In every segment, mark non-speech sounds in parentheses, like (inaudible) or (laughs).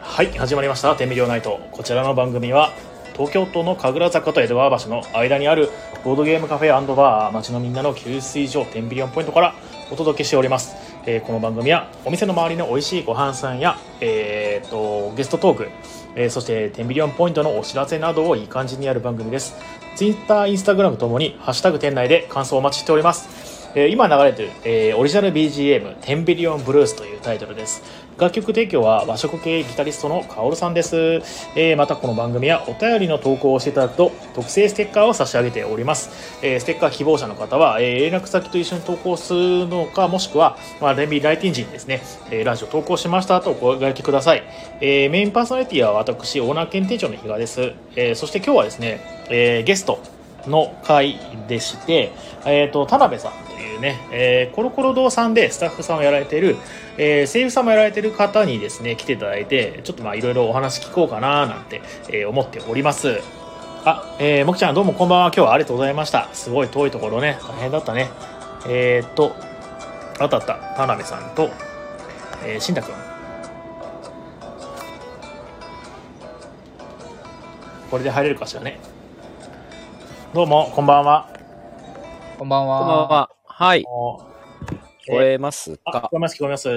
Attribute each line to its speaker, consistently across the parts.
Speaker 1: はい始まりました「天秤両ナイト」こちらの番組は東京都の神楽坂と江戸川橋の間にあるボードゲームカフェバー街のみんなの給水所天秤ンポイントからお届けしております、えーこの番組はお店の周りの美味しいご飯さんや、えー、とゲストトーク、えーそして天秤ンポイントのお知らせなどをいい感じにやる番組です Twitter、Instagram ともに「ハッシュタグ店内」で感想をお待ちしておりますえー今流れてる、えーオリジナル BGM「テンビリオンブルース」というタイトルです楽曲提供は和食系ギタリストのカオルさんです、えーまたこの番組はお便りの投稿をしていただくと特製ステッカーを差し上げております、えーステッカー希望者の方は、えー連絡先と一緒に投稿するのかもしくは、まあ、レビー来店時にですね、えーラジオ投稿しましたとお声掛けください、えーメインパーソナリティは私オーナー兼店長の比嘉です、えーそして今日はですね、えーゲストの会でして、えー、と田辺さんというね、えーコロコロ堂さんでスタッフさんをやられてる、えー声優さんもやられてる方にですね来ていただいてちょっとまあいろいろお話聞こうかななんて、えー思っておりますあえー、もきちゃんどうもこんばんは今日はありがとうございましたすごい遠いところね大変だったねえっ、とあったあった田辺さんと、えー、新太くんこれで入れるかしらねどうもこんばんは
Speaker 2: こんばんは。
Speaker 3: こんばんは。はい。
Speaker 1: お
Speaker 3: 聞こえます
Speaker 1: あ、聞
Speaker 3: か
Speaker 1: こえます、聞こえます。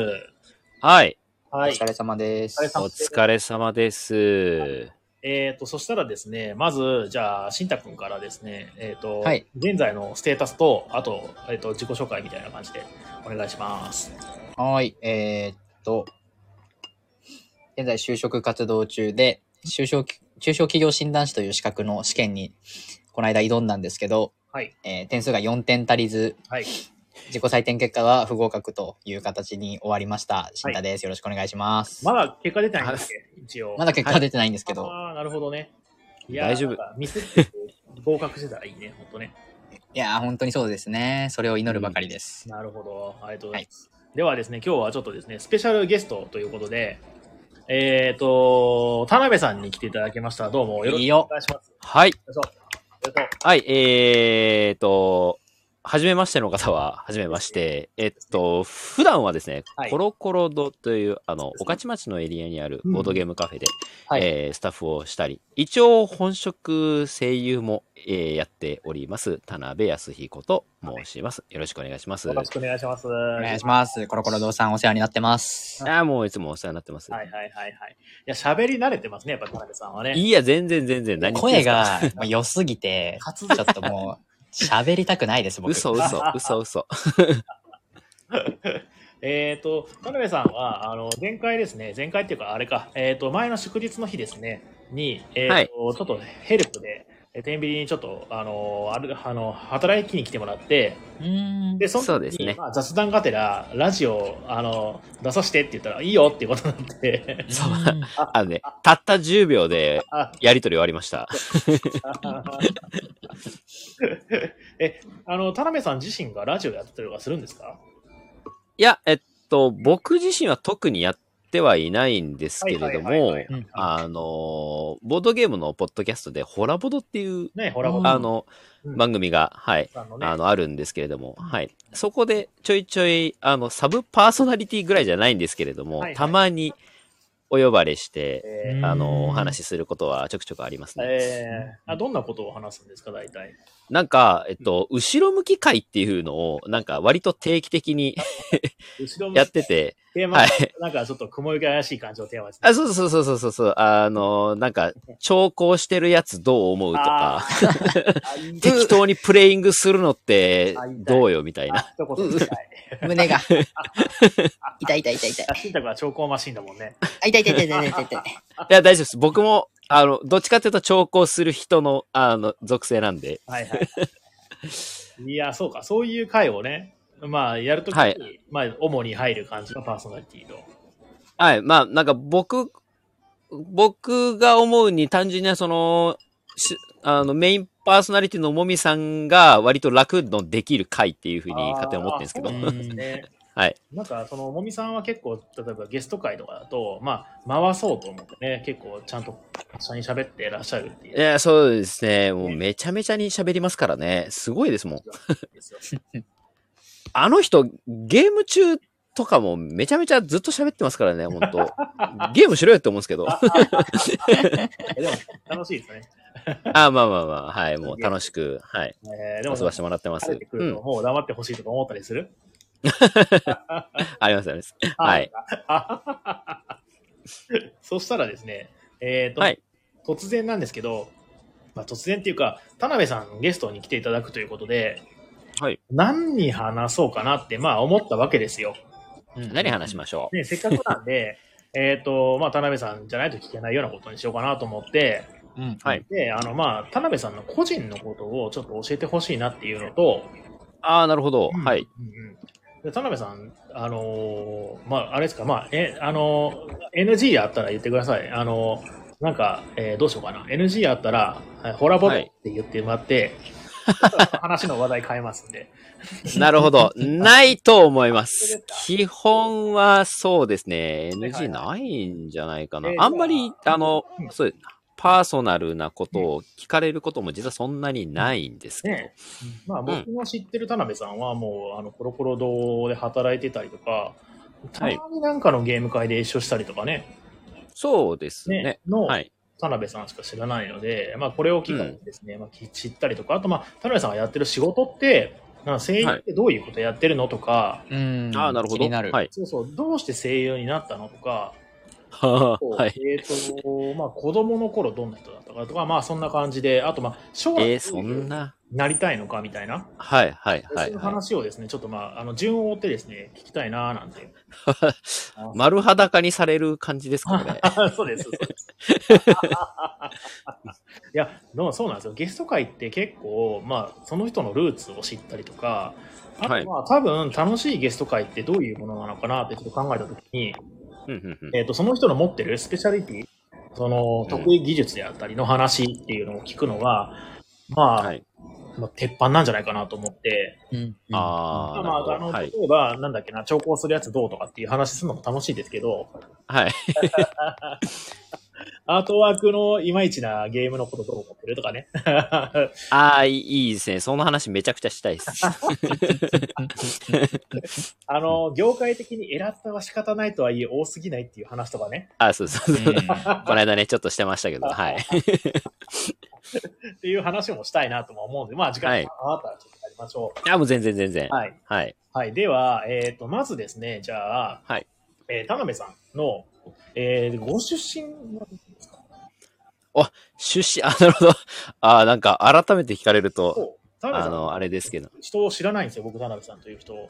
Speaker 3: はい。
Speaker 2: お
Speaker 1: はい
Speaker 2: 疲。れ様です。
Speaker 1: お疲れ様
Speaker 3: お疲れ様です。
Speaker 1: えっ、と、そしたらですね、まず、じゃあ、しんたくんからですね、えっ、と、
Speaker 2: はい
Speaker 1: 現在のステータスと、あと、えっ、と、自己紹介みたいな感じでお願いします。
Speaker 2: はい。えーっと、現在就職活動中で、就職、中小企業診断士という資格の試験に、この間挑んだんですけど、
Speaker 1: はい。
Speaker 2: えー点数が4点足りず、
Speaker 1: はい。
Speaker 2: 自己採点結果は不合格という形に終わりました。新太です。よろしくお願いします。
Speaker 1: まだ結果出てないんだっけ一応。
Speaker 2: まだ結果は出てないんですけど、
Speaker 1: ああ、なるほどね。い
Speaker 3: 大丈夫。
Speaker 1: なんかミスって合格してたらいいね、ほんと
Speaker 2: (laughs)
Speaker 1: ね。
Speaker 2: いやー、本当にそうですね。それを祈るばかりです。
Speaker 1: なるほど。ありがとうございます。ではですね、今日はちょっとですね、スペシャルゲストということで、えっ、と、田辺さんに来ていただきました。どうもよろしくお願いします。
Speaker 3: はい。
Speaker 1: よいしょ。よいしょ
Speaker 3: はい。えーっと、はじめましての方は、はじめまして。えっと、普段はですね、
Speaker 1: はい
Speaker 3: コロコロドという、あの、
Speaker 1: です
Speaker 3: 御
Speaker 1: ね
Speaker 3: 徒町のエリアにあるボードゲームカフェで、
Speaker 2: はい
Speaker 3: えースタッフをしたり、一応本職声優も、えーやっております、田辺康彦と申します。よろしくお願いします。
Speaker 1: よろしくお願いします。お
Speaker 2: お
Speaker 1: 願
Speaker 2: 願いします。コロコロ堂さんお世話になってます。
Speaker 3: ああ、もういつもお世話になってます。
Speaker 1: はいはいはいはい。いや、喋り慣れてますね、やっぱ田辺さんはね。
Speaker 3: いや、全然全然何言ってん
Speaker 2: 声
Speaker 3: すか
Speaker 2: がもう良すぎて、ちょっともう喋りたくないです、僕。
Speaker 3: 嘘嘘嘘嘘。
Speaker 1: えっ、と、田辺さんは、あの、前回ですね、前回っていうか、あれか、えっ、と、前の祝日の日ですね、に、えっ、と、
Speaker 3: はい
Speaker 1: ちょっとヘルプで、え天秤にちょっと、あの、ある、あの、働きに来てもらって、
Speaker 2: うーん。
Speaker 1: で、その時に
Speaker 3: そうですね
Speaker 1: まあ、雑談がてら、ラジオ、あの、出させてって言ったら、いいよっていうことになって、 (laughs)
Speaker 2: そう
Speaker 3: あのね、たった10秒で
Speaker 1: あ
Speaker 3: やりとり終わりました。
Speaker 1: (laughs) え、あの、田辺さん自身がラジオやってたりとかするんですか
Speaker 3: いや、えっと、僕自身は特にやってはいないんですけれど
Speaker 1: はいはいはい
Speaker 3: も
Speaker 1: はい、
Speaker 2: うん
Speaker 3: あの、ボードゲームのポッドキャストで、ホラボドっていう、
Speaker 1: ね、ほらほ
Speaker 2: うん
Speaker 1: ら、
Speaker 3: あの、
Speaker 1: うん
Speaker 3: 番組が、はい、
Speaker 1: さんのね、
Speaker 3: あの、あるんですけれども、はい。そこで、ちょいちょい、あの、サブパーソナリティぐらいじゃないんですけれど
Speaker 1: はい
Speaker 3: も
Speaker 1: はい、
Speaker 3: たまにお呼ばれして、
Speaker 1: えー
Speaker 3: あ
Speaker 2: うん
Speaker 3: の、お話しすることはちょくちょくありますね。
Speaker 1: えーあどんなことを話すんですか、大体。
Speaker 3: なんか、えっと、後ろ向き会っていうのを、なんか割と定期的に
Speaker 1: 後ろ向き
Speaker 3: やってて、
Speaker 1: テーマ、
Speaker 3: はい。
Speaker 1: なんかちょっと雲行き怪しい感じのテーマですね。
Speaker 3: あ、そうそうそうそうそうそう、あの、なんか、調校してるやつどう思うとか、 (laughs)
Speaker 1: あー、
Speaker 3: 適当にプレイングするのって
Speaker 1: あ痛い
Speaker 3: どうよみたいな。
Speaker 1: な。一言みたい。
Speaker 2: (laughs) 胸が。痛い痛い痛い痛い。
Speaker 1: あ、シンタクは超高マシンだもんね。
Speaker 2: あ、痛い痛い痛い痛い痛い痛い。
Speaker 3: いや、大丈夫です。僕も、あの、どっちかっていうと調校する人の、あの、属性なんで。
Speaker 1: はいはい。いや、そうか、そういう回をね、まあ、やるときに、
Speaker 3: はい
Speaker 1: まあ、主に入る感じのパーソナリティの。
Speaker 3: はい。まあ、なんか僕、僕が思うに単純なその、しあの、メインパーソナリティのもみさんが割と楽のできる回っていうふうに勝手に思ってるんですけど
Speaker 1: あー。そ
Speaker 2: うん
Speaker 1: うなんですね
Speaker 3: (laughs) はい。
Speaker 1: なんか、その、もみさんは結構、例えばゲスト会とかだと、まあ、回そうと思ってね、結構、ちゃんと一緒に喋ってらっしゃるっていう
Speaker 3: い。や、そうですね。もうめちゃめちゃに喋りますから (laughs) ね。すごいですもん。
Speaker 1: ですよ
Speaker 3: あの人、ゲーム中とかもめちゃめちゃずっと喋ってますからね、本
Speaker 1: (laughs)
Speaker 3: 当ゲームしろよって思うんですけど。あ
Speaker 1: えでも、楽しいですね。
Speaker 3: まあまあまあ、はい、もう楽しく、はい、
Speaker 1: えーでも、
Speaker 3: 遊ばしてもらってます。
Speaker 1: 慣れてく
Speaker 3: う
Speaker 1: ると、
Speaker 3: ん、
Speaker 1: もう黙ってほしいとか思ったりする、
Speaker 3: ありますあります。はい。
Speaker 1: あ。 (laughs) そしたらですね、えっ、と、
Speaker 3: はい。
Speaker 1: 突然なんですけど、まあ、突然っていうか、田辺さんゲストに来ていただくということで、
Speaker 3: はい。
Speaker 1: 何に話そうかなって、まあ思ったわけですよ。
Speaker 3: 何話しましょう、
Speaker 1: ね、せっかくなんで、えっと、まあ、田辺さんじゃないと聞けないようなことにしようかなと思って、
Speaker 2: うん。
Speaker 3: はい
Speaker 1: で、あの、まあ、田辺さんの個人のことをちょっと教えてほしいなっていうのと、
Speaker 3: ああ、なるほど。はい。
Speaker 1: うんうんで田辺さん、あのーまあ、あれですか、まあ、え、あのー NG あったら言ってください。あのーなんか、えーどうしようかな。NG あったら、はいホラボドって言ってもらって、話の話題変えますんで。
Speaker 3: なる
Speaker 1: (laughs)
Speaker 3: ほど。ないと思いま
Speaker 1: 本
Speaker 3: す
Speaker 1: 当で。
Speaker 3: 基本はそうですね。
Speaker 1: はいはい
Speaker 3: NG ないんじゃないかな
Speaker 1: えー。
Speaker 3: あんまり
Speaker 1: じ、ゃあ
Speaker 3: あの
Speaker 1: う、ん
Speaker 3: そうです。パーソナルなことを聞かれることも実はそんなにないんですけど。
Speaker 1: ねまあ、僕の知ってる田辺さんは、もう、あの、コロコロ堂で働いてたりとか、た
Speaker 3: はい
Speaker 1: まになんかのゲーム会で一緒したりとかね、
Speaker 3: そうです
Speaker 1: ね
Speaker 3: ね。
Speaker 1: の
Speaker 3: はい。
Speaker 1: 田辺さんしか知らないので、まあ、これを機会にですね、まあ、き知ったりとか、あと、まあ、田辺さんがやってる仕事って、なんか声優ってどういうことやってるのとか、
Speaker 2: うん。
Speaker 3: ああ、なるほ
Speaker 2: 気
Speaker 3: ど。
Speaker 2: にな
Speaker 1: (laughs)
Speaker 2: る。
Speaker 3: はい。
Speaker 1: そうそう、どうして声優になったのとか、
Speaker 3: はあはい。
Speaker 1: えーとまあ、子供の頃どんな人だったかとか、まあ、そんな感じで、あと、まあ、将来
Speaker 3: えー、そんな。
Speaker 1: なりたいのかみたいな、
Speaker 3: はい、はい、は
Speaker 1: そう
Speaker 3: い、
Speaker 1: いう
Speaker 3: は
Speaker 1: 話をですね、ちょっと、まあ、あの順を追ってですね、聞きたいなーなん
Speaker 3: (laughs)
Speaker 1: て。
Speaker 3: い。丸裸にされる感じですか
Speaker 1: (laughs)
Speaker 3: ね。
Speaker 1: そうです、そう (laughs) です。いや、でもそうなんですよ。ゲスト会って結構、まあ、その人のルーツを知ったりとか、あ
Speaker 3: はい
Speaker 1: とまあ、多分、楽しいゲスト会ってどういうものなのかなってちょっと考えたときに、
Speaker 3: うんうんうん
Speaker 1: えっ、と、その人の持ってるスペシャリティ、その、
Speaker 3: うん
Speaker 1: 得意技術であったりの話っていうのを聞くのが、まあ、
Speaker 3: はい。
Speaker 1: まあ鉄板なんじゃないかなと思って、
Speaker 2: うん。
Speaker 3: ああ、
Speaker 1: ま
Speaker 3: なる
Speaker 1: あ、あの、
Speaker 3: ほど。は
Speaker 1: 例
Speaker 3: い。
Speaker 1: えば、なんだっけな、調校するやつどうとかっていう話するのも楽しいですけど、
Speaker 3: はい。
Speaker 1: アートワークのいまいちなゲームのことどう思ってるとかね。 (laughs)
Speaker 3: ああ、いいいいですね。その話めちゃくちゃした
Speaker 1: (laughs)
Speaker 3: いです。
Speaker 1: あの、業界的に選ったは仕方ないとはいえ多すぎないっていう話とかね。
Speaker 3: あ、そうそうそう。
Speaker 2: うん
Speaker 1: (laughs)
Speaker 3: この間ね、ちょっとしてましたけど、 (laughs) はい。
Speaker 1: っていう話もしたいなとも思うんで、まあ時間が
Speaker 3: はい
Speaker 1: 余ったらちょっとやりましょ
Speaker 3: いや、もう全然全然
Speaker 1: う。。はい。
Speaker 3: はい。
Speaker 1: はい。では、えっ、と、まずですね、じゃあ、
Speaker 3: はい。
Speaker 1: えー、田辺さんの、えー、ご出身はですか
Speaker 3: 出資、 (laughs) あ、なるほど。あ、なんか、改めて聞かれると、
Speaker 1: そう田辺
Speaker 3: あ
Speaker 1: さん、
Speaker 3: の、あれですけど。
Speaker 1: 人を知らないんですよ、僕、田辺さんという人を。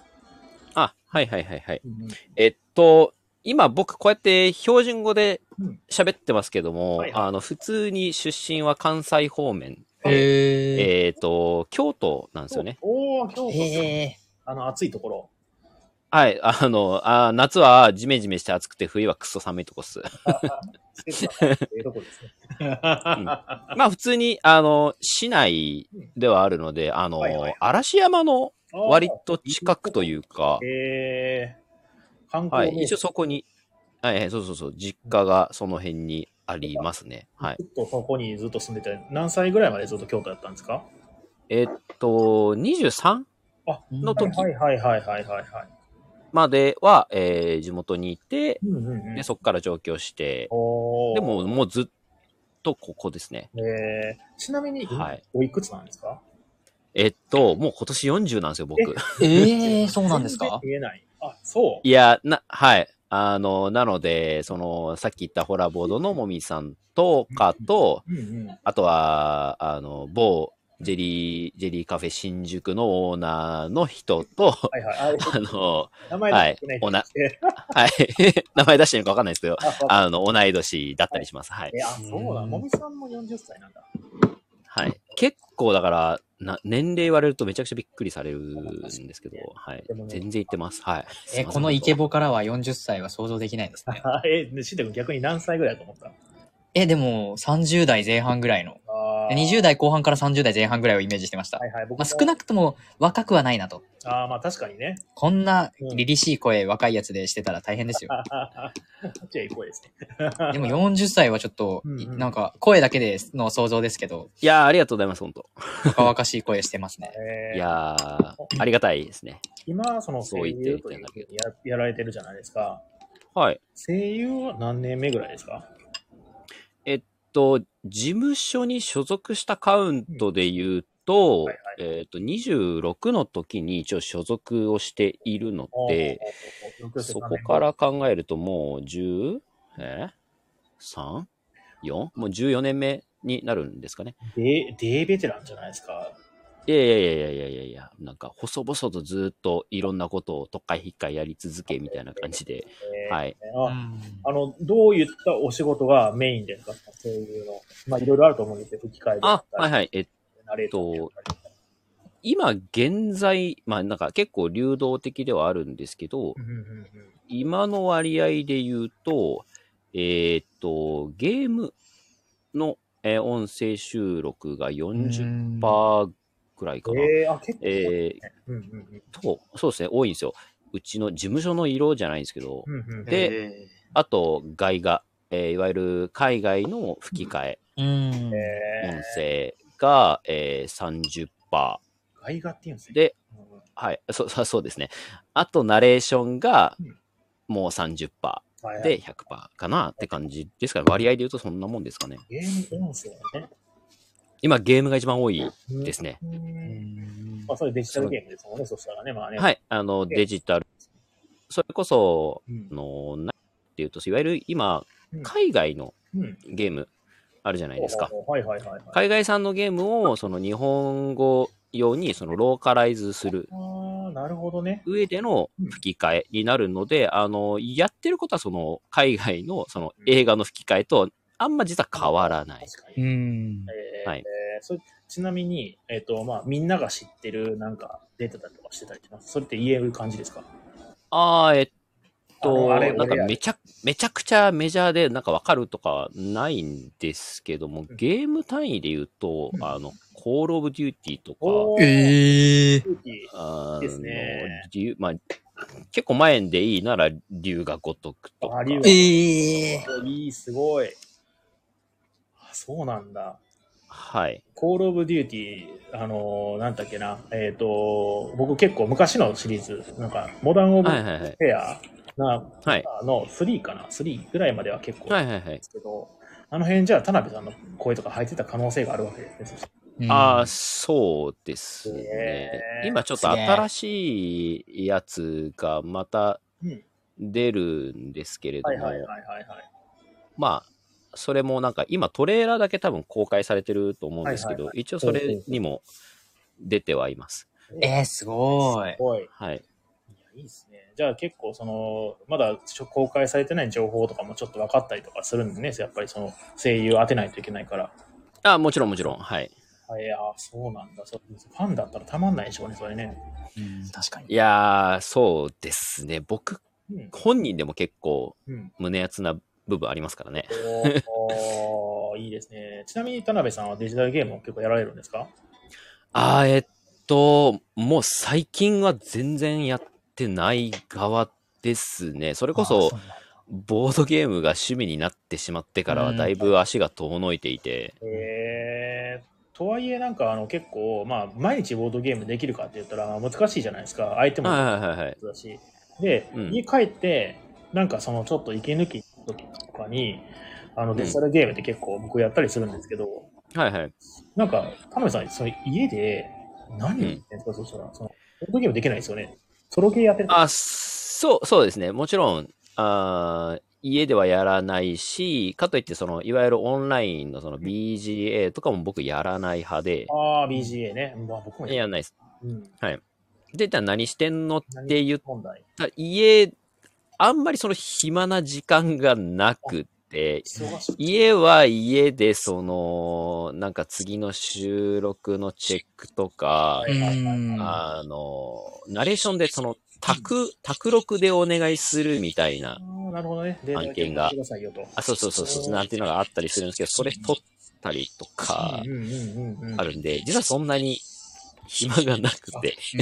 Speaker 3: あ、はいはいはいはい。
Speaker 1: うん
Speaker 3: えっと、今僕こうやって標準語で
Speaker 1: うん
Speaker 3: 喋ってますけども、
Speaker 1: はいはい
Speaker 3: あの、普通に出身は関西方面。
Speaker 2: へ (laughs) え。
Speaker 3: えっと、京都なんですよね。
Speaker 1: おおー、今日こ
Speaker 2: へえ。
Speaker 1: そ、あの、暑いところ。
Speaker 3: はい。あの、あ夏はジメジメして暑くて、冬はクソ寒いとこ
Speaker 1: (laughs)
Speaker 3: っす。
Speaker 1: 季節はええとこですね。 (laughs) あ
Speaker 3: まあ普通に、あの、市内ではあるので、あの、
Speaker 1: はいはい
Speaker 3: 嵐山の
Speaker 1: ー
Speaker 3: 割と近くというか、
Speaker 1: えー、観
Speaker 3: は
Speaker 1: 光
Speaker 3: い、
Speaker 1: 名
Speaker 3: 一
Speaker 1: 所
Speaker 3: 応そこに、はいはい、そうそうそう、実家がその辺にありますね。はい。
Speaker 1: ずっとそこにずっと住んでて、何歳ぐらいまでずっと京都だったんですか
Speaker 3: えっと、23
Speaker 1: あ
Speaker 3: の時
Speaker 1: はいはいはいはいはいはい。
Speaker 3: までは、えー地元にいて、
Speaker 1: うんうんうん
Speaker 3: ね、そこから上京して、
Speaker 1: おー
Speaker 3: でも、もうずっとここですね。
Speaker 1: えー、ちなみに、
Speaker 3: はい
Speaker 1: おいくつなんですか
Speaker 3: えっと、もう今年40なんですよ、僕。
Speaker 2: ええ、そうなんですか
Speaker 1: 全然見えない。あ、そう。
Speaker 3: いや、な、はい。あの、なので、その、さっき言ったホラーボードのもみさんとかと、
Speaker 1: うんうん。
Speaker 3: あとは、あの、某ジェリー、ジェリーカフェ新宿のオーナーの人
Speaker 1: (laughs)
Speaker 3: と、
Speaker 1: はいはい。
Speaker 3: あの、
Speaker 1: あ名前出して (laughs) ないですね。
Speaker 3: はい。 (laughs) 名前出してるのかわかんないですけど、
Speaker 1: あわかった
Speaker 3: あの、同い年だったりします。はい。
Speaker 1: えあ、そうだ。
Speaker 2: うん
Speaker 1: もみさんも40歳なんだ。 (laughs)
Speaker 3: はい。結構だから、な年齢言われるとめちゃくちゃびっくりされるんですけど、はい
Speaker 1: でも。ね
Speaker 3: 全然言ってます。はい。
Speaker 2: え、このイケボからは40歳は想像できないですね。
Speaker 1: あえ、しんたくん逆に何歳ぐらいだと思った
Speaker 2: え、でも30代前半ぐらいの。
Speaker 1: あ
Speaker 2: 20代後半から30代前半ぐらいをイメージしてました。
Speaker 1: はいはい、僕
Speaker 2: まあ、
Speaker 1: も
Speaker 2: 少なくとも若くはないなと。
Speaker 1: ああ、まあ確かにね。
Speaker 2: こんな凛々しい声、若いやつでしてたら大変ですよ。
Speaker 1: じゃあ行こうですね。
Speaker 2: でも40歳はちょっと、
Speaker 1: うんうん
Speaker 2: なんか声だけでの想像ですけど、
Speaker 3: いやー、ありがとうございます、本当。
Speaker 2: 若々しい声してますね。
Speaker 1: えー
Speaker 3: いやー、ありがたいですね。
Speaker 1: 今、その
Speaker 3: そう
Speaker 1: 声
Speaker 3: 言って
Speaker 1: 優
Speaker 3: いた
Speaker 1: という
Speaker 3: だ
Speaker 1: ふう
Speaker 3: け
Speaker 1: にややられてるじゃないですか。
Speaker 3: はい。
Speaker 1: 声優は何年目ぐらいですか
Speaker 3: と、事務所に所属したカウントで言う
Speaker 1: うん
Speaker 3: と、
Speaker 1: はい
Speaker 3: えっ、と、26の時に一応所属をしているので、
Speaker 1: おーよく
Speaker 3: そ
Speaker 1: 説明
Speaker 3: こから考えるともう 10? え ?3?4? もう14年目になるんですかね。
Speaker 1: で、デーベテランじゃないですか。
Speaker 3: いやいやいやいやいやいや、なんか細々とずっといろんなことをとっかいひっかいやり続けみたいな感じで、
Speaker 1: えー
Speaker 3: はい。
Speaker 1: あ
Speaker 2: うん
Speaker 1: あの、どういったお仕事がメインですか声優の。まあ、いろいろあると思うんですけど、吹き替えであっ
Speaker 3: あ、
Speaker 1: た
Speaker 3: はい
Speaker 1: り、
Speaker 3: はい。えっ
Speaker 1: ナレーターであったり
Speaker 3: 今現在、まあなんか結構流動的ではあるんですけど、
Speaker 1: うんうんうんうん
Speaker 3: 今の割合で言うと、えーっと、ゲームの、えー音声収録が40%ぐらいかな。
Speaker 1: えー、あ、結構、
Speaker 3: えー
Speaker 1: うんうんうん
Speaker 3: と、そうですね、多いんですよ。うちの事務所の色じゃないんですけど、
Speaker 1: うんうん。
Speaker 3: で、あと、外画、えーいわゆる海外の吹き替え、
Speaker 2: う
Speaker 1: え
Speaker 2: ん。
Speaker 3: 音声が、えー、30%。
Speaker 1: ー、外画って言うんですね。
Speaker 3: で、
Speaker 1: うんうん
Speaker 3: はい、そ (laughs) そそうですね。あと、ナレーションが
Speaker 1: うん、
Speaker 3: もう30%。
Speaker 1: はいはい
Speaker 3: で、100%かなって感じですから、割合で言うとそんなもんですかね。
Speaker 1: ゲーム音声ね。今。
Speaker 3: 今、ゲームが一番多いですすね。
Speaker 2: うん
Speaker 1: まあ、それデジタルゲームですもんね、そしたらね、まあね。。
Speaker 3: はいい。あの、デジタル。それこそ、
Speaker 1: うん
Speaker 3: あ。の、なっていうと、いわゆる今
Speaker 1: うん、
Speaker 3: 海外の
Speaker 1: うん。
Speaker 3: ゲームあるじゃないですか。
Speaker 1: はいはいはいはい。
Speaker 3: 海外産のゲームを、その日本語用に、そのローカライズする
Speaker 1: ああ、なるほどね。
Speaker 3: 上での吹き替えになるので、あの、やってることは、その、海外の、その映画の吹き替えと、あんま実は変わらない。
Speaker 1: 確か
Speaker 2: う
Speaker 1: に。
Speaker 2: ん。
Speaker 1: えー
Speaker 3: はい
Speaker 1: それちなみに、えっ、と、まあ、みんなが知ってる、なんか、出てたりとかしてたりします。それって言える感じですか
Speaker 3: ああ、えっと、
Speaker 1: あのあれ
Speaker 3: なんか
Speaker 1: 俺や
Speaker 3: めちゃ、めちゃくちゃメジャーでなんかわかるとかないんですけども、
Speaker 1: うん
Speaker 3: ゲーム単位で言うと
Speaker 1: う、ん
Speaker 3: あの、コールオブデューティーと
Speaker 1: お
Speaker 3: か、
Speaker 1: ー
Speaker 2: ええ
Speaker 1: 空気
Speaker 3: あ
Speaker 1: いいですね
Speaker 3: の、竜まあ、結構前でいいなら、竜が如くと
Speaker 1: あ
Speaker 3: か、
Speaker 1: 竜が
Speaker 2: ええ
Speaker 1: おいい、すごい。あそうなんだ。
Speaker 3: はい。
Speaker 1: コールオブデューティー、あのーなんだっけな、えっ、と、僕結構昔のシリーズ、なんか、モダンオブ
Speaker 3: はいはいはい。
Speaker 1: ペアな、
Speaker 3: はい。
Speaker 1: あの、3かな ?3 ぐらいまでは結構
Speaker 3: は
Speaker 1: で
Speaker 3: いはいはい。
Speaker 1: すけど、あの辺じゃあ田辺さんの声とか入ってた可能性があるわけですね。そして
Speaker 3: ああ、
Speaker 2: ー、
Speaker 3: そうです
Speaker 1: すげ
Speaker 3: ね。
Speaker 1: ー
Speaker 3: 今ちょっと新しいやつがまた
Speaker 1: うん
Speaker 3: 出るんですけれど
Speaker 1: はいはいはい
Speaker 3: も、
Speaker 1: はいはい。
Speaker 3: まあ、それもなんか今トレーラーだけ多分公開されてると思うんですけど、
Speaker 1: は
Speaker 3: 一応それにも出てはいます。
Speaker 2: えー、すごい
Speaker 1: す。ごい。い
Speaker 3: はい。
Speaker 1: や、いいですね。じゃあ結構その、まだ初公開されてない情報とかもちょっと分かったりとかするんでね、やっぱりその声優当てないといけないから。
Speaker 3: あ、もちろんもちろん。はい。
Speaker 1: はい、あーそうなんだ。そうファンだったらたまんないでしょうね、それね。
Speaker 2: うん、確かに。
Speaker 3: いやー、そうですね。僕、
Speaker 1: うん。
Speaker 3: 本人でも結構 (laughs)
Speaker 1: うん、
Speaker 3: 胸熱な部分ありますからね。
Speaker 1: おーいいですね。ちなみに田辺さんはデジタルゲームを結構やられるんですか
Speaker 3: あー、えっと、もう最近は全然やってない側ですね。それこ
Speaker 2: あー
Speaker 3: そ
Speaker 2: う、なんだ
Speaker 3: ボードゲームが趣味になってしまってからはだいぶ足が遠のいていて、
Speaker 1: えー、とはいえ、なんかあの結構、まあ、毎日ボードゲームできるかって言ったら難しいじゃないですか、相手も
Speaker 3: はい
Speaker 1: だ
Speaker 3: はいはいはい。
Speaker 1: し。で、
Speaker 3: うん
Speaker 1: 家帰って、なんかそのちょっと息抜きの時とかに、あのデジタルゲームって結構僕やったりするんですけど、
Speaker 3: はいはい。
Speaker 1: なんか、田辺さん、その家で何やってんですか、そしたら、そのボードゲームできないですよね。ソロ系やってる
Speaker 3: あ、そう、そうですね。もちろん、あー家ではやらないし、かといって、その、いわゆるオンラインのその BGA とかも僕やらない派で、
Speaker 1: ああ、BGA ね。まあ、僕も
Speaker 3: やらないです。
Speaker 1: うん。
Speaker 3: で、じゃあ何してんのって言っ
Speaker 1: 問題。
Speaker 3: た家、あんまりその暇な時間がなくて、
Speaker 1: 忙しい。
Speaker 3: 家は家で、その、なんか次の収録のチェックとか、
Speaker 1: はいはいはい
Speaker 2: うん
Speaker 3: あの、ナレーションでその、卓、卓録でお願いするみたいな
Speaker 1: あ、ーなるほどね。データだけ
Speaker 3: 案件
Speaker 1: 送っ
Speaker 3: が
Speaker 1: てくださいよと
Speaker 3: あ、そうそうそうそう、
Speaker 1: うん
Speaker 3: なんていうのがあったりするんですけど、それ取っったりとか
Speaker 1: う、んうんうんうん
Speaker 3: あるんで、実はそんなに暇がなくて。
Speaker 2: うん。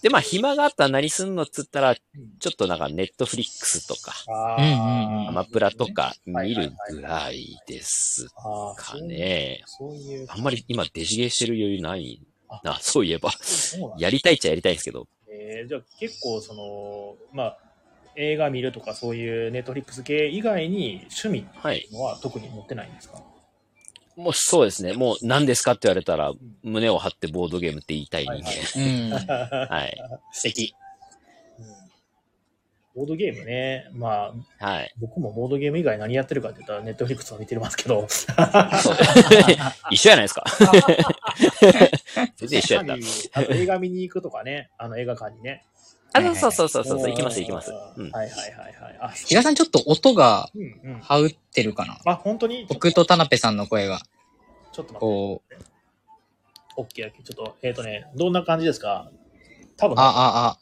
Speaker 3: で、まあ、暇があったら何すんのっつったら、ちょっとなんかネットフリックスとか、
Speaker 2: うんうんうん
Speaker 3: アマプラとか見るぐらいです
Speaker 1: あー
Speaker 3: か。ね。
Speaker 1: そういう。
Speaker 3: あんまり今デジゲーしてる余裕ない
Speaker 1: あ
Speaker 3: な、そういえば。
Speaker 1: そうなんだ
Speaker 3: やりたいっちゃやりたいんですけど。
Speaker 1: えーじゃあ結構その、まあ、映画見るとかそういうネットフリックス系以外に趣味って
Speaker 3: はい。
Speaker 1: いうのは特に持ってないんですか
Speaker 3: もうそうですね。もう何ですかって言われたら、胸を張ってボードゲームって言いたい人間。
Speaker 2: うん。
Speaker 3: はい。
Speaker 2: 素敵。
Speaker 1: うんボードゲームね。まあ、
Speaker 3: はい。
Speaker 1: 僕もボードゲーム以外何やってるかって言ったら、ネットフリックスを見てますけど。
Speaker 3: そう一緒やないですか。全然一緒やった。
Speaker 1: あと映画見に行くとかね、あの映画館にね。
Speaker 3: (laughs) あ、そうそうそうそうそう、行きます行きます。う
Speaker 1: はい
Speaker 3: ん。
Speaker 1: はいはいはい。あ、
Speaker 2: 比嘉さんちょっと音が、
Speaker 1: うんうん。
Speaker 2: はうってるかな
Speaker 1: あ、本当にちょ
Speaker 2: 僕と田辺さんの声が、
Speaker 1: ちょっと待って。
Speaker 2: こう、
Speaker 1: OK、OK。ちょっと、えっ、とね、どんな感じですか多分、
Speaker 2: あ、あ、あ、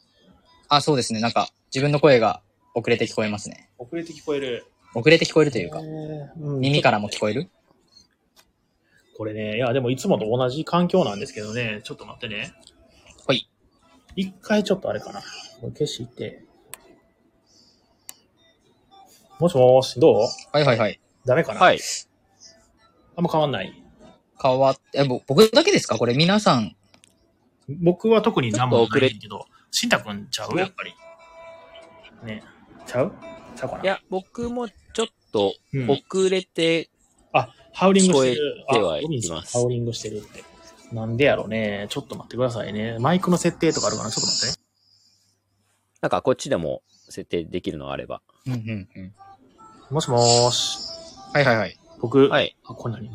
Speaker 2: あ、そうですね。なんか、自分の声が遅れて聞こえますね。
Speaker 1: 遅れて聞こえる。
Speaker 2: 遅れて聞こえるというか、耳からも
Speaker 1: こ
Speaker 2: 聞こえる
Speaker 1: これね、いや、でもいつもと同じ環境なんですけどね、ちょっと待ってね。
Speaker 2: はい。
Speaker 1: 一回ちょっとあれかな。これ消して。もしもーし、どう
Speaker 2: はいはいはい。
Speaker 1: ダメかな
Speaker 3: はい。
Speaker 1: あんま変わんない。
Speaker 2: 変わって、え、ぼ僕だけですかこれ皆さん。
Speaker 1: 僕は特に何も
Speaker 3: ちょっと
Speaker 1: 遅
Speaker 3: 遅れ
Speaker 1: れんけど、しんたくんちゃうやっぱり。ね。ちゃうちゃうかない
Speaker 3: や、僕もちょっと
Speaker 1: うん
Speaker 3: 遅れて、
Speaker 1: あ、ハウリングしてる
Speaker 3: 聞。こえてはい
Speaker 1: あゴミさん
Speaker 3: ます
Speaker 1: ハウリングしてるって。なんでやろうね。ちょっと待ってくださいね。マイクの設定とかあるかなちょっと待ってね。
Speaker 3: なんかこっちでも設定できるのあれば。
Speaker 2: うんうんうん。
Speaker 1: もしもーし。
Speaker 2: はいはいはい。
Speaker 1: 僕、
Speaker 3: はい。
Speaker 1: あ、これ何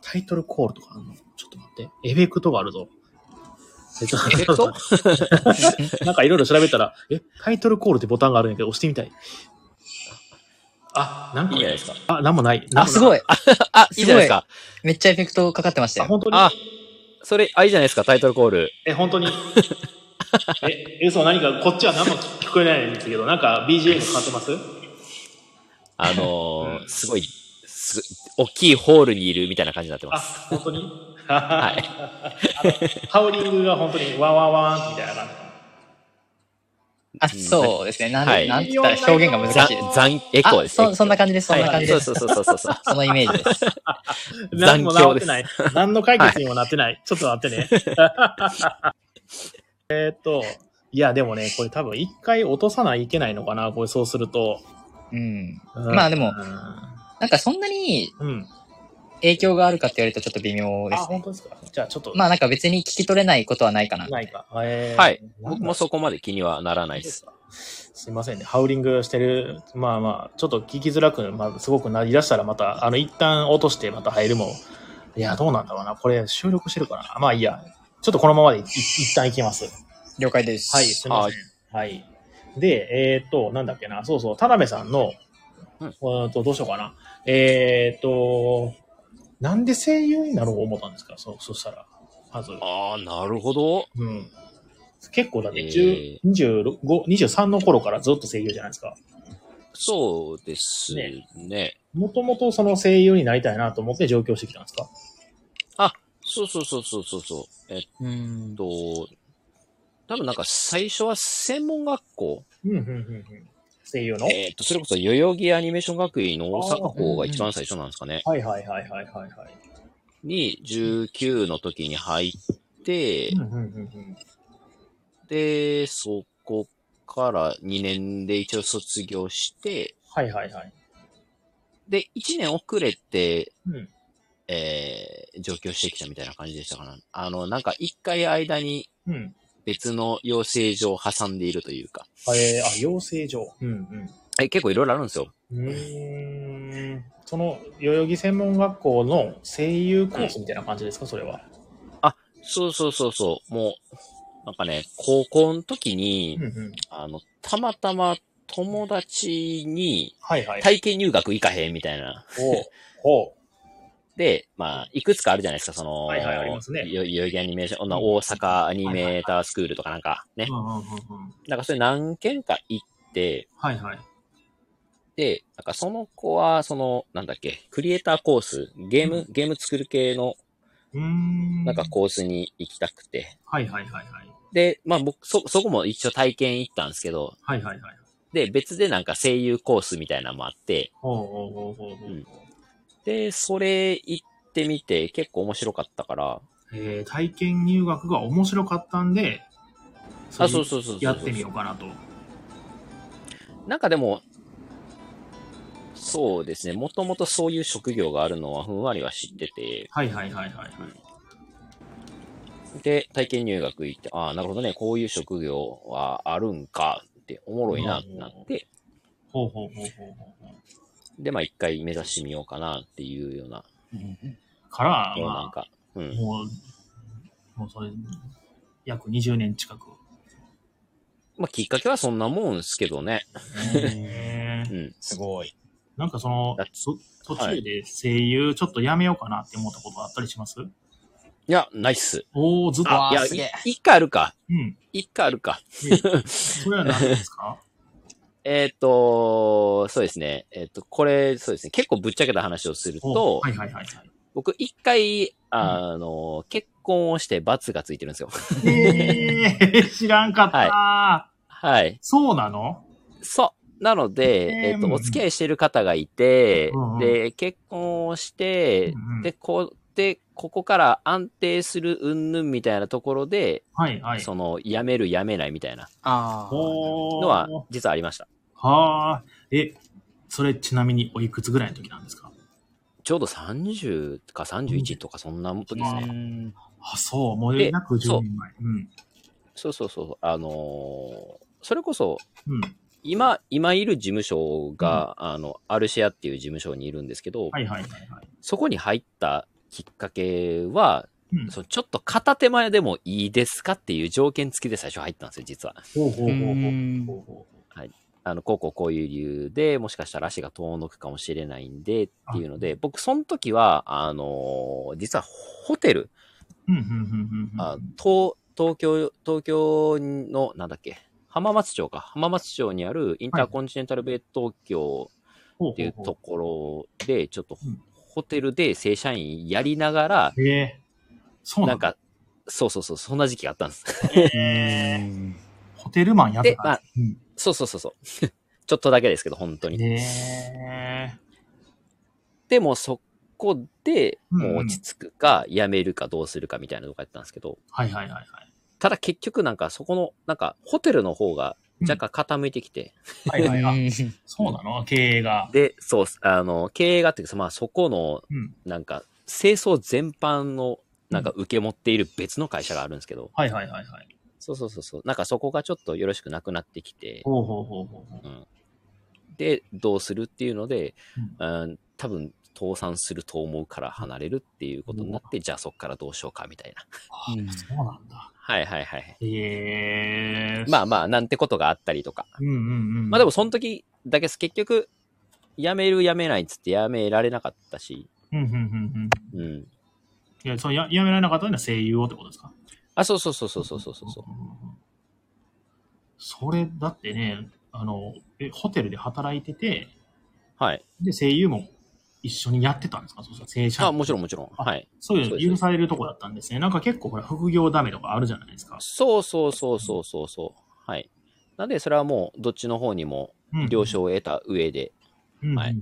Speaker 1: タイトルコールとかあるのちょっと待って。エフェクトがあるぞ。エフ
Speaker 3: エフェクト
Speaker 1: (laughs) なんかいろいろ調べたら、え、タイトルコールってボタンがあるんやけど、押してみたい。あ、なん
Speaker 3: い
Speaker 1: か
Speaker 3: いじゃないですか。
Speaker 1: あ、なんもない。
Speaker 2: あ、すご
Speaker 1: い。
Speaker 2: い。
Speaker 3: あ、いいじゃないですか。
Speaker 2: めっちゃエフェクトかかってました
Speaker 1: あ、
Speaker 2: よ。
Speaker 1: 本当に
Speaker 3: あ、それ、あ、いいじゃないですか、タイトルコール。
Speaker 1: え、本
Speaker 3: (laughs)
Speaker 1: 当にえ、嘘、何か、こっちは何も聞こえないんですけど、なんか BGM かかってます
Speaker 3: あのーすごい、すごい、大きいホールにいるみたいな感じになって
Speaker 1: あ
Speaker 3: ます。、
Speaker 1: 本当に
Speaker 3: は。
Speaker 1: はいハウリングが本当にワンワンワンワンみたいな感じ。
Speaker 2: あ、そうですね。なんで、
Speaker 3: はい
Speaker 2: なんつったら表現が難しいです。
Speaker 3: 残、エコーですね。
Speaker 2: あそそんな感じですそんな感じです
Speaker 3: はいそうそうそうそう。
Speaker 2: そのイメージです。
Speaker 1: (laughs) 何も
Speaker 3: 残
Speaker 1: 治って
Speaker 3: 響です
Speaker 1: ない。何の解決にもなってない。
Speaker 3: (laughs)
Speaker 1: ちょっと待ってね。 (laughs) えーっと、いや、でもね、これ多分一回落とさないといけないのかな、これそうすると。
Speaker 2: うん。
Speaker 1: うん
Speaker 2: まあでも、なんかそんなに
Speaker 1: うん。
Speaker 2: 影響があるかって言われるとちょっと微妙
Speaker 1: あ、
Speaker 2: です
Speaker 1: 本
Speaker 2: ね。
Speaker 1: 当ですか。じゃあちょっと、
Speaker 2: まあなんか別に聞き取れないことはないかな。
Speaker 1: ないか。えー
Speaker 3: はい。
Speaker 1: なん
Speaker 3: 僕
Speaker 1: だ
Speaker 3: もそこまで気にはならないです。
Speaker 1: すいませんね。ハウリングしてる。まあまあ、ちょっと聞きづらく、まあ、すごくなりだしたらまた、あの、一旦落としてまた入るも。いや、どうなんだろうな。これ収録してるかな。まあいいや。ちょっとこのままでい一旦行きます。
Speaker 2: 了解です。
Speaker 1: はい、すみません。はい。で、えーっと、なんだっけな、そうそう、田辺さんの、
Speaker 3: うん
Speaker 1: えーっと、どうしようかな。えーっと、なんで声優になろう思ったんですかそそしたら、まず。
Speaker 3: ああ、なるほど。
Speaker 1: うん。結構だって、
Speaker 3: えー
Speaker 1: 10 25 23の頃からずっと声優じゃないですか。
Speaker 3: そうですね。
Speaker 1: もともとその声優になりたいなと思って上京してきたんですか
Speaker 3: そうそうそうそうそうそう。えっ
Speaker 2: うん。
Speaker 3: と、多分なんか最初は専門学校。
Speaker 1: うん、うん、うん、うん。声優の、
Speaker 3: えっと、それこそ代々木アニメーション学院の大阪校が一番最初なんですかね。
Speaker 1: はいはいはいはいはいはい。
Speaker 3: に、19の時に入って、
Speaker 1: うん、うん、うんうん。
Speaker 3: で、そこから2年で一応卒業して、
Speaker 1: はいはいはい。
Speaker 3: で、1年遅れて、
Speaker 1: うん。
Speaker 3: えー、上京してきたみたいな感じでしたかな。あの、なんか一回間に
Speaker 1: うん。
Speaker 3: 別の養成所を挟んでいるというか、
Speaker 1: えー、あ、養成所。うん、うん。
Speaker 3: え結構いろいろあるんですよ。
Speaker 1: うーんその代々木専門学校の声優コースみたいな感じですか、それは。
Speaker 3: そうそうそうそう。もう、なんかね、高校の時に
Speaker 1: う、んうん、
Speaker 3: あの、たまたま友達に
Speaker 1: はいはい。
Speaker 3: 体験入学行かへんみたいな。
Speaker 1: ほうほ
Speaker 3: で、まあ、いくつかあるじゃないですか、その、
Speaker 1: はいはいありますね
Speaker 3: よ代々木アニメーション、
Speaker 1: うん
Speaker 3: 大阪アニメータースクールとかなんかね
Speaker 1: う。う。んうんうんうん
Speaker 3: なんかそれ何件か行って、
Speaker 1: はいはい。
Speaker 3: で、なんかその子は、その、なんだっけ、クリエイターコース、ゲーム、ゲーム作る系の、
Speaker 1: うーん。
Speaker 3: なんかコースに行きたくて。
Speaker 1: はいはいはいはい。
Speaker 3: で、まあ僕、そ、そこも一応体験行ったんですけど、
Speaker 1: はいはいはい。
Speaker 3: で、別でなんか声優コースみたいなのもあって、
Speaker 1: ほうほうほうほうほう。
Speaker 3: うんで、それ行ってみて結構面白かったから、
Speaker 1: えー体験入学が面白かったんで、
Speaker 3: あ、そうそうそうそう。
Speaker 1: やってみようかなと。
Speaker 3: なんかでも、そうですね。もともとそういう職業があるのはふんわりは知ってて、
Speaker 1: はいはいはいはい。
Speaker 3: で、体験入学行って、ああ、なるほどね。こういう職業はあるんかって、おもろいなってなって、
Speaker 1: ほうほうほうほうほうほう。
Speaker 3: で、まあ一回目指してみようかなっていうような、
Speaker 1: から、
Speaker 3: もうなん
Speaker 1: ま
Speaker 3: か、
Speaker 1: あ、
Speaker 3: うん。
Speaker 1: もう、もうそれ、約20年近
Speaker 3: (laughs)
Speaker 1: く。
Speaker 3: まあきっかけはそんなもんすけどね。
Speaker 1: へー
Speaker 3: うん。
Speaker 4: すごい。
Speaker 1: なんかその
Speaker 3: だっ、
Speaker 1: そ途中で声優ちょっとやめようかなって思ったことあったりします、
Speaker 3: いや、ないっす。
Speaker 1: おおずっと。
Speaker 3: あ、
Speaker 2: わ
Speaker 3: い
Speaker 2: ー
Speaker 3: や、
Speaker 2: すげえ
Speaker 3: い一回あるか。
Speaker 1: うん。
Speaker 3: 一回あるか。 (laughs)
Speaker 1: それは何ですか
Speaker 3: えっ、と、そうですね。えっ、と、これ、そうですね。結構ぶっちゃけた話をする
Speaker 1: お
Speaker 3: と、
Speaker 1: はいはいはいはい。
Speaker 3: 僕、一回、あの、結婚をして罰がついてるんですよ。 (laughs)
Speaker 1: えー、知らんかった、
Speaker 3: はい。
Speaker 1: そうなの
Speaker 3: そう。なので、
Speaker 1: えー
Speaker 3: えっ、
Speaker 1: う
Speaker 3: と、
Speaker 1: ん
Speaker 3: お付き合いしてる方がいて
Speaker 1: うんうん、
Speaker 3: で、結婚をして
Speaker 1: うんうん、
Speaker 3: で、こう、で、ここから安定する云々みたいなところで、
Speaker 1: はいはい。
Speaker 3: その、辞める辞めないみたいな
Speaker 2: ああ。
Speaker 1: おー
Speaker 3: のは、実はありました。
Speaker 1: はあ。え、それちなみにおいくつぐらいの時なんですか
Speaker 3: ちょうど30か31とかそんなもんです
Speaker 2: う
Speaker 3: ね。
Speaker 2: ん。
Speaker 1: あ、そう、もう
Speaker 3: で
Speaker 1: 約10
Speaker 3: そう
Speaker 1: 年前。うん。
Speaker 3: そうそうそう。あのーそれこそ、
Speaker 1: うん。
Speaker 3: 今、今いる事務所が、あの、アルシアっていう事務所にいるんですけど、
Speaker 1: はいはいはいはい。
Speaker 3: そこに入ったきっかけは、
Speaker 1: うん
Speaker 3: そうちょっと片手前でもいいですかっていう条件付きで最初入ったんですよ、実は。
Speaker 1: ほうほうほうほうほうほう。
Speaker 3: あの、こうこうこういう理由で、もしかしたら足が遠のくかもしれないんでっていうので、僕、その時は、あのー実はホテル、
Speaker 1: うんうんうんうん。
Speaker 3: あ東東京、東京の、なんだっけ、浜松町か。浜松町にあるインターコンチネンタルベイ東京
Speaker 1: ほう
Speaker 3: っていう
Speaker 1: ほうほ
Speaker 3: ところで、ちょっと
Speaker 1: うん
Speaker 3: ホテルで正社員やりながら、
Speaker 1: う。へえ。そう
Speaker 3: な
Speaker 1: なん
Speaker 3: ん
Speaker 1: だ。
Speaker 3: か、そうそうそう、そんな時期があったんです。 (laughs)
Speaker 1: へえ。ホテルマンやって
Speaker 3: でま
Speaker 1: た
Speaker 3: あ。そうそうそうそう。 (laughs) ちょっとだけですけど、本当に。
Speaker 1: ねえ。
Speaker 3: でも、そこで、
Speaker 1: うんうん
Speaker 3: もう落ち着くか、辞めるかどうするかみたいなとこやったんですけど、
Speaker 1: はいはいはいはい。
Speaker 3: ただ結局なんか、そこの、なんか、ホテルの方が若干傾いてきて、
Speaker 1: はいはいはい。あ
Speaker 2: うん
Speaker 1: そうなの経営が。
Speaker 3: で、そう、あの、経営がっていうか、まあ、そこの、
Speaker 1: うん。
Speaker 3: なんか、清掃全般の、なんか、受け持っている別の会社があるんですけど、
Speaker 1: はいはいはいはい。
Speaker 3: そうそうそうそう、なんかそこがちょっとよろしくなくなってきて、
Speaker 1: ほうほうほうほうほう。
Speaker 3: で、どうするっていうので、
Speaker 1: う
Speaker 3: うん、多分、倒産すると思うから離れるっていうことになって、じゃあそこからどうしようかみたいな。
Speaker 2: うん
Speaker 1: そうなんだ。
Speaker 3: はいはいはい。
Speaker 1: へえ。
Speaker 3: まあまあ、なんてことがあったりとか。
Speaker 1: うんうんうん。
Speaker 3: まあで
Speaker 1: も、
Speaker 3: も、その時だけです。結局、辞める辞めないっつって辞められなかったし、
Speaker 1: うんうんうんうん。
Speaker 3: うん。
Speaker 1: いや、そのややめられなかったのは声優をってことですか
Speaker 3: あ、そうそうそうそうそうそうそう。
Speaker 1: それ、だってね、あの、え、ホテルで働いてて、
Speaker 3: はい。
Speaker 1: で、声優も一緒にやってたんですかそうそう、正社員。
Speaker 3: あ、もちろんもちろん。
Speaker 1: あ
Speaker 3: はい。
Speaker 1: そういう
Speaker 3: そ
Speaker 1: の
Speaker 3: うです
Speaker 1: 許されるとこだったんですね。なんか結構、ほら、副業ダメとかあるじゃないですか。
Speaker 3: そうそうそうそうそうそう。はい。なんで、それはもう、どっちの方にも
Speaker 1: うん
Speaker 3: 了承を得た上で、
Speaker 1: うんうんうんうん
Speaker 3: はい
Speaker 1: うん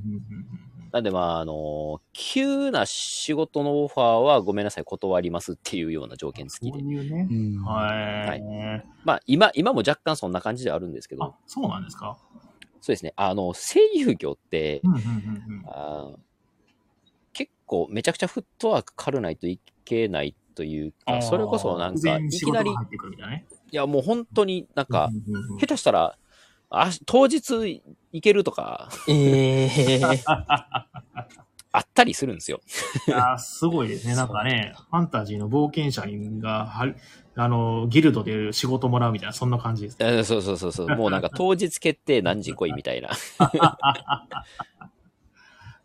Speaker 3: なんで、まあ、あの、急な仕事のオファーはごめんなさい、断りますっていうような条件付き
Speaker 1: そう
Speaker 3: で。
Speaker 1: いうね。
Speaker 2: うん
Speaker 1: はい。
Speaker 3: まあ、今、今も若干そんな感じではあるんですけ
Speaker 1: あ
Speaker 3: ど、、
Speaker 1: そうなんですか。
Speaker 3: そうですね。あの、声優業って
Speaker 1: う、んうんうんうん。
Speaker 3: あー結構めちゃくちゃフットワーク軽ないといけないという
Speaker 1: あー
Speaker 3: か、それこそな
Speaker 1: 突
Speaker 3: んか、
Speaker 1: 然
Speaker 3: い
Speaker 1: 仕
Speaker 3: き
Speaker 1: 事
Speaker 3: な
Speaker 1: が
Speaker 3: り、い
Speaker 1: 入ってくるみたいなね。
Speaker 3: や、もう本当になんか、
Speaker 1: うんうんうん
Speaker 3: 下手したら、あ当日行けるとか、
Speaker 2: ええ。
Speaker 3: あったりするんですよ。
Speaker 1: いやーすごいですね。なんかね、ファンタジーの冒険者が、はあの、ギルドで仕事もらうみたいな、そんな感じです。
Speaker 3: えーそうそうそうそう。もう
Speaker 1: (laughs)
Speaker 3: なんか当日決定何時来いみたいな。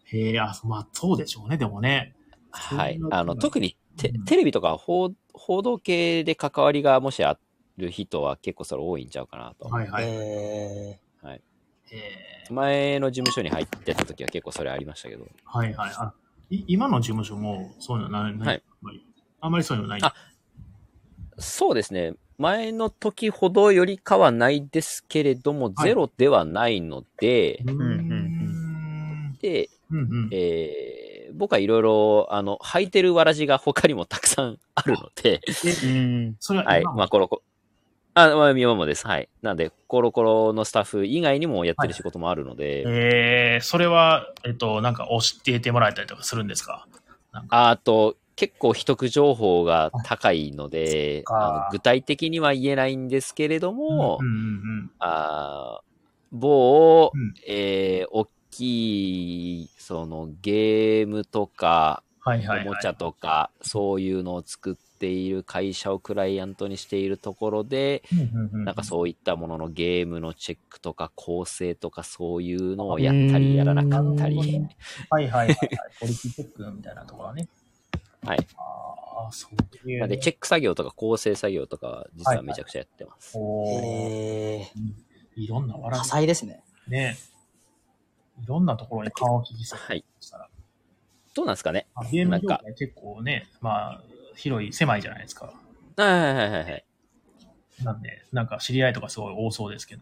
Speaker 1: へえ、あ、まあ、そうでしょうね、でもね。
Speaker 3: はい
Speaker 1: そん。な
Speaker 3: あの、特にテ
Speaker 1: うん
Speaker 3: テレビとか報報道系で関わりがもしある人は結構それ多いんちゃうかなと。
Speaker 1: はいはい。
Speaker 2: ええ。
Speaker 1: えー
Speaker 3: 前の事務所に入ってた時は結構それありましたけど。
Speaker 1: はいはいあい。今の事務所もそういうのはない。ない
Speaker 3: はい
Speaker 1: あんまりあんまりそういうのない。
Speaker 3: あそうですね。前の時ほどよりかはないですけれども、
Speaker 1: はい
Speaker 3: ゼロではないので、
Speaker 1: うん
Speaker 2: うんうん
Speaker 3: で、
Speaker 1: うんうん。
Speaker 3: えー僕はいろいろ、あの、履いてるわらじが他にもたくさんあるので、
Speaker 2: うん。
Speaker 1: それは
Speaker 3: はい。
Speaker 1: 今も
Speaker 3: まあ、コロコロ。あ、まあ、今もです。はい。なんで、コロコロのスタッフ以外にもやってる仕事もあるので、
Speaker 1: えー、それは、えっと、なんか教えてもらえたりとかするんですか
Speaker 3: あと、結構秘匿情報が高いの
Speaker 1: そ
Speaker 3: で、
Speaker 1: っか
Speaker 3: あの具体的には言えないんですけれども、
Speaker 1: うんうん
Speaker 3: あー某、
Speaker 1: うん
Speaker 3: えー大きい、そのゲームとか、
Speaker 1: はいはい、
Speaker 3: お
Speaker 1: はい。
Speaker 3: もちゃとか、そういうのを作っている会社をクライアントにしているところで、
Speaker 1: うんうんうん、
Speaker 3: なんかそういったもののゲームのチェックとか構成とかそういうのをやったりやらなかった
Speaker 1: う
Speaker 3: り
Speaker 1: ん。はいはいはいはい。ポリティチェックみたいなところはね。
Speaker 3: はい。
Speaker 1: ああ、そういう。
Speaker 3: なんでチェック作業とか構成作業とかは実はめちゃくちゃやってます。
Speaker 1: おー
Speaker 2: えー、
Speaker 1: いろんな笑
Speaker 2: 多彩ですね。
Speaker 1: いね。いろんなところに顔を聞きそう
Speaker 3: はい。
Speaker 1: したら。
Speaker 3: どうなんですかね
Speaker 1: あゲーム業
Speaker 3: なんか
Speaker 1: 界結構ね、まあ、広い、狭いじゃないですか。
Speaker 3: はいはいはいはいはい。
Speaker 1: なんで、なんか知り合いとかすごい多そうですけど。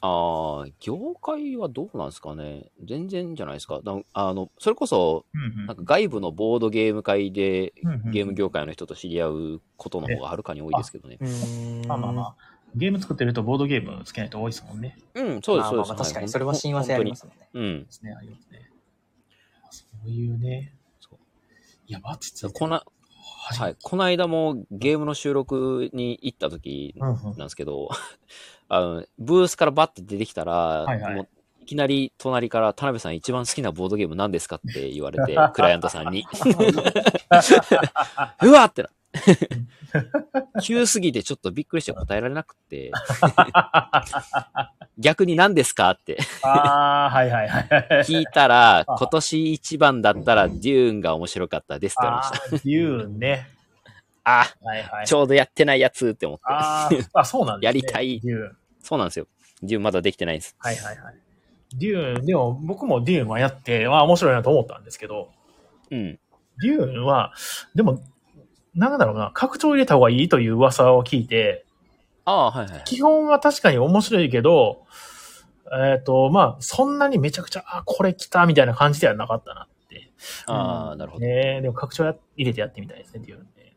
Speaker 3: ああ、業界はどうなんですかね全然じゃないですか。だあの、それこそ、
Speaker 1: うんうん
Speaker 3: なんか外部のボードゲーム会で
Speaker 1: うんうん
Speaker 3: ゲーム業界の人と知り合うことの方がはるかに多いですけどね。
Speaker 1: まあまあまあ。ゲーム作ってるとボードゲーム好きな人多いですもんね。
Speaker 3: うん、そうです、
Speaker 2: まあ
Speaker 3: そう
Speaker 2: まあ
Speaker 3: です。
Speaker 2: まあ確か
Speaker 3: い
Speaker 2: に、それは親和性ありま。すもんね。
Speaker 3: 本当にうん
Speaker 1: で。すね、ありますね。そういうね。
Speaker 3: そう
Speaker 1: いや、マジで。
Speaker 3: こな、
Speaker 1: は。
Speaker 3: はいい、この間もゲームの収録に行った時
Speaker 1: う
Speaker 3: なん
Speaker 1: うん
Speaker 3: ですけど、 (laughs) あのブースからバッて出てきたら、
Speaker 1: いはい
Speaker 3: もういきなり隣から田辺さん一番好きなボードゲーム何ですかって言われ (laughs) て、クライアントさんに。うわってな。急すぎてちょっとびっくりして答えられなく (laughs) て、逆に何ですかって
Speaker 1: ああ、はいはいはい。
Speaker 3: 聞い
Speaker 1: (laughs)
Speaker 3: たら、今年一番だったらデューンが面白かったですって言われま
Speaker 1: あ
Speaker 3: した。
Speaker 1: あ、言うね。
Speaker 3: あ
Speaker 1: はいはい。
Speaker 3: ちょうどやってないやつって思って。
Speaker 1: あーあ、そうなんです、ね、
Speaker 3: やりたい
Speaker 1: デューン。
Speaker 3: そうなんですよ。デューンまだできてないんです。
Speaker 1: はいはいはい。デューン、でも僕もデューンはやって、まあ面白いなと思ったんですけど、
Speaker 3: うん。
Speaker 1: デューンは、でも、なんだろうな、拡張入れた方がいいという噂を聞いて、
Speaker 3: ああ、はいはい。
Speaker 1: 基本は確かに面白いけど、えっ、と、まあ、そんなにめちゃくちゃ、あ、これ来たみたいな感じではなかったなって。
Speaker 3: ああ、なるほど。
Speaker 1: ねえでも拡張や入れてやってみたいですね、っていうので。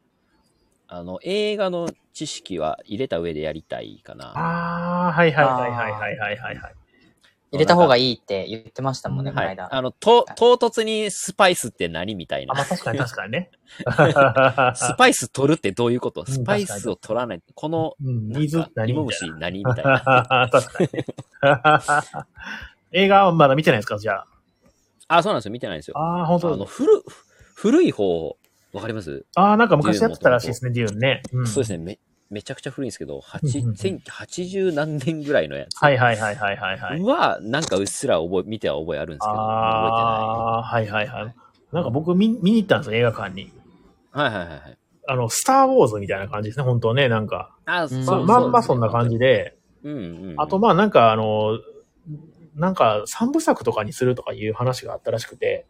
Speaker 3: あの、映画の知識は入れた上でやりたいかな。
Speaker 1: ああ、はいはいはいはいはいはいはいはい。
Speaker 2: 入れた方がいいって言ってましたもんね、この
Speaker 3: はい。
Speaker 2: 間。
Speaker 3: あの、と、唐突にスパイスって何みたい
Speaker 1: あ、まあ
Speaker 3: な。
Speaker 1: 確かに確かに (laughs) ね。
Speaker 3: スパイス取るってどういうこと
Speaker 1: うん
Speaker 3: スパイスを取らない。この、
Speaker 1: うん
Speaker 3: なん
Speaker 1: 水
Speaker 3: か、
Speaker 1: 何
Speaker 3: 芋
Speaker 1: みたい
Speaker 3: 虫何みたいな。
Speaker 1: な。確かにね。 (laughs) 映画はまだ見てないですかじゃ
Speaker 3: あ、そうなんですよ。見てないんですよ。
Speaker 1: あ。ああ、本
Speaker 3: あ
Speaker 1: 当
Speaker 3: の、
Speaker 1: だ
Speaker 3: 古、古い方、わかります
Speaker 1: ああ、なんか昔やってたらしいですね、デューンね。うん、
Speaker 3: そうです
Speaker 1: ね。
Speaker 3: ね。め、めちゃくちゃ古いんですけど、
Speaker 1: うんうんうん
Speaker 3: 8 1980何年ぐらいのやつ。
Speaker 1: はいはいはいはいはいはい。
Speaker 3: は、なんかうっすら覚え、見ては覚えあるんですけど、覚
Speaker 1: ああ、はいはいはい。なんか僕見見に行ったんですよ、映画館に。
Speaker 3: えてない。はいはいはいはい。
Speaker 1: あの、スター・ウォーズみたいな感じですね、本当ね、なんか。
Speaker 3: あ、
Speaker 2: うん
Speaker 1: ま
Speaker 2: う
Speaker 1: まんまそんな感じ
Speaker 3: で
Speaker 1: で。
Speaker 3: すね。うん、うん。
Speaker 1: あと、まあなんかあの、なんか三部作とかにするとかいう話があったらしくて、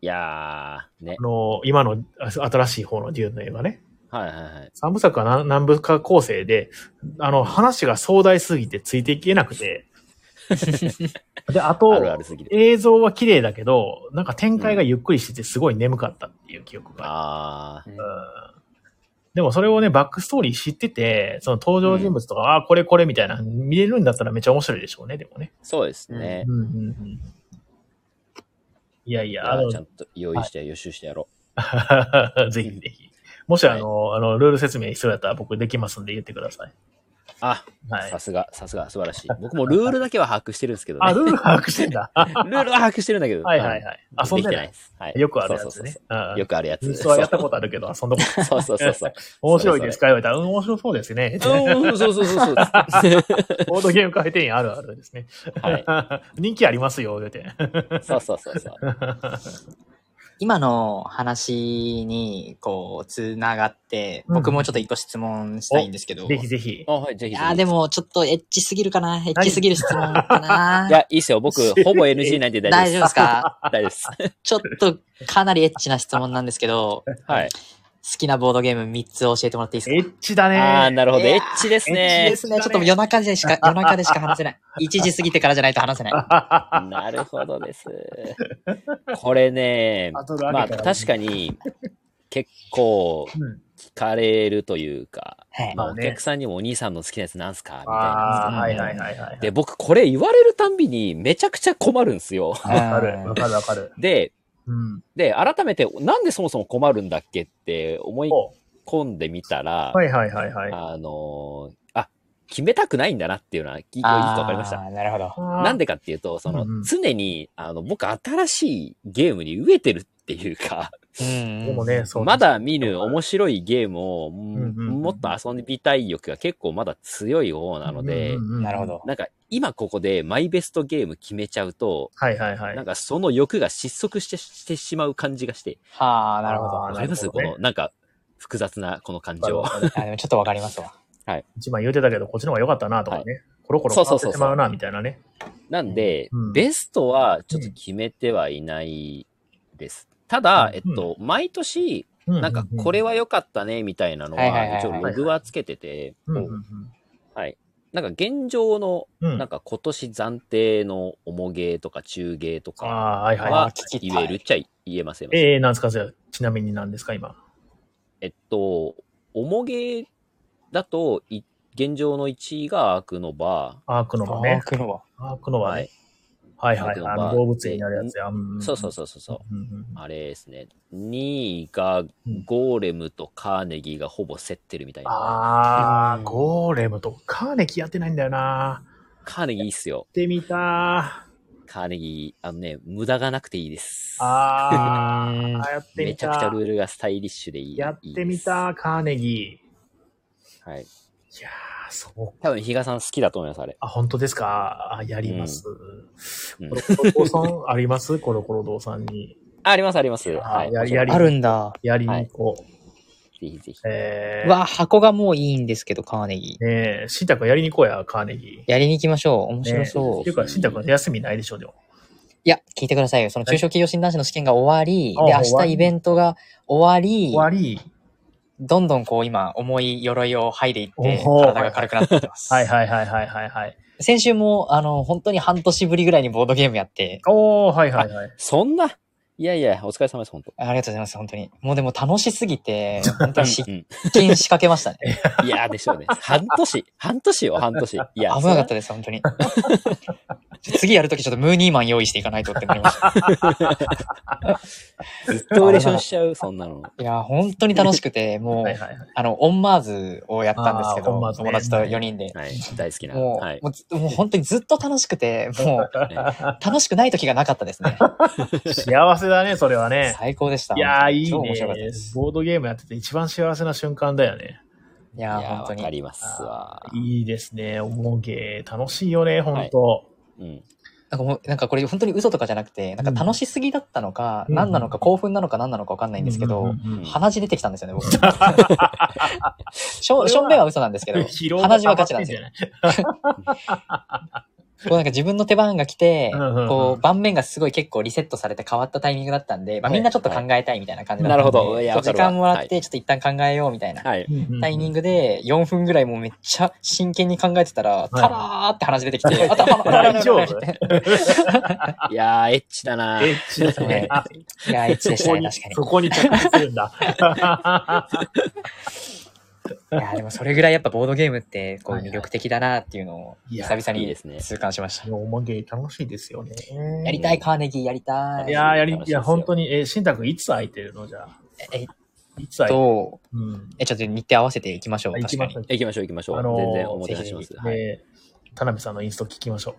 Speaker 3: いやー、ね
Speaker 1: あ。の、今のあ新しい方のデューンの映画ね。
Speaker 3: はいはいはい。
Speaker 1: 三部作は何何部か構成で、あの、話が壮大すぎてついていけなくて。で、あと、
Speaker 3: (laughs) あるあるすぎて。
Speaker 1: 映像は綺麗だけど、なんか展開がゆっくりしててすごい眠かったっていう記憶があります
Speaker 3: あ
Speaker 1: うんでもそれをね、バックストーリー知ってて、その登場人物とか、ああ、これこれみたいな、見れるんだったらめっちゃ面白いでしょうね、でもね。
Speaker 3: ー、そうですね
Speaker 1: う。んうんうん、いやい
Speaker 3: い
Speaker 1: や、あ
Speaker 3: やー
Speaker 1: の
Speaker 3: ちゃんと用意して予習してやろ
Speaker 1: (laughs) ぜひぜひ。もしあの、あの、ルール説明必要だったら僕できますんで言ってください。
Speaker 3: う。あ、
Speaker 1: はい
Speaker 3: さ。すが、さすが、素晴
Speaker 1: (laughs)
Speaker 3: らしい。僕もルールだけは把握してるんですけど
Speaker 1: あ、
Speaker 3: ね。
Speaker 1: ルール把握してん
Speaker 3: (laughs)
Speaker 1: だ。は
Speaker 3: ルールは把握してるんだけど。
Speaker 1: いはいはい。遊ん
Speaker 3: でき
Speaker 1: で
Speaker 3: て
Speaker 1: な
Speaker 3: な
Speaker 1: い
Speaker 3: いで。す。はい。
Speaker 1: よくあるやつ
Speaker 3: そうそう
Speaker 1: ね
Speaker 3: そ。
Speaker 1: うん
Speaker 3: う。よくあるやつ。
Speaker 1: 実はやったことあるけど、遊んだこと
Speaker 3: そうそうそうそう。
Speaker 1: 面白いですか言われたら、うん、面白そうですね。
Speaker 3: うん、そうそうそうそう。
Speaker 1: ボードゲームカフェ店員あるあるですね。
Speaker 3: は
Speaker 1: (laughs)
Speaker 3: い。
Speaker 1: 人気ありますよ、言うて。
Speaker 3: そうそうそうそう。
Speaker 2: 今の話に、こう、つながって、
Speaker 1: うん
Speaker 2: 僕もちょっと一個質問したいんですけど。
Speaker 1: ぜひぜひ。
Speaker 3: あ、はい、ぜひぜひ。
Speaker 2: あー、でも、ちょっとエッチすぎるかな。エッチすぎる質問かな。
Speaker 3: いや、いいっすよ。 (laughs) 僕、ほぼ NG なんで大
Speaker 2: 大
Speaker 3: 丈
Speaker 2: 丈
Speaker 3: 夫
Speaker 2: 夫
Speaker 3: で。
Speaker 2: ですすか
Speaker 3: (laughs) 大丈夫です。
Speaker 2: ちょっと、かなりエッチな質問なんですけど、好
Speaker 3: はい。
Speaker 2: きなボードゲーム3つ教えてもらっていいです
Speaker 1: エ
Speaker 2: か
Speaker 1: ッチだね。
Speaker 3: ああ、なるほど。
Speaker 2: いやー
Speaker 3: エッチです
Speaker 2: いい
Speaker 3: ね
Speaker 2: で。すね。ちょっともう夜中でしか、夜中でしか話せ (laughs) ない。1時過ぎてからじゃないと話せない。
Speaker 3: なるほどです。これね、
Speaker 1: バトル
Speaker 3: ま
Speaker 1: 開
Speaker 3: あ
Speaker 1: けたら
Speaker 3: 確かに結構
Speaker 1: うん
Speaker 3: 聞かれるというか、
Speaker 2: はい。
Speaker 3: まあ
Speaker 1: まあ
Speaker 3: お
Speaker 1: ね
Speaker 3: 客さんにもお兄さんの好きなやつなんすかみたい
Speaker 1: あー
Speaker 3: な。
Speaker 1: はいはいはいはい。
Speaker 3: で、僕これ言われるたんびにめちゃくちゃ困るんですよ。
Speaker 1: わかる、わかるわかる。
Speaker 3: で、
Speaker 1: うん。
Speaker 3: で、改めてなんでそもそも困るんだっけって思い
Speaker 1: お
Speaker 3: 込んでみたら、
Speaker 1: はいはいはいはい。
Speaker 3: あのーあ、決めたくないんだなっていうのは、きよく
Speaker 2: あー
Speaker 3: わかりました。。
Speaker 2: なるほど。
Speaker 3: なん
Speaker 1: で
Speaker 3: でかっていうと、その、
Speaker 1: うんうん
Speaker 3: 常に、あの、僕、新しいゲームに飢えてるっていうか、
Speaker 2: うん。
Speaker 1: でもね、そう。
Speaker 3: まだ見ぬ面白いゲームを、
Speaker 1: んうん
Speaker 3: もっと遊びたい欲が結構まだ強い方なので、
Speaker 1: うんうんうん
Speaker 2: なるほ。ど。
Speaker 3: なんか、今ここでマイベストゲーム決めちゃうと、
Speaker 1: はいはいはい。
Speaker 3: なんかその欲が失速してしてしまう感じがして、
Speaker 2: はあ、なるほど。
Speaker 1: あー
Speaker 3: わかりま
Speaker 1: な
Speaker 3: す、
Speaker 1: るほ
Speaker 3: こ
Speaker 1: どね
Speaker 3: の、なんか、複雑なこの感
Speaker 1: わかる
Speaker 3: 情 (laughs)
Speaker 1: わ。かる
Speaker 2: あでもちょっとわかりますわ。
Speaker 1: 一番言うてたけど、こっちの方が良かったなとかね。コロコロ
Speaker 3: そう
Speaker 1: 変
Speaker 3: そ
Speaker 1: わ
Speaker 3: う
Speaker 1: っ
Speaker 3: そう
Speaker 1: て
Speaker 3: そう
Speaker 1: しまうな、みたいなね。
Speaker 3: なんで、
Speaker 1: うん
Speaker 3: ベストはちょっと決めてはいないです。ただ、
Speaker 1: うん
Speaker 3: えっと、毎年、
Speaker 1: う
Speaker 3: なんか、これ
Speaker 1: は、
Speaker 3: は良かったね、みたいなの
Speaker 2: はいはい
Speaker 3: は、
Speaker 2: はい。
Speaker 3: 一応ログはつけてて、
Speaker 1: うんうん
Speaker 3: はい。なんか現状の、
Speaker 1: うんうん
Speaker 3: なんか今年暫定の重芸とか中芸と
Speaker 1: あ
Speaker 3: か
Speaker 1: あ、はいはいはい
Speaker 3: は
Speaker 1: う
Speaker 2: 聞き
Speaker 3: 言
Speaker 2: たい
Speaker 3: えるっちゃ言えません。
Speaker 1: ええ、なんですか、じゃあちなみに何ですか、今。
Speaker 3: えっと、重芸だと、い現状の1位がアークノバ
Speaker 1: アークの
Speaker 2: あ
Speaker 1: も
Speaker 2: ー
Speaker 1: ね。
Speaker 2: 来るわ。
Speaker 1: アークの
Speaker 3: ー。
Speaker 1: はね。。はいはいはい。あ
Speaker 3: アークのは
Speaker 1: の動物になるやつや。んんん
Speaker 3: そうそうそうそうそ
Speaker 1: う
Speaker 3: う。
Speaker 1: んうん
Speaker 3: あれですね。2位がゴーレムとカーネギーがほぼ競ってるみたいな。
Speaker 1: あ
Speaker 2: う
Speaker 1: ー、
Speaker 2: ん
Speaker 1: ゴーレムとカーネキやってないんだよな。や
Speaker 3: カーネギーいいっすよ
Speaker 1: っ。てみたー。
Speaker 3: カーネギー、あのね、無駄がなくていいです。
Speaker 1: あー、
Speaker 2: うん
Speaker 1: やって
Speaker 3: め
Speaker 1: み
Speaker 3: ち
Speaker 1: た
Speaker 3: ゃくちゃル
Speaker 1: ー。
Speaker 3: ールがスタイリッシュでいい。
Speaker 1: やってみ
Speaker 3: い
Speaker 1: たー、カーネギー。
Speaker 3: いですはい。
Speaker 1: いやー、そう
Speaker 3: 多分、比嘉さん好きだと思います、あれ。
Speaker 1: あ、本当ですかあ、やります。
Speaker 3: うん
Speaker 1: コロコロ堂さんありますコロコロ堂さんに。
Speaker 3: あります、あります。
Speaker 1: や
Speaker 3: はい。
Speaker 1: ややり
Speaker 2: あるんだ。
Speaker 1: やりに行こう。
Speaker 3: ぜひぜひ。
Speaker 1: えー、
Speaker 2: わ、箱がもういいんですけど、カーネギー。
Speaker 1: ねえ、しんたくんやりに行こうや、カーネギ
Speaker 2: やりに行きましょう。面
Speaker 1: ー。
Speaker 2: 白
Speaker 1: ねえ
Speaker 2: そ
Speaker 1: って
Speaker 2: う。
Speaker 1: いうか、しんたくん休みないでしょ、でも。
Speaker 2: いや、聞いてくださいよ。その中小企業診断士の試験が終わり、
Speaker 1: あ
Speaker 2: で、
Speaker 1: 終
Speaker 2: 明
Speaker 1: わ
Speaker 2: 日
Speaker 1: り
Speaker 2: イベントが終
Speaker 1: 終
Speaker 2: わ
Speaker 1: わ
Speaker 2: り、
Speaker 1: り。
Speaker 2: どんどんこう今、重い鎧を剥いでいって、
Speaker 1: おー
Speaker 2: 体が軽くなってっ
Speaker 1: (laughs)
Speaker 2: てます。
Speaker 1: はいはいはいはいはいはい。
Speaker 2: 先週も、あの、本当に半年ぶりぐらいにボードゲームやって、
Speaker 1: おー、はいはいはい。
Speaker 3: そんな、いやいや、お疲れ様です、本当。
Speaker 2: ありがとうございます、本当に。もうでも楽しすぎて、本当に失
Speaker 3: うんうん
Speaker 2: 禁仕掛けま
Speaker 1: (laughs)
Speaker 2: したね。
Speaker 3: いやー、でしょうね。半年、半年よ、半年。いや、
Speaker 2: 危なかったです、
Speaker 1: (laughs)
Speaker 2: 本当に。次やるときちょっとムーニーマン用意していかないとってなりま
Speaker 1: (laughs)
Speaker 2: した。
Speaker 3: ずっとウレションしちゃう、そんなの。
Speaker 2: いや、本当に楽しくて、もう、
Speaker 1: はいはいはい。
Speaker 2: あの、オンマーズをやったんですけ
Speaker 1: あーオ
Speaker 2: ど、
Speaker 1: ンマーズね
Speaker 2: 友達と4人で。
Speaker 3: はい、大好きな。
Speaker 2: もう、
Speaker 3: はい。
Speaker 2: もうずもう本当にずっと楽しくて、
Speaker 1: (laughs)
Speaker 2: もう、楽しくない時がなかったですね。
Speaker 1: 幸せだね、それはね。
Speaker 2: 最高でした。
Speaker 1: いやー、いい
Speaker 2: 超面白かった
Speaker 1: ね
Speaker 2: です。。
Speaker 1: ボードゲームやってて一番幸せな瞬間だよね。
Speaker 2: いや
Speaker 3: い
Speaker 2: ー、
Speaker 3: やー
Speaker 2: 本当
Speaker 3: わか
Speaker 2: に。
Speaker 3: りますわ。
Speaker 1: いいですね、重げー。楽しいよね、ほんと。
Speaker 3: うん。
Speaker 2: なんかもう、なんかこれ本当に嘘とかじゃなくて、なんか楽しすぎだったのか、
Speaker 1: うん
Speaker 2: 何なのか、興奮なのか何なのかわかんないんですけ
Speaker 1: うんう
Speaker 2: ど
Speaker 1: ん、うんうん
Speaker 2: 鼻血出てきたんですよね、僕。しょ、しょんべんは嘘なんですけど、
Speaker 1: 疲労
Speaker 2: 鼻血はガチなんですよ。
Speaker 1: ね。
Speaker 2: こうなんか自分の手番が来て、
Speaker 1: うんうんうん
Speaker 2: こう盤面がすごい結構リセットされて変わったタイミングだったんで、まあ、
Speaker 1: はい
Speaker 2: みんなちょっと考えたいみたいな感じだ
Speaker 3: な
Speaker 2: ったんで、
Speaker 3: るほど。いや、
Speaker 2: こう
Speaker 3: わか
Speaker 2: 時
Speaker 3: るわ
Speaker 2: 間もら
Speaker 3: は
Speaker 2: っ
Speaker 3: い
Speaker 2: てちょっと一旦考えようみたいな
Speaker 3: はい。
Speaker 2: タイミン
Speaker 1: グ。
Speaker 2: グで4分ぐらいもうめっちゃ真剣に考えてたら、たらーって話出てきて、あとあああ
Speaker 1: 大丈夫
Speaker 2: ああ
Speaker 3: いやー、エッチだな
Speaker 1: エッチ
Speaker 2: (laughs)
Speaker 1: ですね。あ
Speaker 2: いや、エッチでし
Speaker 1: そ
Speaker 2: た
Speaker 1: こ
Speaker 2: ね、
Speaker 1: に、
Speaker 2: 確かに
Speaker 1: そ。こに着地するんだ。 (laughs)
Speaker 2: いや、でもそれぐらいやっぱボードゲームってこう
Speaker 1: はいはい
Speaker 2: 魅力的だなっていうのを
Speaker 1: いや
Speaker 2: 久々
Speaker 3: いいで
Speaker 2: に
Speaker 3: すね
Speaker 2: 痛感しました。
Speaker 1: おまけ楽しいですよね。
Speaker 2: やりたい、カーネギーやりたい。
Speaker 1: いやー、やり
Speaker 3: 楽しいで、す
Speaker 1: い
Speaker 3: よ
Speaker 1: や、本当に、えー、しんたくんいつ空いてるのじゃあ。
Speaker 2: えっ
Speaker 1: いつ空いてる
Speaker 2: と、
Speaker 1: うん。
Speaker 2: え、ちょっと日程合わせていきましょう。
Speaker 1: 行き
Speaker 2: 確か
Speaker 1: ま
Speaker 2: に
Speaker 1: しょう。
Speaker 3: 行きましょう、行きましょう。
Speaker 1: あのー
Speaker 3: 全然おもてなしします。
Speaker 1: ぜひ
Speaker 3: はい。
Speaker 1: えー田辺さんのインスト聞きましょ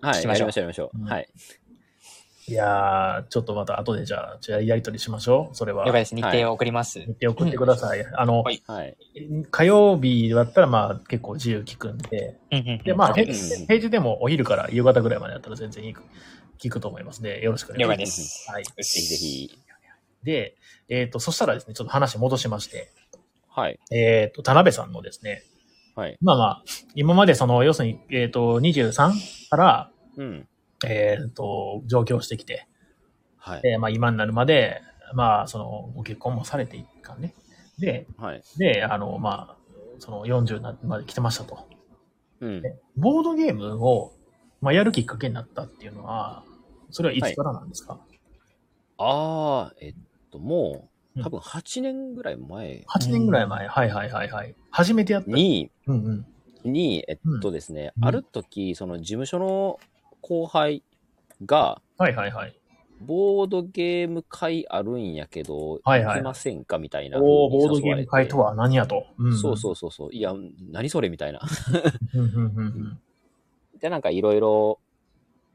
Speaker 3: は
Speaker 2: 聞
Speaker 3: い、
Speaker 2: き
Speaker 3: や
Speaker 2: まし
Speaker 3: り
Speaker 2: ょう
Speaker 3: ましょう、やりましょう。
Speaker 1: うん
Speaker 3: はい。
Speaker 1: う。いやー、ちょっとまた後でじゃあ、じゃあやりとりしましょう。それは。
Speaker 2: 了解です。日程を送ります。
Speaker 1: 見て送ってください。あの、
Speaker 2: はい
Speaker 3: はい。
Speaker 1: 火曜日だったら、まあ、結構自由聞くんで。
Speaker 2: うんうんうん
Speaker 1: で、まあ、
Speaker 3: うん
Speaker 1: 平日平時でもお昼から夕方ぐらいまでだったら全然いい聞くと思いますね。よろしくお願いします。
Speaker 2: 了解です
Speaker 1: はい。
Speaker 3: ぜひぜひ。
Speaker 1: で、えっ、と、そしたらですね、ちょっと話戻しまして、
Speaker 3: はい。
Speaker 1: えっ、と、田辺さんのですね、
Speaker 3: はい。
Speaker 1: まあまあ、今までその、要するに、えっ、と、23から、
Speaker 3: うん。
Speaker 1: えっ、と、上京してきて、
Speaker 3: はい。
Speaker 1: えーまあ今になるまで、まあ、その、ご結婚もされていくからね。で、
Speaker 3: はい。
Speaker 1: で、あの、まあ、その40になまで来てましたと。
Speaker 3: うん。
Speaker 1: ボードゲームを、まあ、やるきっかけになったっていうのは、それはいつからなんですか、
Speaker 3: ああ、えっと、も
Speaker 1: う
Speaker 3: う、
Speaker 1: ん
Speaker 3: 多分8年ぐらい前
Speaker 1: ?8 年ぐらい前。はいはいはいはい。初めてやった。
Speaker 3: に、
Speaker 1: うんうん。
Speaker 3: に、えっとですね
Speaker 1: う、ん
Speaker 3: ある時、その事務所の後輩が、
Speaker 1: はいはいはい。
Speaker 3: ボードゲーム会あるんやけど、
Speaker 1: はいはい
Speaker 3: 行きませんかみたいな。
Speaker 1: おおボードゲーム会と
Speaker 3: は。
Speaker 1: は何やと。うん
Speaker 3: そう
Speaker 1: う
Speaker 3: そうそうそう。いや、何それみたいな。
Speaker 1: ん。うんうんうん
Speaker 3: で、なんかいろいろ、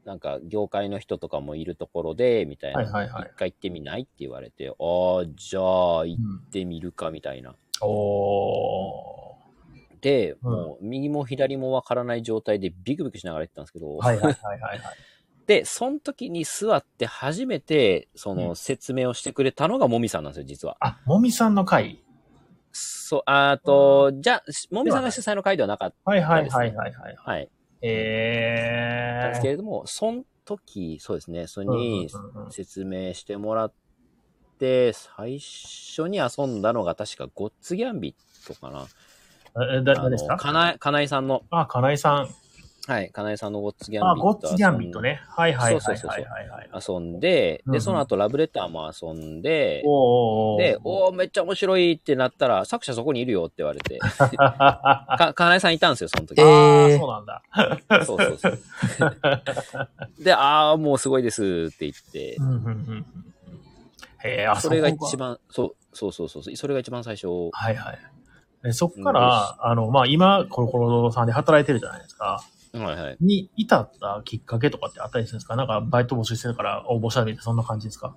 Speaker 3: なんか業界の人とかもいるところで、みた
Speaker 1: う
Speaker 3: い
Speaker 1: ん。
Speaker 3: な。
Speaker 1: はいはいはい
Speaker 3: 一。回行ってみないって言われて、ああ、じゃあ
Speaker 1: う
Speaker 3: 行っ
Speaker 1: ん、
Speaker 3: てみるかみたいな。
Speaker 1: おお
Speaker 3: で、
Speaker 1: うん
Speaker 3: もう右も左もわからない状態でビクビクしながら行ったんですけど、
Speaker 1: ーはいはいはいはいはい。
Speaker 3: で、その時に座って初めて、その説明をしてくれたのがもみさんなんですよ、実は。
Speaker 1: (laughs) あ、もみさんの会。
Speaker 3: そう、あと、じゃあ、しもみさんが主催の会ではなかっ
Speaker 1: はいはいはいはいはい。
Speaker 3: た。はい。なん
Speaker 1: え
Speaker 3: ですけ
Speaker 1: ー。
Speaker 3: れども、その時、そうですね、それ
Speaker 1: うんうん
Speaker 3: に
Speaker 1: うんうん
Speaker 3: 説明してもらって、最初に遊んだのが確かゴッツギャンビットかな。
Speaker 1: えだ誰です
Speaker 3: の、
Speaker 1: か
Speaker 3: かなえ、かなえさんの、
Speaker 1: あ、かなえさん。
Speaker 3: はい、かなえさんのゴッツギャ
Speaker 1: あ、
Speaker 3: ンビット。
Speaker 1: ゴッツギャンビット。ね。はいはいはいはいはいはい。
Speaker 3: 遊んで、
Speaker 1: うんう
Speaker 3: で、
Speaker 1: ん
Speaker 3: その後ラブレターも遊んで、
Speaker 1: おーおーおー
Speaker 3: で、おー、めっちゃ面白いってなったら、作者そこにいるよって言わ
Speaker 1: (laughs)
Speaker 3: れて、か、かなえさんいたんですよ、その時。
Speaker 2: えー
Speaker 1: ああ、そうなんだ。
Speaker 3: そうそうそう。で、ああ、もうすごいですって言って
Speaker 1: う、んうんうんうんへえ、あ
Speaker 3: それが
Speaker 1: こか
Speaker 3: 一番、そう、そうそうそうそう、それが一番最初。
Speaker 1: はいはい。でそこから、あの、まあ、今、コロコロさんで働いてるじゃないですか。
Speaker 3: はいはい。
Speaker 1: に至ったきっかけとかってあったりするんですかなんか、バイト募集してるから応募したみたいな、そんな感じですか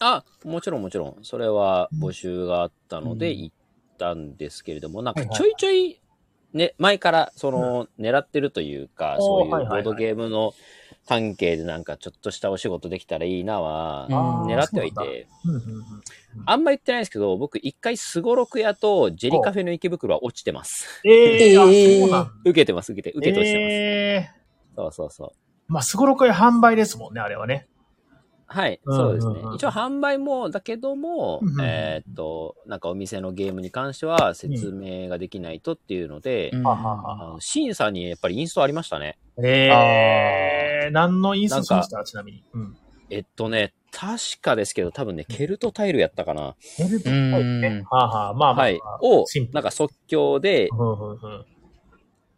Speaker 3: あ、もちろんもちろん、それは募集があったの
Speaker 1: う
Speaker 3: で
Speaker 1: ん
Speaker 3: 行ったんですけれども、なんか
Speaker 1: はいはい
Speaker 3: ちょいちょい、ね、前から、その、狙ってるというか、
Speaker 1: お
Speaker 3: そうい
Speaker 1: ー
Speaker 3: うボ
Speaker 1: はいはいはい
Speaker 3: ードゲームの関係でなんかちょっとしたお仕事できたらいいなは、
Speaker 2: あー
Speaker 3: 狙ってはい
Speaker 1: そうなんだ
Speaker 3: て、
Speaker 1: うんうんうん。
Speaker 3: あんま言ってないんですけど、僕、一回、スゴロク屋とジェリカフェの池袋は落ちてます。
Speaker 1: ええ、あ
Speaker 2: えー
Speaker 1: そうなんだ。
Speaker 3: (laughs) 受けてます、受けて、受けとしてます。
Speaker 1: ええ
Speaker 3: そうそうそう。
Speaker 1: まあ、すごろくや販売ですもんね、あれはね。
Speaker 3: はい、
Speaker 1: うん
Speaker 3: そうですね
Speaker 1: うんう。ん
Speaker 3: 一応販売もだけども
Speaker 1: うんう、ん
Speaker 3: えーっと、なんかお店のゲームに関しては説明ができないとっていうので、
Speaker 2: うん
Speaker 1: はあはあ
Speaker 3: あ
Speaker 1: はあ
Speaker 3: の審査にやっぱりインストありましたね。
Speaker 1: ええ何のインストしましたちなみに。うん。
Speaker 3: えっとね、確かですけど、多分ね、ケルトタイルやったかな。
Speaker 1: メル
Speaker 2: う
Speaker 1: トタイプね
Speaker 2: ん。
Speaker 1: はあはあ、まあまあまあ。
Speaker 3: はい。を
Speaker 1: シンプ、ル
Speaker 3: なんか即興で
Speaker 1: うんうんうん。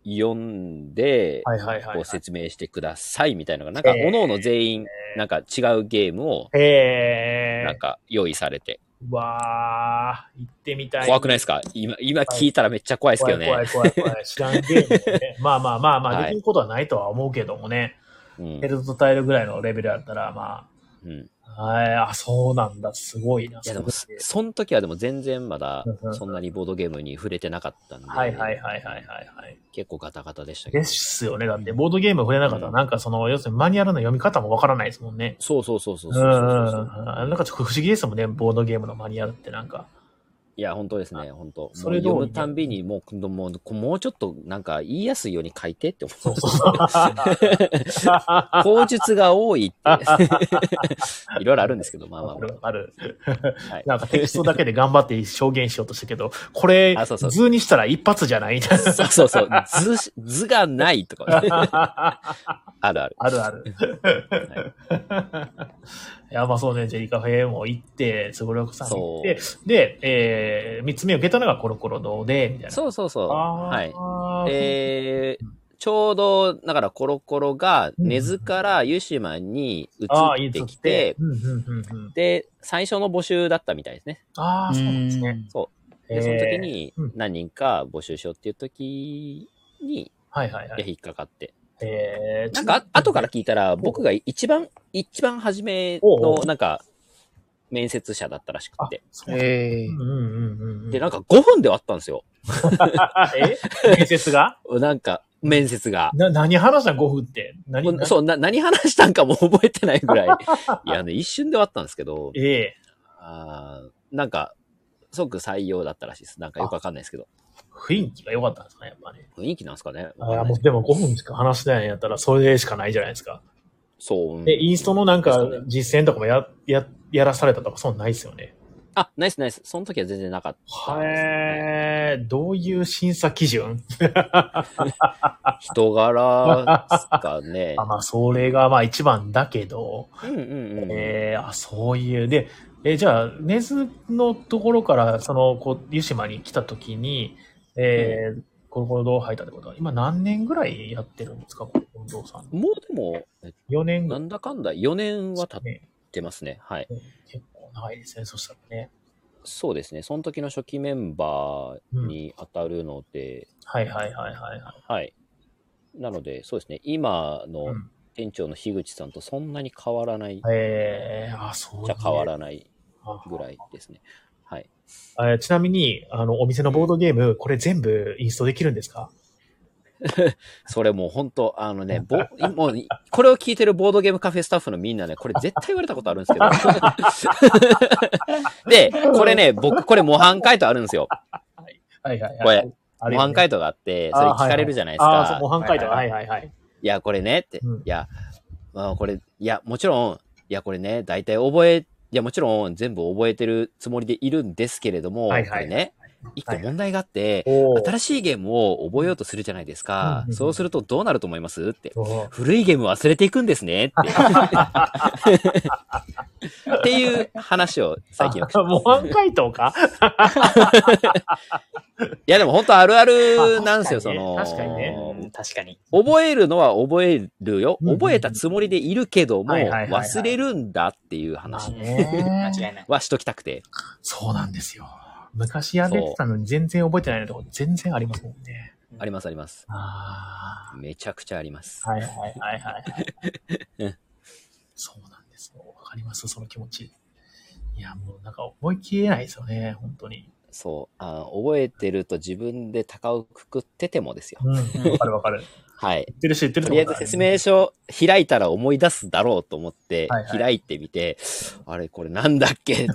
Speaker 3: 読んで、
Speaker 1: はいはいはい
Speaker 3: こう説明してくださいみたいなのが、なんか、
Speaker 1: えー
Speaker 3: 各々全員、なんか違うゲームを、
Speaker 1: へ
Speaker 3: なん
Speaker 1: え。
Speaker 3: か用意されて。
Speaker 1: うわあ、行ってみたい。
Speaker 3: 怖くな
Speaker 1: い
Speaker 3: いですか今、今聞いたらめっちゃ怖いですけどね。
Speaker 1: 怖い怖い怖い怖い。知らんゲームだよ
Speaker 3: (laughs)
Speaker 1: ね。まあまあまあま
Speaker 3: は
Speaker 1: あ、
Speaker 3: い
Speaker 1: できることはないとは思うけどもね。
Speaker 3: うん
Speaker 1: ヘルトタイルぐらいのレベルだったら、ま
Speaker 3: うん
Speaker 1: あ、はい、あ、そうなんだ。すごいな。
Speaker 3: いやでも、
Speaker 1: す
Speaker 3: そ
Speaker 1: ごいね
Speaker 3: その時はでも全然まだ
Speaker 1: うんう、ん
Speaker 3: そんなにボードゲームに触れてなかったんで、
Speaker 1: はいはいはいはいはいはい。
Speaker 3: 結構ガタガタでしたけ
Speaker 1: で
Speaker 3: ど。
Speaker 1: すよね。だって、ボードゲーム触れなかった
Speaker 3: う
Speaker 1: ら、
Speaker 3: ん
Speaker 1: なんかその、要するにマニュアルの読み方もわからないですもんね。
Speaker 3: そうそうそうそう
Speaker 1: うん
Speaker 3: そううそうんそ
Speaker 1: う
Speaker 3: う
Speaker 1: ん。なんかちょっと不思議ですもんね。ボードゲームのマニュアルってなんか。
Speaker 3: いや、本当ですね、本当。
Speaker 1: それ
Speaker 3: もう
Speaker 1: どう
Speaker 3: 読むたんびに、もう今度、もう、こもうちょっとなんか言いやすいように書いてって思う。 (laughs) 口述が多い
Speaker 1: (laughs)
Speaker 3: って。いろいろあるんですけど、まあまあ
Speaker 1: わか
Speaker 3: ま
Speaker 1: るわかる。
Speaker 3: あ。はい
Speaker 1: なんかテキストだけで頑張って証言しようとしたけど、これ
Speaker 3: あそうそう、
Speaker 1: 図にしたら一発じゃないみたいな。
Speaker 3: (laughs) そうそうそう。図し、図がないと
Speaker 1: (laughs)
Speaker 3: か、
Speaker 1: あ
Speaker 3: あるある。
Speaker 1: るある。いや、まあそうね、ジェリカフェも行って、すごろくさん行って、で、えー、三つ目を受けたのがコロコロ堂で、みたいな。
Speaker 3: そうそうそう。はい。
Speaker 1: はい
Speaker 3: えーちょうど、だからコロコロが根津から湯島に移
Speaker 1: ああ、
Speaker 3: っ
Speaker 1: い
Speaker 3: て
Speaker 1: い
Speaker 3: きて、
Speaker 1: うんうんうんうん。
Speaker 3: で、最初の募集だったみたいですね。
Speaker 1: ああ、そうなんですね。
Speaker 3: そう。で、その時
Speaker 1: えー
Speaker 3: に
Speaker 1: うん
Speaker 3: 何人か募集しようっていう時に、
Speaker 1: はいはいはい
Speaker 3: や、
Speaker 1: い。
Speaker 3: 引っかかって。
Speaker 1: えー
Speaker 3: なんか、あ後から聞いたら、
Speaker 1: ん
Speaker 3: 僕が一番、一番初め
Speaker 1: おうお
Speaker 3: の、
Speaker 1: う
Speaker 3: なんか、面接者だったらしく
Speaker 1: あ
Speaker 3: て。
Speaker 1: そうなんだ
Speaker 2: え
Speaker 1: うんうんうんうん。
Speaker 3: で、なんか5分で終わったんですよ。
Speaker 1: え面接
Speaker 3: (laughs)
Speaker 1: が
Speaker 3: なんか、面接が。
Speaker 1: な、何話したん ?5 分って。何
Speaker 3: も
Speaker 1: (laughs)
Speaker 3: うそう、な、何話したんかも覚えてないぐらい。いや、あの、一瞬で終わったんですけど、
Speaker 1: ええ
Speaker 3: あーなんか、即採用だったらしいです。なんかよくわかんないですけど。
Speaker 1: 雰囲気が良かったんですかね、やっぱね。
Speaker 3: 雰囲気なんですかね
Speaker 1: あーもうでも5分しか話してないんやったら、それしかないじゃないですか。
Speaker 3: そう。うん
Speaker 1: で、インストのなんか
Speaker 3: ですね
Speaker 1: 実践とかもや、や、やらされたとか、そうないですよね。
Speaker 3: あ、ナイスナイス。その時は全然なかったですね。
Speaker 1: へー、どういう審査基準
Speaker 3: 人柄ですかね
Speaker 1: (laughs) あ。まあ、それがまあ一番だけど、
Speaker 3: うんうんうん。
Speaker 1: えー、あ、そういう。で、えーじゃあ、根津のところから、その、こう、湯島に来た時に、えー、コロコロ堂入ったってことは、今何年ぐらいやってるんですか、コロコロ堂さん。
Speaker 3: もうでも、え
Speaker 1: 4年ぐ
Speaker 3: な
Speaker 1: らい
Speaker 3: んだかんだ4年
Speaker 1: です
Speaker 3: は
Speaker 1: ね
Speaker 3: 経ってますね。はい。
Speaker 1: 結構長いですね、そしたらね。
Speaker 3: そうですね。その時の初期メンバーに当たるので、
Speaker 1: はいはいはいはいはい。
Speaker 3: はい。なので、そうですね。今
Speaker 1: う
Speaker 3: の
Speaker 1: ん
Speaker 3: 店長の樋口さんとそんなに変わらない、
Speaker 1: えー、あ、そう
Speaker 3: じゃ変わら
Speaker 1: ん
Speaker 3: ないぐらいですね。はい。
Speaker 1: えーちなみに、あの、お店のボードゲーム、これ全部インストできるんですか
Speaker 3: それもう本当、あのね、ぼ、もう、これを聞いてるボードゲームカフェスタッフのみんなね、これ絶対言われたことあるんですけ
Speaker 1: (laughs)
Speaker 3: ど。で、これね、僕、これ模範解答あるんですよ。
Speaker 1: はいはい
Speaker 3: これ、
Speaker 1: あ
Speaker 3: 模範
Speaker 1: 答
Speaker 3: 解答があって、それ聞かれるじゃないですか。
Speaker 1: あーそう模範解答。はいいはいはい。
Speaker 3: いや、これね、って、
Speaker 1: うん
Speaker 3: いや、まあ、これ、いや、もちろん、いや、これね、大体覚え、いや、もちろん全部覚えてるつもりでいるんですけれども、
Speaker 1: はいはい
Speaker 3: これね、一個問題があって、
Speaker 1: おー
Speaker 3: 新しいゲームを覚えようとするじゃないですか。
Speaker 1: うんうん
Speaker 3: そうするとどうなると思いますって。
Speaker 1: そう
Speaker 3: 古いゲーム忘れていくんですねって。っていう話を最近よくし
Speaker 1: あ (laughs) 模範解答か
Speaker 3: いやでも本当あるあるなんですよ、その。
Speaker 1: あ確かにね
Speaker 2: うん確かに。
Speaker 3: 覚えるのは覚えるよ。
Speaker 1: うんうんうん
Speaker 3: 覚えたつもりでいるけども、
Speaker 1: はいはいはいはい
Speaker 3: 忘れるんだっていう
Speaker 1: まあ
Speaker 3: 話
Speaker 1: ね
Speaker 2: 間違
Speaker 1: (laughs)
Speaker 2: いない。
Speaker 3: はしときたくて。
Speaker 1: そうなんですよ。昔やってたのに全然覚えてないのとこ全然ありますもんね。
Speaker 3: ありますあります。
Speaker 1: あ
Speaker 3: めちゃくちゃあります
Speaker 1: あ。。はいはいはいはいは
Speaker 3: う
Speaker 1: い
Speaker 3: ん。
Speaker 1: そうなんですよ。わかりますその気持ち。いや、もうなんか思い切れないですよね、本当に。
Speaker 3: そうあ。覚えてると自分で高をくくっててもですよ。
Speaker 1: うん、わかるわかる。
Speaker 3: はい
Speaker 1: 言。ってるし、言ってる
Speaker 3: とりあえず説明書開いたら思い出すだろうと思って
Speaker 1: はいはい
Speaker 3: 開いてみて、あれこれなんだっけ (laughs) って、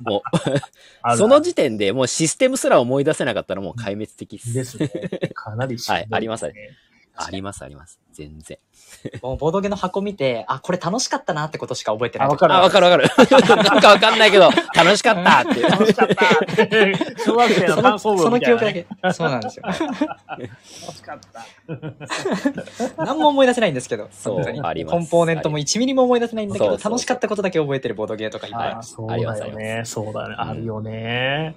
Speaker 3: もう、そ
Speaker 1: その
Speaker 3: の時点でもうシステムすら思い出せなかったらもう壊滅的っす
Speaker 1: ですね。かなりしんど
Speaker 3: はいありますね
Speaker 1: です
Speaker 3: ありますあります。全然。
Speaker 2: もうボードゲの箱見て、あ、これ楽しかったなってことしか覚えてない。
Speaker 1: あわかる
Speaker 3: あ、わかるわかる。なんかわかんないけど、楽しかったっていう。
Speaker 1: 楽しかったって小学生の
Speaker 2: そ
Speaker 1: 感
Speaker 2: の
Speaker 1: 想
Speaker 2: そ
Speaker 1: 文
Speaker 2: の
Speaker 1: みた
Speaker 2: 記
Speaker 1: いな、
Speaker 2: 憶だ
Speaker 1: ね。
Speaker 2: け。そうなんですよ。
Speaker 1: 楽しかった。
Speaker 2: 何も思い出せないんですけど。
Speaker 3: そう
Speaker 2: 本当に
Speaker 3: あります
Speaker 2: コンポーネントも1ミリも思い出せないんだけ
Speaker 3: そ
Speaker 2: ど、
Speaker 3: うそう
Speaker 2: 楽しかったことだけ覚えてるボードゲーとかいっぱいあり
Speaker 1: あー
Speaker 2: ます。
Speaker 1: そう
Speaker 3: あ
Speaker 1: だ
Speaker 3: りますあ
Speaker 1: よ
Speaker 3: り
Speaker 1: ね。そうだね。
Speaker 3: うん
Speaker 1: あるよね。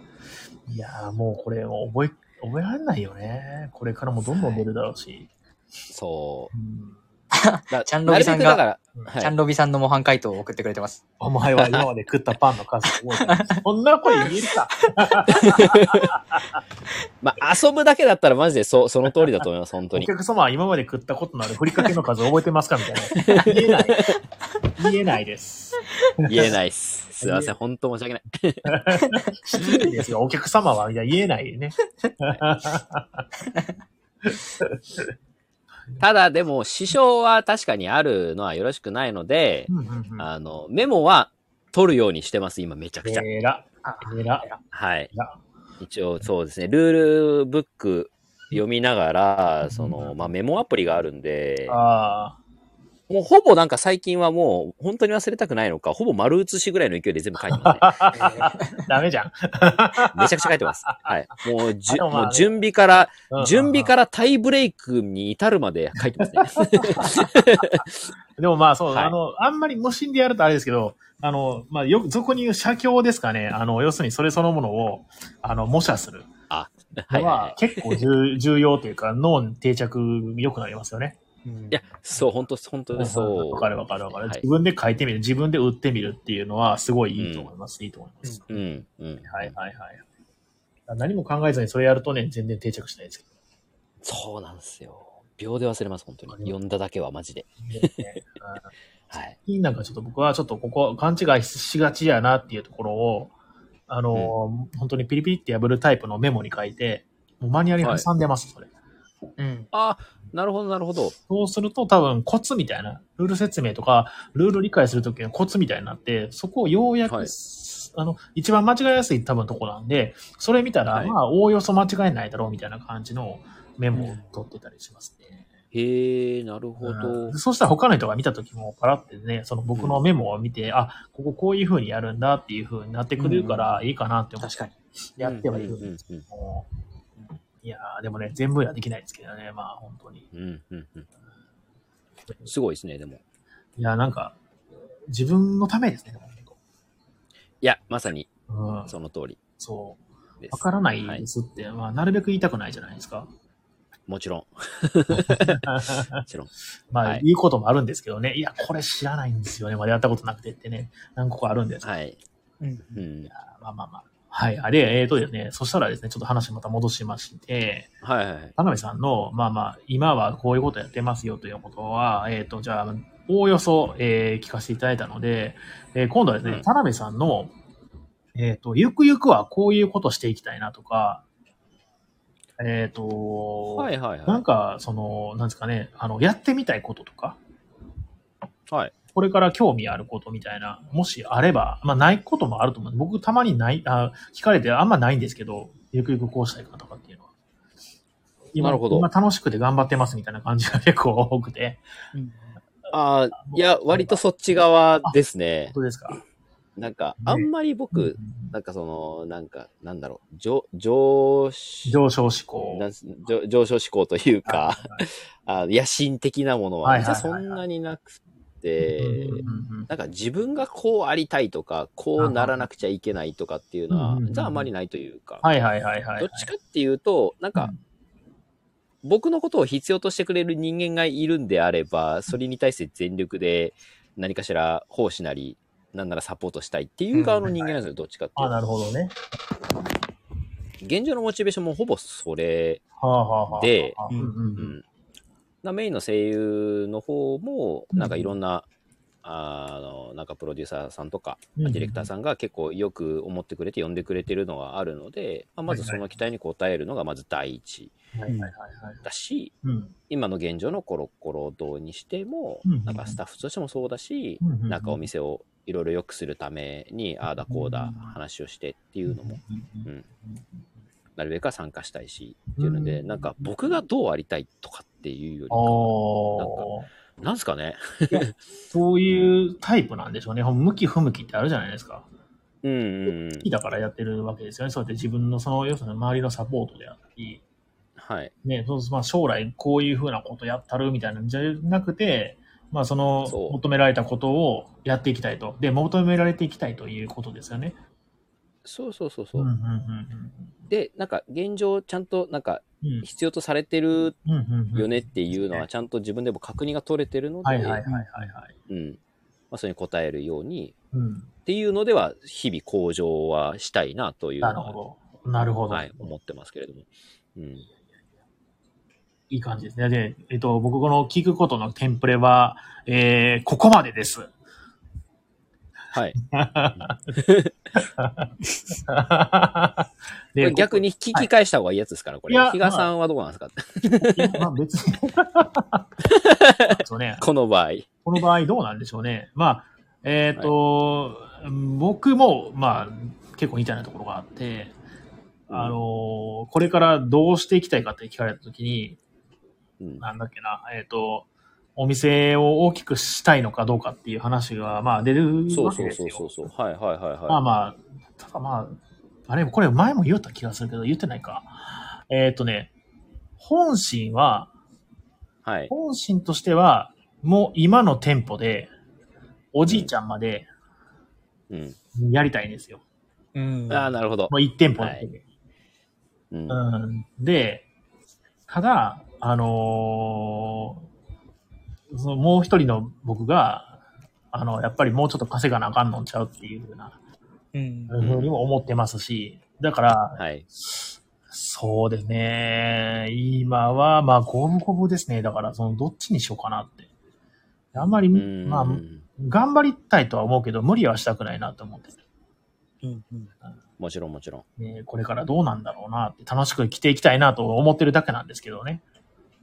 Speaker 1: いやーもうこれもう覚え、覚えられないよね。これからもどんどん出るだろうし。
Speaker 3: そ
Speaker 1: うん
Speaker 3: う。だ
Speaker 2: ちゃんロビさんが
Speaker 3: なるべくだからはい
Speaker 2: ちゃんロビさんの模範解答を送ってくれてます。
Speaker 1: お前は今まで食ったパンの数覚えて
Speaker 3: (laughs)
Speaker 1: ない。そんなこと言えるか。
Speaker 3: まあ、遊ぶだけだったらマジでそその通りだと思います、本当
Speaker 1: (laughs) お
Speaker 3: に。
Speaker 1: 客様は今まで食ったことのあるふりかけの数覚えてますかみたい
Speaker 3: (laughs)
Speaker 1: な。言えない。言えないです。
Speaker 3: 言えないっす。すいません、本当申し訳ない。
Speaker 1: 失礼ですよ。お客様は、いや、言えないね。
Speaker 3: ただ、でも、支障は確かにあるのはよろしくないので、
Speaker 1: うんうんうん
Speaker 3: あの、メモは取るようにしてます、今めちゃくちゃ。
Speaker 1: えら。えら。
Speaker 3: はい
Speaker 1: な。
Speaker 3: 一応、そうですね、ルールブック読みながら、その、まあ、メモアプリがあるんで、
Speaker 1: あ
Speaker 3: もうほぼなんか最近はもう本当に忘れたくないのか、ほぼ丸写しぐらいの勢いで全部 (laughs) 書いてますね。
Speaker 1: あ、ダメじゃ
Speaker 3: (laughs)
Speaker 1: ん。 (laughs)
Speaker 3: めちゃくちゃ書いてます。はい。もうじ
Speaker 1: あで
Speaker 3: ゅ、
Speaker 1: もまあ
Speaker 3: もう準備から、
Speaker 1: うん
Speaker 3: 準備からタイブレイクに至るまで書いてますね。
Speaker 1: (laughs) でもまあそう、
Speaker 3: はい
Speaker 1: あの、あんまり無心でやるとあれですけど、あの、まあよく、俗に言う写経ですかね。あの、要するにそれそのものを、あの、模写する
Speaker 3: はいはい
Speaker 1: の
Speaker 3: は。
Speaker 1: はい結構
Speaker 3: (laughs)
Speaker 1: 重重要というか、脳に定着良くなりますよね。
Speaker 2: うん
Speaker 3: いや、そう、本当本当にそう。
Speaker 1: わかるわかるわかる。
Speaker 3: はい
Speaker 1: 自分で書いてみる、自分で打ってみるっていうのは、すごいいいと思います。いいと思います。
Speaker 3: うん、うん。
Speaker 1: はいはいはい。何も考えずにそれやるとね、全然定着しないですけど。
Speaker 3: そうなんですよ。秒で忘れます、本当に。読んだだけはマジで。 (laughs) はい。
Speaker 1: 最近なんかちょっと僕はちょっとここ勘違いしがちやなっていうところを、あのー、本当にピリピリって破るタイプのメモに書いて、もうマニュアルに挟んでます、それ。
Speaker 2: うん。
Speaker 3: あ、なるほど、なるほど。
Speaker 1: そうすると多分コツみたいな、ルール説明とか、ルール理解するときのコツみたいになって、そこをようや
Speaker 3: は
Speaker 1: く
Speaker 3: い
Speaker 1: す、あの、一番間違いやすい多分とこなんで、それ見たら、
Speaker 3: はい
Speaker 1: まあ、おおよそ間違いないだろうみたいな感じのメモを取ってたりしますね。
Speaker 3: へえ、なるほ
Speaker 1: う
Speaker 3: ど
Speaker 1: ん。そうしたら他の人が見た時もパラってね、その僕のメモを見て、あ、こここういう風にやるんだっていう風になってくれるからいいかなって思って、
Speaker 2: 確かに。
Speaker 1: やってはいる
Speaker 3: うん
Speaker 1: んで
Speaker 3: う
Speaker 1: す
Speaker 3: んうん
Speaker 1: けども、いやーでもね、全部にはできないですけどね、まあ本当に。
Speaker 3: うんうんうんすごいですね、でも。
Speaker 1: いやーなんか、自分のためですね、でも結
Speaker 3: いや、まさに
Speaker 1: 構。うん、
Speaker 3: その通り
Speaker 1: そう。
Speaker 3: です。
Speaker 1: わからない
Speaker 3: はい
Speaker 1: ですって、まあなるべく言いたくないじゃないです
Speaker 3: (laughs)
Speaker 1: か。
Speaker 3: もちろん。もちろん。
Speaker 1: まあ、
Speaker 3: はい
Speaker 1: い、言うこともあるんですけどね。いや、これ知らないんですよね。まだやったことなくてってね。何個かあるんです。
Speaker 3: はい。
Speaker 2: うん。
Speaker 3: うん。
Speaker 1: まあまあまあ。はい。あで、えっ、とですね、そしたらですね、ちょっと話また戻しまして、
Speaker 3: はいはいはい。
Speaker 1: 田辺さんの、まあまあ、今はこういうことやってますよということは、えっ、と、じゃあ、おおよそ、えー聞かせていただいたので、えー今度はですね、
Speaker 3: うん
Speaker 1: 田辺さんの、えっ、と、ゆくゆくはこういうことしていきたいなとか、えっ、と、
Speaker 3: はいはいは
Speaker 1: ないん。か、その、なんですかね、あの、やってみたいこととか、
Speaker 3: はい。
Speaker 1: これから興味あることみたいな、もしあれば、まあないこともあると思う。僕たまにない、あ聞かれてあんまないんですけど、ゆくゆくこうしたいかとかっていうのは。今
Speaker 3: なるほど
Speaker 1: 今楽しくて頑張ってますみたいな感じが結構多くて。
Speaker 3: ああ、いや、割とそっち側ですね
Speaker 1: 本。当ですか
Speaker 3: なんか、あんまり僕、なんかその、なんか、なんだろう、上、上、
Speaker 1: 上昇志向。
Speaker 3: なんす上上昇志向というか、あ野心的なものは、
Speaker 1: はいはいはいはい
Speaker 3: そんなになく
Speaker 1: うんうん
Speaker 3: て、
Speaker 1: うん
Speaker 3: なんか自分がこうありたいとか、こうならなくちゃいけないとかっていうの
Speaker 1: う
Speaker 3: は
Speaker 1: んうんう、ん
Speaker 3: じゃああまりないというか、
Speaker 1: はいはいはいはい。
Speaker 3: どっちかっていうと、なんか、僕のことを必要としてくれる人間がいるんであれば、それに対して全力で何かしら奉仕なり、なんならサポートしたいっていう側の人間なんですよ、どっちかってい
Speaker 1: あ、
Speaker 3: う
Speaker 1: な
Speaker 3: と。
Speaker 1: るほどね。
Speaker 3: 現状のモチベーションもほぼそれ
Speaker 1: はあ、はあはあ、
Speaker 3: で、
Speaker 1: うんうんう、
Speaker 3: うんん、なメインの声優の方もなんかいろんな、あのなんかプロデューサーさんとか、
Speaker 1: うんうん
Speaker 3: ディレクターさんが結構よく思ってくれて呼んでくれてるのがあるので、まあ、まずその期待に応えるのがまず第一
Speaker 1: はいはいはいはい。
Speaker 3: だし、
Speaker 1: うん
Speaker 3: 今の現状のコロコロ堂にしても、
Speaker 1: うん
Speaker 3: なんかスタッフとしてもそうだし、
Speaker 1: うんうん
Speaker 3: なんかお店をいろいろ良くするためにああだこうだ話をしてっていうのも
Speaker 1: うんうんうん
Speaker 3: うんなるべくは参加したいしっていうので、
Speaker 1: うん
Speaker 3: なんか僕がどうありたいとかっていうよりか
Speaker 1: あ
Speaker 3: は
Speaker 1: ー
Speaker 3: なんですかね。
Speaker 1: そういうタイプなんでしょうね。向き不向きってあるじゃないですか。
Speaker 3: うんうんうん
Speaker 1: 好きだからやってるわけですよね。そうやって自分のその、要するに周りのサポートであったり、
Speaker 3: はい。
Speaker 1: ね、そうまあ、将来こういうふうなことやったるみたいなんじゃなくて、まあ、その
Speaker 3: そう
Speaker 1: 求められたことをやっていきたいと。で、求められていきたいということですよね。
Speaker 3: そうそうそうそう。
Speaker 1: んうん
Speaker 3: で、なんか現状ちゃんとなんか
Speaker 1: うんうん
Speaker 3: 必要とされてる
Speaker 1: うんうんうん
Speaker 3: よねっていうのはちゃんと自分でも確認が取れてるので、
Speaker 1: はいはいはいはいはい。
Speaker 3: うん。まあそれに応えるように
Speaker 1: うん、
Speaker 3: っていうのでは日々向上はしたいなという
Speaker 1: なる
Speaker 3: のは
Speaker 1: ほど。なるほど。
Speaker 3: はい、思ってますけれども。うん。
Speaker 1: いい感じですね。で、えっと、僕この聞くことのテンプレは、えー、ここまでです。
Speaker 3: はい。
Speaker 1: (laughs)
Speaker 3: こ
Speaker 1: で
Speaker 3: れ逆に聞き返した方がいいやつですから、これ
Speaker 1: いや。
Speaker 3: 比嘉さんはどうなんですか
Speaker 1: いやまあ別
Speaker 3: (laughs)
Speaker 1: に。そうね。
Speaker 3: この場合。
Speaker 1: この場合どうなんでしょうね。まあ、えっ、と、僕も、まあ、結構似たようなところがあって、あのーこれからどうしていきたいかって聞かれたときに、
Speaker 3: うん、
Speaker 1: なんだっけな、えっ、と、お店を大きくしたいのかどうかっていう話が、まあ出る
Speaker 3: そう
Speaker 1: わけ
Speaker 3: そう
Speaker 1: です
Speaker 3: そう
Speaker 1: よ。
Speaker 3: そうそう。はいはいはいはい。
Speaker 1: まあまあ、ただまあ、あれ、これ前も言った気がするけど、言ってないか。えっ、とね、本心は、
Speaker 3: はい。
Speaker 1: 本心としては、もう今の店舗で、おじいちゃんまで
Speaker 3: うん。
Speaker 1: やりたいんですよ。
Speaker 2: うん。
Speaker 3: ああ、なるほど。
Speaker 1: もう1店舗だけで。
Speaker 3: うん。
Speaker 1: うん、で、ただ、あのーそのもう一人の僕が、あの、やっぱりもうちょっと稼がなあかんのんちゃうっていうふうな、
Speaker 2: うん。
Speaker 1: ふうにも思ってますし、だから、
Speaker 3: はい。
Speaker 1: そうですね。今は、まあ、五分五分ですね。だから、その、どっちにしようかなって。あんまり、
Speaker 3: うん
Speaker 1: まあ、頑張りたいとは思うけど、無理はしたくないなと思って、
Speaker 2: うん。うん。
Speaker 3: もちろんもちろん。
Speaker 1: ね。これからどうなんだろうなって、楽しく着ていきたいなと思ってるだけなんですけどね。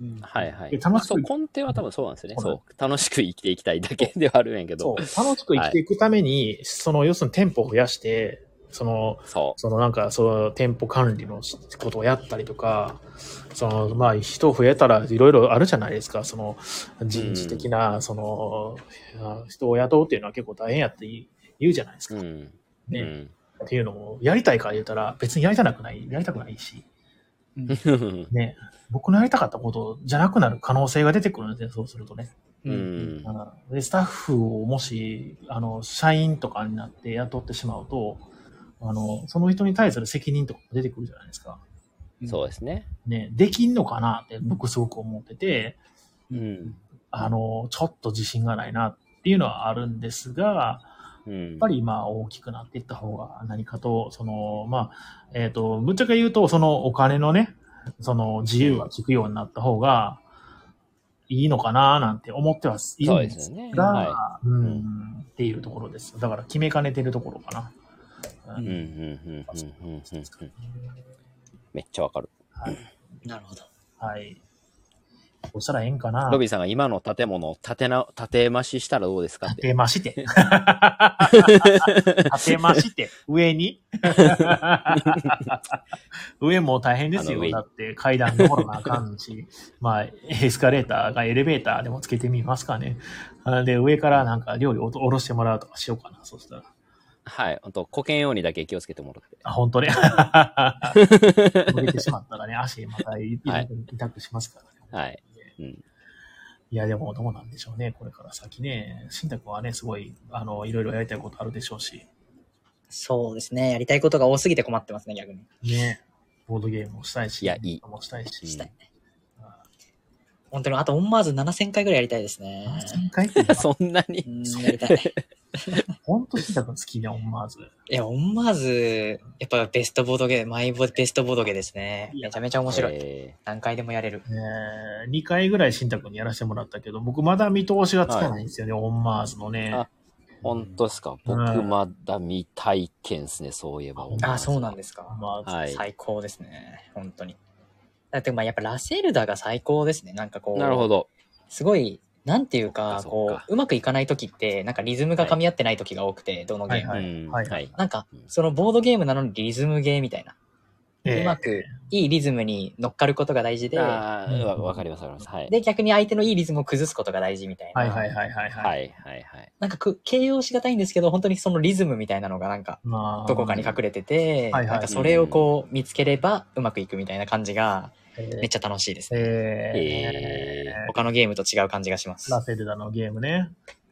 Speaker 2: うん。
Speaker 3: はいはい。
Speaker 1: で楽しく
Speaker 3: そう、根底は多分そうなんですよね。
Speaker 1: そうなん
Speaker 3: そう。楽しく生きていきたいだけではあるんやけ
Speaker 1: そう。。
Speaker 3: ど
Speaker 1: 楽しく生きていくために、その、要するに店舗を増やして、その、
Speaker 3: そ
Speaker 1: そのなんか、その店舗管理のことをやったりとか、その、まあ、人増えたらいろいろあるじゃないですか、その人事的な、その、あ人を雇うっていうのは結構大変やって言う言うじゃないです
Speaker 3: う。
Speaker 1: か。
Speaker 3: うん。う
Speaker 1: ね、
Speaker 3: ん。
Speaker 1: っていうのを、やりたいから言うたら、別にやりたくない、やりたくないし、ね、僕のやりたかったことじゃなくなる可能性が出てくるんですね、そうするとね。
Speaker 3: う。ん。
Speaker 1: でスタッフをもしあの社員とかになって雇ってしまうとあのその人に対する責任とかも出てくるじゃないですか。
Speaker 3: そうですね。
Speaker 1: ね、できんのかなって僕すごく思ってて
Speaker 3: うん。
Speaker 1: あのちょっと自信がないなっていうのはあるんですが
Speaker 3: うん
Speaker 1: やっぱりまあ大きくなっていった方が何かとそのまあえっ、とぶっちゃけ言うとそのお金のねその自由が利くようになった方がいいのかななんて思ってはいる
Speaker 3: そうんで
Speaker 1: です
Speaker 3: すよね。
Speaker 1: が、
Speaker 3: は
Speaker 1: うん、っていうところです。だから決めかねてるところかな。う
Speaker 3: い。うんんうんうんうんうんうんうん。めっちゃわかる。
Speaker 1: はい。
Speaker 2: なるほど。
Speaker 1: はい。どうしたらええんかな
Speaker 3: ロビンさんが今の建物を建てな、建て増ししたらどうですかっ
Speaker 1: 立
Speaker 3: て。
Speaker 1: てま
Speaker 3: (laughs)
Speaker 1: して。立てまして。上
Speaker 3: (laughs)
Speaker 1: に上も大変です
Speaker 3: あの
Speaker 1: よ
Speaker 3: 上。に
Speaker 1: だって階段登らなあかんし、まあエスカレーターがエレベーターでもつけてみますかね。あで、上からなんか料理を下ろしてもらうとかしようかな。そしたら。
Speaker 3: はい。ほんと、保険用にだけ気をつけてもらって。
Speaker 1: あ、本当ね。 (laughs) 折れてしまったらね、足またい
Speaker 3: はい
Speaker 1: 痛くしますからね。
Speaker 3: はい。うん。
Speaker 1: いや、でもどうなんでしょうね、これから先ね。新宅はね、すごい、あの、いろいろやりたいことあるでしょうし、
Speaker 2: そうですね。やりたいことが多すぎて困ってますね、逆に。
Speaker 1: ね。ボードゲームもしたいし、
Speaker 3: いやいい
Speaker 1: ゲームもしたいし。
Speaker 2: したいね。本当に、あと、オンマーズ7000回ぐらいやりたいですね。
Speaker 1: 何回って、
Speaker 3: そん (laughs) なに
Speaker 2: う。ん、やりたい。
Speaker 1: ほんと新宅好きね、思わず。
Speaker 2: いや、オンマーズ、やっぱベストボードゲーム、マイボベストボードゲームですね。めちゃめちゃ面白い。
Speaker 3: え
Speaker 2: 何回でもやれる。
Speaker 1: えー、2回ぐらい新宅にやらせてもらったけど、僕まだ見通しがつかないんですよね、オンマーズのね
Speaker 3: あ。ー。本当ですか。僕
Speaker 1: うん
Speaker 3: まだ未体験ですね。そういえば。
Speaker 2: あ、そうなんんですか。
Speaker 1: まあ、
Speaker 3: はい。
Speaker 2: 最高ですね。本当に。だって、まあ、やっぱラセルダが最高ですね。なんかこう、
Speaker 3: なるほど。
Speaker 2: すごい、なんていうか、
Speaker 3: そっかそ
Speaker 2: こ
Speaker 3: っか
Speaker 2: う、うまくいかない時って、なんかリズムが噛み合ってない時が多くて、どのゲームも。
Speaker 1: は
Speaker 3: はい
Speaker 1: はい
Speaker 3: い。はい。
Speaker 2: なんか、そのボードゲームなのにリズムゲーみたいな。
Speaker 1: ええ
Speaker 2: うまく、いいリズムに乗っかることが大事で、
Speaker 3: あ
Speaker 1: うん
Speaker 3: ーわわかります、わかります。はい。
Speaker 2: で、逆に相手のいいリズムを崩すことが大事みたいな。
Speaker 1: はいはいはいはいはい。
Speaker 3: はい、はい、はい。
Speaker 2: なんかく、形容しがたいんですけど、本当にそのリズムみたいなのがなんか、
Speaker 1: まあ、
Speaker 2: どこかに隠れて
Speaker 1: はい
Speaker 2: て、
Speaker 1: はい
Speaker 2: なんかそれをこう見つければうまくいくみたいな感じが
Speaker 1: えー
Speaker 2: めっちゃ楽しいですね。
Speaker 1: えー
Speaker 3: え
Speaker 2: 他のゲームと違う感じがします。
Speaker 1: ラセルダのゲームね。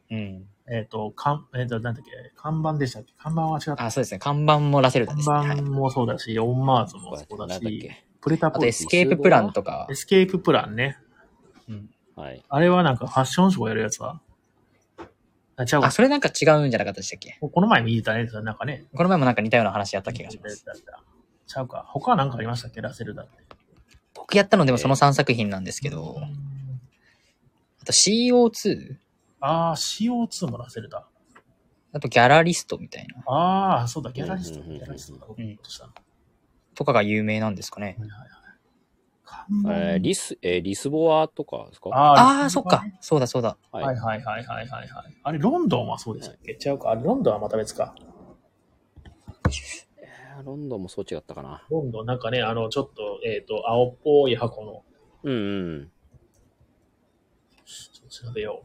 Speaker 2: うん。
Speaker 1: えっ、と、かん、えっ、と、なんだっけ、看板でしたっけ看板は違った。
Speaker 2: あ、そうですね。看板もラセルダ
Speaker 1: 看
Speaker 2: ですね。はい
Speaker 1: 板もそうだし、オンマーズもそうだ
Speaker 3: なんだっ
Speaker 1: し、
Speaker 3: け。
Speaker 1: プレタ
Speaker 2: あ
Speaker 1: ポ
Speaker 2: とエ
Speaker 1: リス
Speaker 2: スケーププランとか
Speaker 1: エ、スケーププランね。
Speaker 2: うん
Speaker 3: はい。
Speaker 1: あれはなんかファッションショーやるやつは。あ、違う
Speaker 2: あ、
Speaker 1: わ。
Speaker 2: それなんか違うんじゃなかったでしたっけ
Speaker 1: この前見たね、それなんかね。
Speaker 2: この前もなんか似たような話やった気がします。
Speaker 1: ちゃうか。他なんかありましたっけラセルダって。
Speaker 2: 僕やったのでもその3作品なんですけど、あと CO2?
Speaker 1: ああ、CO2 もラセルダ。
Speaker 2: あとギャラリストみたいな。
Speaker 1: ああ、そうだ、ギャラリスト。
Speaker 3: うんうんうんうん
Speaker 1: ギャラリストだ。
Speaker 2: ん
Speaker 1: 落としたの
Speaker 2: とかが有名なんですかね。
Speaker 1: はいはいはい。看板
Speaker 3: えーリス、えーリスボアとかですか
Speaker 1: あ
Speaker 2: ああー、そっか。。そうだそうだ。
Speaker 3: は
Speaker 1: はいはいはいはいはいはい。あれ、ロンドンはそうでしたっけ違うか。あれ、ロンドンはまた別か。
Speaker 3: えーロンドンもそう違ったかな。
Speaker 1: ロンドン、なんかね、あの、ちょっと、えっ、と、青っぽい箱の、
Speaker 3: うんうん。
Speaker 1: ちょっと調べよ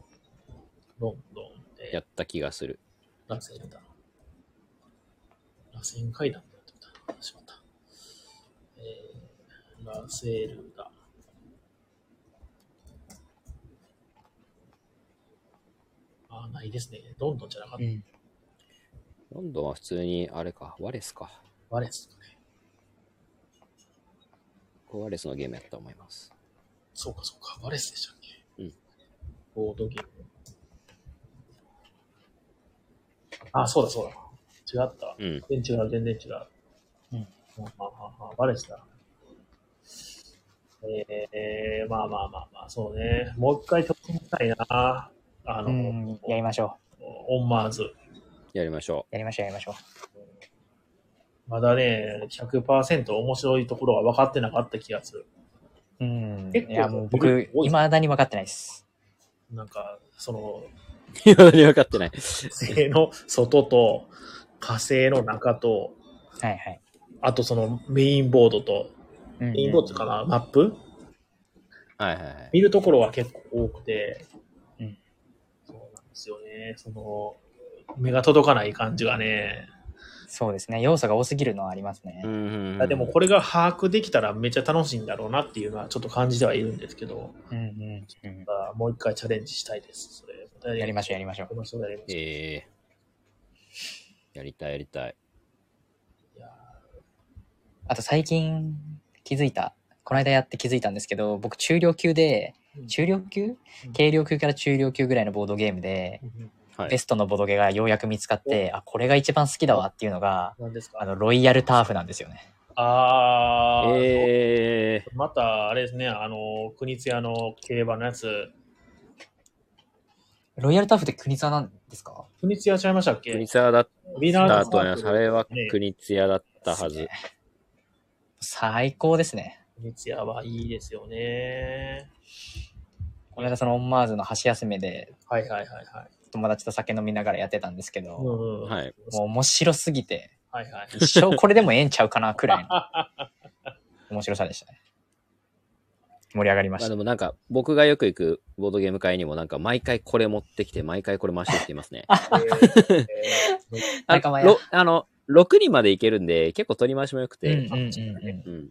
Speaker 1: う。ロンドン、え
Speaker 3: やった気がする。
Speaker 1: ー、螺旋だ。螺旋階段だってた。しまった。えー、ラセルダ。あー、ないですね。ロンドンじゃなかった。
Speaker 2: うん。
Speaker 3: ロンドンは普通に、あれか、ワレスか。
Speaker 1: ワレスとかね。
Speaker 3: ワレスのゲームやったと思います。
Speaker 1: そうかそうか。ワレスでしたっけ
Speaker 3: うん。
Speaker 1: ボードゲーム。あ、そうだそうだ。違った。
Speaker 3: うん。
Speaker 1: 全然違う、全然違う。
Speaker 2: うん
Speaker 1: まあまあまあ、バレした。えー、まあまあまあまあ、そうね。もう一回挑戦したいな。あ
Speaker 2: う
Speaker 1: の、
Speaker 2: ん。やりましょう。
Speaker 1: オンマーズ。
Speaker 3: やりま (laughs) しょ
Speaker 2: やりましょう、やりましょう。
Speaker 1: まだね、100%面白いところは分かってなかった気がする。
Speaker 2: うん。
Speaker 1: 結構
Speaker 2: いや、もう
Speaker 1: 多
Speaker 2: 僕
Speaker 1: い、多い
Speaker 2: 未だに分かってないです。
Speaker 1: なんか、その、
Speaker 3: う。いや、分かってない。
Speaker 1: 火星の外と、火星の中と、
Speaker 2: はいはい。
Speaker 1: あとそのメインボードと、
Speaker 2: うんうん
Speaker 1: メインボードかな、マップ
Speaker 3: はいはいはい。
Speaker 1: 見るところは結構多くて、
Speaker 2: うん
Speaker 1: そうなんですよね。その、目が届かない感じがね。
Speaker 2: そうですね。要素が多すぎるのはありますね。
Speaker 3: うんうんうん
Speaker 1: あでも、これが把握できたらめっちゃ楽しいんだろうなっていうのはちょっと感じてはいるんですけど、
Speaker 2: うんうんうん。
Speaker 1: あもう一回チャレンジしたいです。それ
Speaker 2: やりましょうやりましょ
Speaker 1: やりましょう。やりましょう
Speaker 3: えー、やりたいやりたい。
Speaker 1: いや
Speaker 2: あと最近気づいた、この間やって気づいたんですけど、僕中量級で、
Speaker 1: うん
Speaker 2: 中量級
Speaker 1: うん
Speaker 2: 軽量級から中量級ぐらいのボードゲームで、
Speaker 1: うん
Speaker 3: はい
Speaker 2: ベストのボドゲがようやく見つかって、あ、これが一番好きだわっていうのが、
Speaker 1: 何ですか
Speaker 2: あの、ロイヤルターフなんですよね。
Speaker 1: あー、
Speaker 3: えー、
Speaker 1: またあれですね、あの、国津屋の競馬のやつ、
Speaker 2: ロイヤルターフって国沢なんですか
Speaker 1: 国津屋ちゃいましたっ
Speaker 3: 国
Speaker 1: け
Speaker 3: 沢だっ
Speaker 1: ビナ
Speaker 3: た
Speaker 1: ーズ
Speaker 3: と思います。あれは国津屋だったはず。
Speaker 2: 最高ですね。
Speaker 1: 国津屋はいいですよね。
Speaker 2: この間そのオンマーズの箸休めで、
Speaker 1: はいはいはいはい。
Speaker 2: 友達と酒飲みながらやってたんですけど、も
Speaker 1: うんうんはい
Speaker 3: はい。
Speaker 2: う面白すぎて、
Speaker 1: はいはい。
Speaker 2: 一生これでもええんちゃうかなくらいの面白さでしたね。盛り上がりま
Speaker 3: まあ
Speaker 2: し
Speaker 3: で
Speaker 2: た。
Speaker 3: もなんか、僕がよく行くボードゲーム会にもなんか、毎回これ持ってきて、毎回これ回してきていますね。あ、
Speaker 1: えー
Speaker 2: 仲間や
Speaker 3: ろあの、6人まで行けるんで、結構取り回しも良く
Speaker 2: うんうん
Speaker 3: て、
Speaker 2: うんうん。
Speaker 3: うん。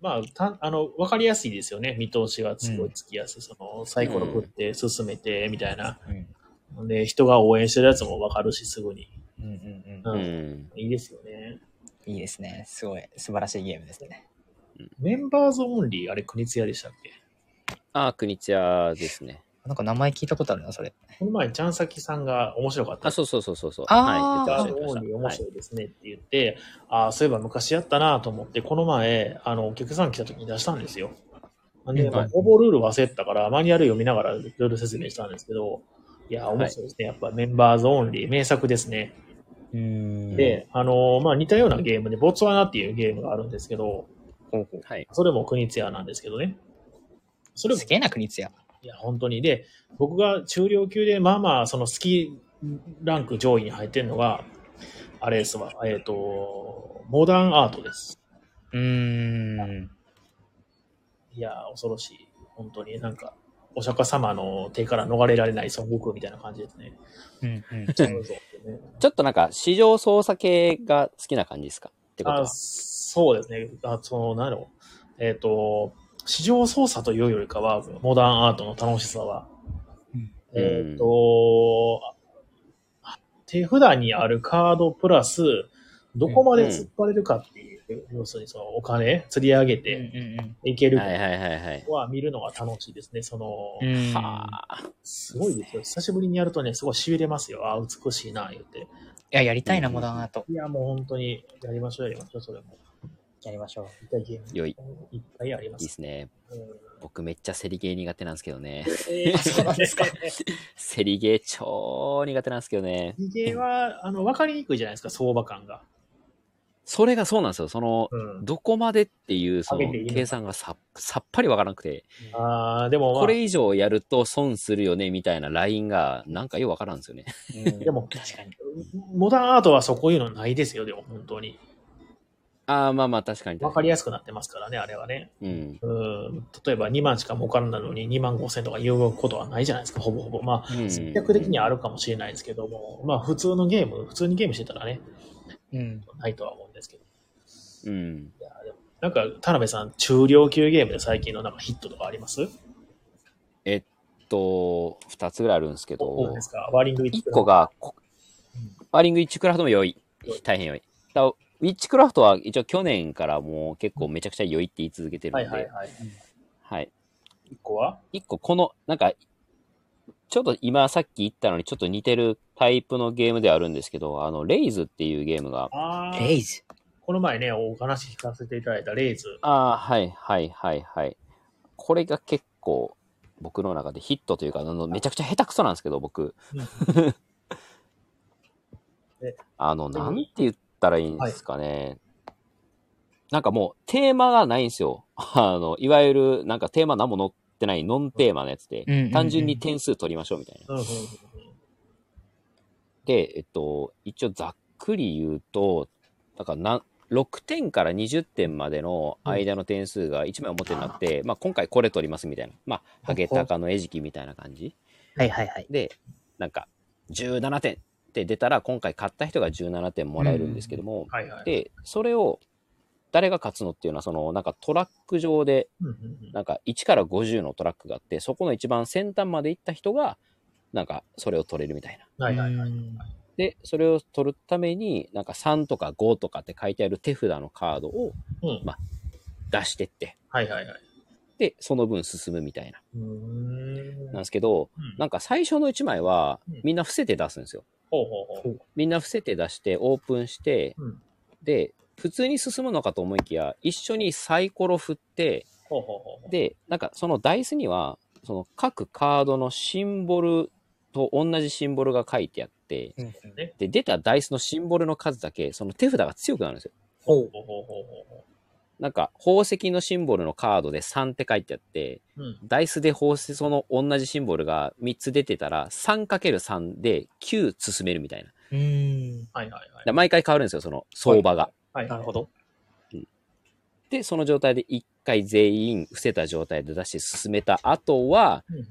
Speaker 1: まあ、たあの、わかりやすいですよね。見通しがすごいつきやすい。その、サイコロ振って進めて、みたいな。
Speaker 2: うん
Speaker 1: で、人が応援してるやつもわかるし、すぐに。
Speaker 2: うんうん
Speaker 1: う
Speaker 2: うん
Speaker 3: うんん。
Speaker 1: いいですよね。
Speaker 2: ん。いいですね。すごい素晴らしいゲームですね。
Speaker 1: メンバーズオンリー、あれ、国津屋でしたっけ
Speaker 3: ああ、国津屋ですね。
Speaker 2: なんか名前聞いたことあるな、それ。
Speaker 1: この前、ちゃんさきさんが面白かった。
Speaker 3: あ、そうそうそうそうそう。
Speaker 2: あー
Speaker 3: は
Speaker 1: あ
Speaker 3: い。言ってま
Speaker 1: オ
Speaker 3: した
Speaker 1: ンリ
Speaker 3: 言って
Speaker 1: ー面
Speaker 3: ました。
Speaker 1: 白いですねって言って、ああ、そういえば昔やったなと思って、この前、あの、お客さん来た時に出したんですよ。で、ま
Speaker 3: は
Speaker 1: あ
Speaker 3: い、
Speaker 1: ほぼルール忘れてたから、マニュアル読みながらルール説明したんですけど、いや、面白いですね。やっぱメンバーズオンリー、名作ですね。
Speaker 2: うん
Speaker 1: で、あのまあ、似たようなゲームで、ボツワナっていうゲームがあるんですけど、
Speaker 3: はい。はい。
Speaker 1: それも国津屋なんですけどね。それも
Speaker 2: す、げえな、国津屋。
Speaker 1: いや、本当に。で、僕が中量級で、まあまあ、その好きランク上位に入ってるのが、あれですわ、えっ、と、モダンアートです。
Speaker 2: うーん。
Speaker 1: いや、恐ろしい。本当になんか、お釈迦様の手から逃れられない孫悟空みたいな感じですね。
Speaker 2: (laughs) うんうん
Speaker 1: そうそうね
Speaker 3: ちょっとなんか、市場操作系が好きな感じですかってこと
Speaker 1: あ
Speaker 3: は。
Speaker 1: そうですね。あその、なんやろう。えっ、と、市場操作というよりかは、モダンアートの楽しさは、
Speaker 2: うん
Speaker 1: えっ、と、手札にあるカードプラス、どこまで突っ張れるかっていう、要するにそのお金、釣り上げ
Speaker 2: うん
Speaker 1: ていける
Speaker 3: はいはいはいはい。
Speaker 1: は見るのが楽しいですね。その、
Speaker 2: うんうん。
Speaker 3: はあ。
Speaker 1: すごいですよ。久しぶりにやるとね、すごい痺れますよ。あー、美しいな、言って。
Speaker 2: いや、やりたいな、
Speaker 3: うん
Speaker 2: モダンアート。
Speaker 1: いや、もう本当に、やりましょう、やりましょう、それも。
Speaker 2: やりましょう。
Speaker 1: 一回ゲーム
Speaker 3: 良い。
Speaker 1: いっぱいありま
Speaker 3: いい
Speaker 1: す
Speaker 3: で。すね。
Speaker 1: うん
Speaker 3: 僕めっちゃセリゲー苦手なんですけどね。
Speaker 1: えー、そうなんですか。
Speaker 3: セリゲー超苦手なんですけどね。
Speaker 1: ヒゲは、あの、わかりにくいじゃないですか、相場感が。
Speaker 3: それがそうなんですよ。その、
Speaker 1: うん。
Speaker 3: どこまでっていう、そ
Speaker 1: 上
Speaker 3: の
Speaker 1: げていいのか
Speaker 3: 計算がささっぱりわからなくて、
Speaker 1: ああ、でも、まあ、
Speaker 3: これ以上やると損するよね、みたいなラインが、なんかよくわからんですよね。
Speaker 2: で
Speaker 1: でも
Speaker 2: 確かに。
Speaker 1: モダンアートはそこいうのないですよ、でも、本当に。
Speaker 3: (laughs) ああ、まあまあ、確かに。
Speaker 1: わかりやすくなってますからね、あれはね。
Speaker 3: うん。
Speaker 1: うん。例えば、2万しか儲からないのに、2万5千とか言うことはないじゃないですか、ほぼほぼ。まあ、
Speaker 3: うん
Speaker 1: 戦略的にはあるかもしれないですけども、まあ、普通のゲーム、普通にゲームしてたらね、
Speaker 2: うん。
Speaker 1: ないとは思うんですけど。
Speaker 3: うん。
Speaker 1: いやでもなんか、田辺さん、中量級ゲームで最近のなんかヒットとかあります
Speaker 3: えっと、二つぐらいあるんですけ
Speaker 1: そう
Speaker 3: ど
Speaker 1: で、すか。ワーリング
Speaker 3: 一個が、こワーリングウィッチクラフトも良い
Speaker 1: 良い。
Speaker 3: 大変良い。だウィッチクラフトは一応去年からもう結構めちゃくちゃ良いって言い続けてるん
Speaker 1: はい
Speaker 3: で、
Speaker 1: はいはい。
Speaker 3: はい。
Speaker 1: 一個は
Speaker 3: 一個この、なんか、ちょっと今さっき言ったのにちょっと似てるタイプのゲームではあるんですけど、あの、レイズっていうゲームが、
Speaker 1: あー
Speaker 2: レイズ。
Speaker 1: この前ね、お話聞かせていただいたレイズ。
Speaker 3: ああ、はいはいはいはい。これが結構僕の中でヒットというか、あのめちゃくちゃ下手くそなんですけど、僕
Speaker 1: うんえ。
Speaker 3: あの、なんて言ったらいいんですかね。なんかもうテーマがないんですよ。あの、いわゆるなんかテーマ何も載ってないノンテーマのやつで、
Speaker 2: うんうんうん
Speaker 3: 単純に点数取りましょうみたいな。
Speaker 1: うんうん
Speaker 3: で、えっと、一応ざっくり言うと、だからな、6点から20点までの間の点数が1枚表になって、まあ今回これ取りますみたいな。まあ、ハゲタカの餌食みたいな感じ。
Speaker 2: はいはいはい。
Speaker 3: で、なんか、17点って出たら、今回買った人が17点もらえるんですけども、
Speaker 1: はいはい。
Speaker 3: で、それを、誰が勝つのっていうのは、その、なんかトラック上で、
Speaker 1: うんうん
Speaker 3: なんか1から50のトラックがあって、そこの一番先端まで行った人が、なんかそれを取れるみたいな。
Speaker 1: うんはいはいはい。
Speaker 2: うん
Speaker 3: で、それを取るために、なんか3とか5とかって書いてある手札のカードを
Speaker 1: うん
Speaker 3: 出してって、
Speaker 1: はいはいはい。
Speaker 3: で、その分進むみたいな。
Speaker 1: うーん
Speaker 3: なんですけど、
Speaker 1: うん
Speaker 3: なんか最初の1枚は
Speaker 1: うん、
Speaker 3: みんな伏せて出すんですよ。
Speaker 1: ほうほうほう。
Speaker 3: みんな伏せて出して、オープンして、
Speaker 1: うん
Speaker 3: で、普通に進むのかと思いきや、一緒にサイコロ振って、
Speaker 1: ほうほうほうほう。
Speaker 3: で、なんかそのダイスには、その各カードのシンボルと同じシンボルが書いてあって、
Speaker 2: うん
Speaker 1: ね
Speaker 3: で、出たダイスのシンボルの数だけ、その手札が強くなるんですよ。
Speaker 1: ほうほうほうほうほ
Speaker 3: なんか、宝石のシンボルのカードで3って書いてあって、
Speaker 1: う。うん。
Speaker 3: ダイスで宝石、その同じシンボルが3つ出てたら、3×3 で9進めるみたいな。だか
Speaker 2: うーん。
Speaker 1: はいはいはい
Speaker 3: ら。毎回変わるんですよ、その相場が。
Speaker 1: はい、
Speaker 2: なるほど。
Speaker 3: で、その状態で1回全員伏せた状態で出して進めた後は、
Speaker 1: うんうん。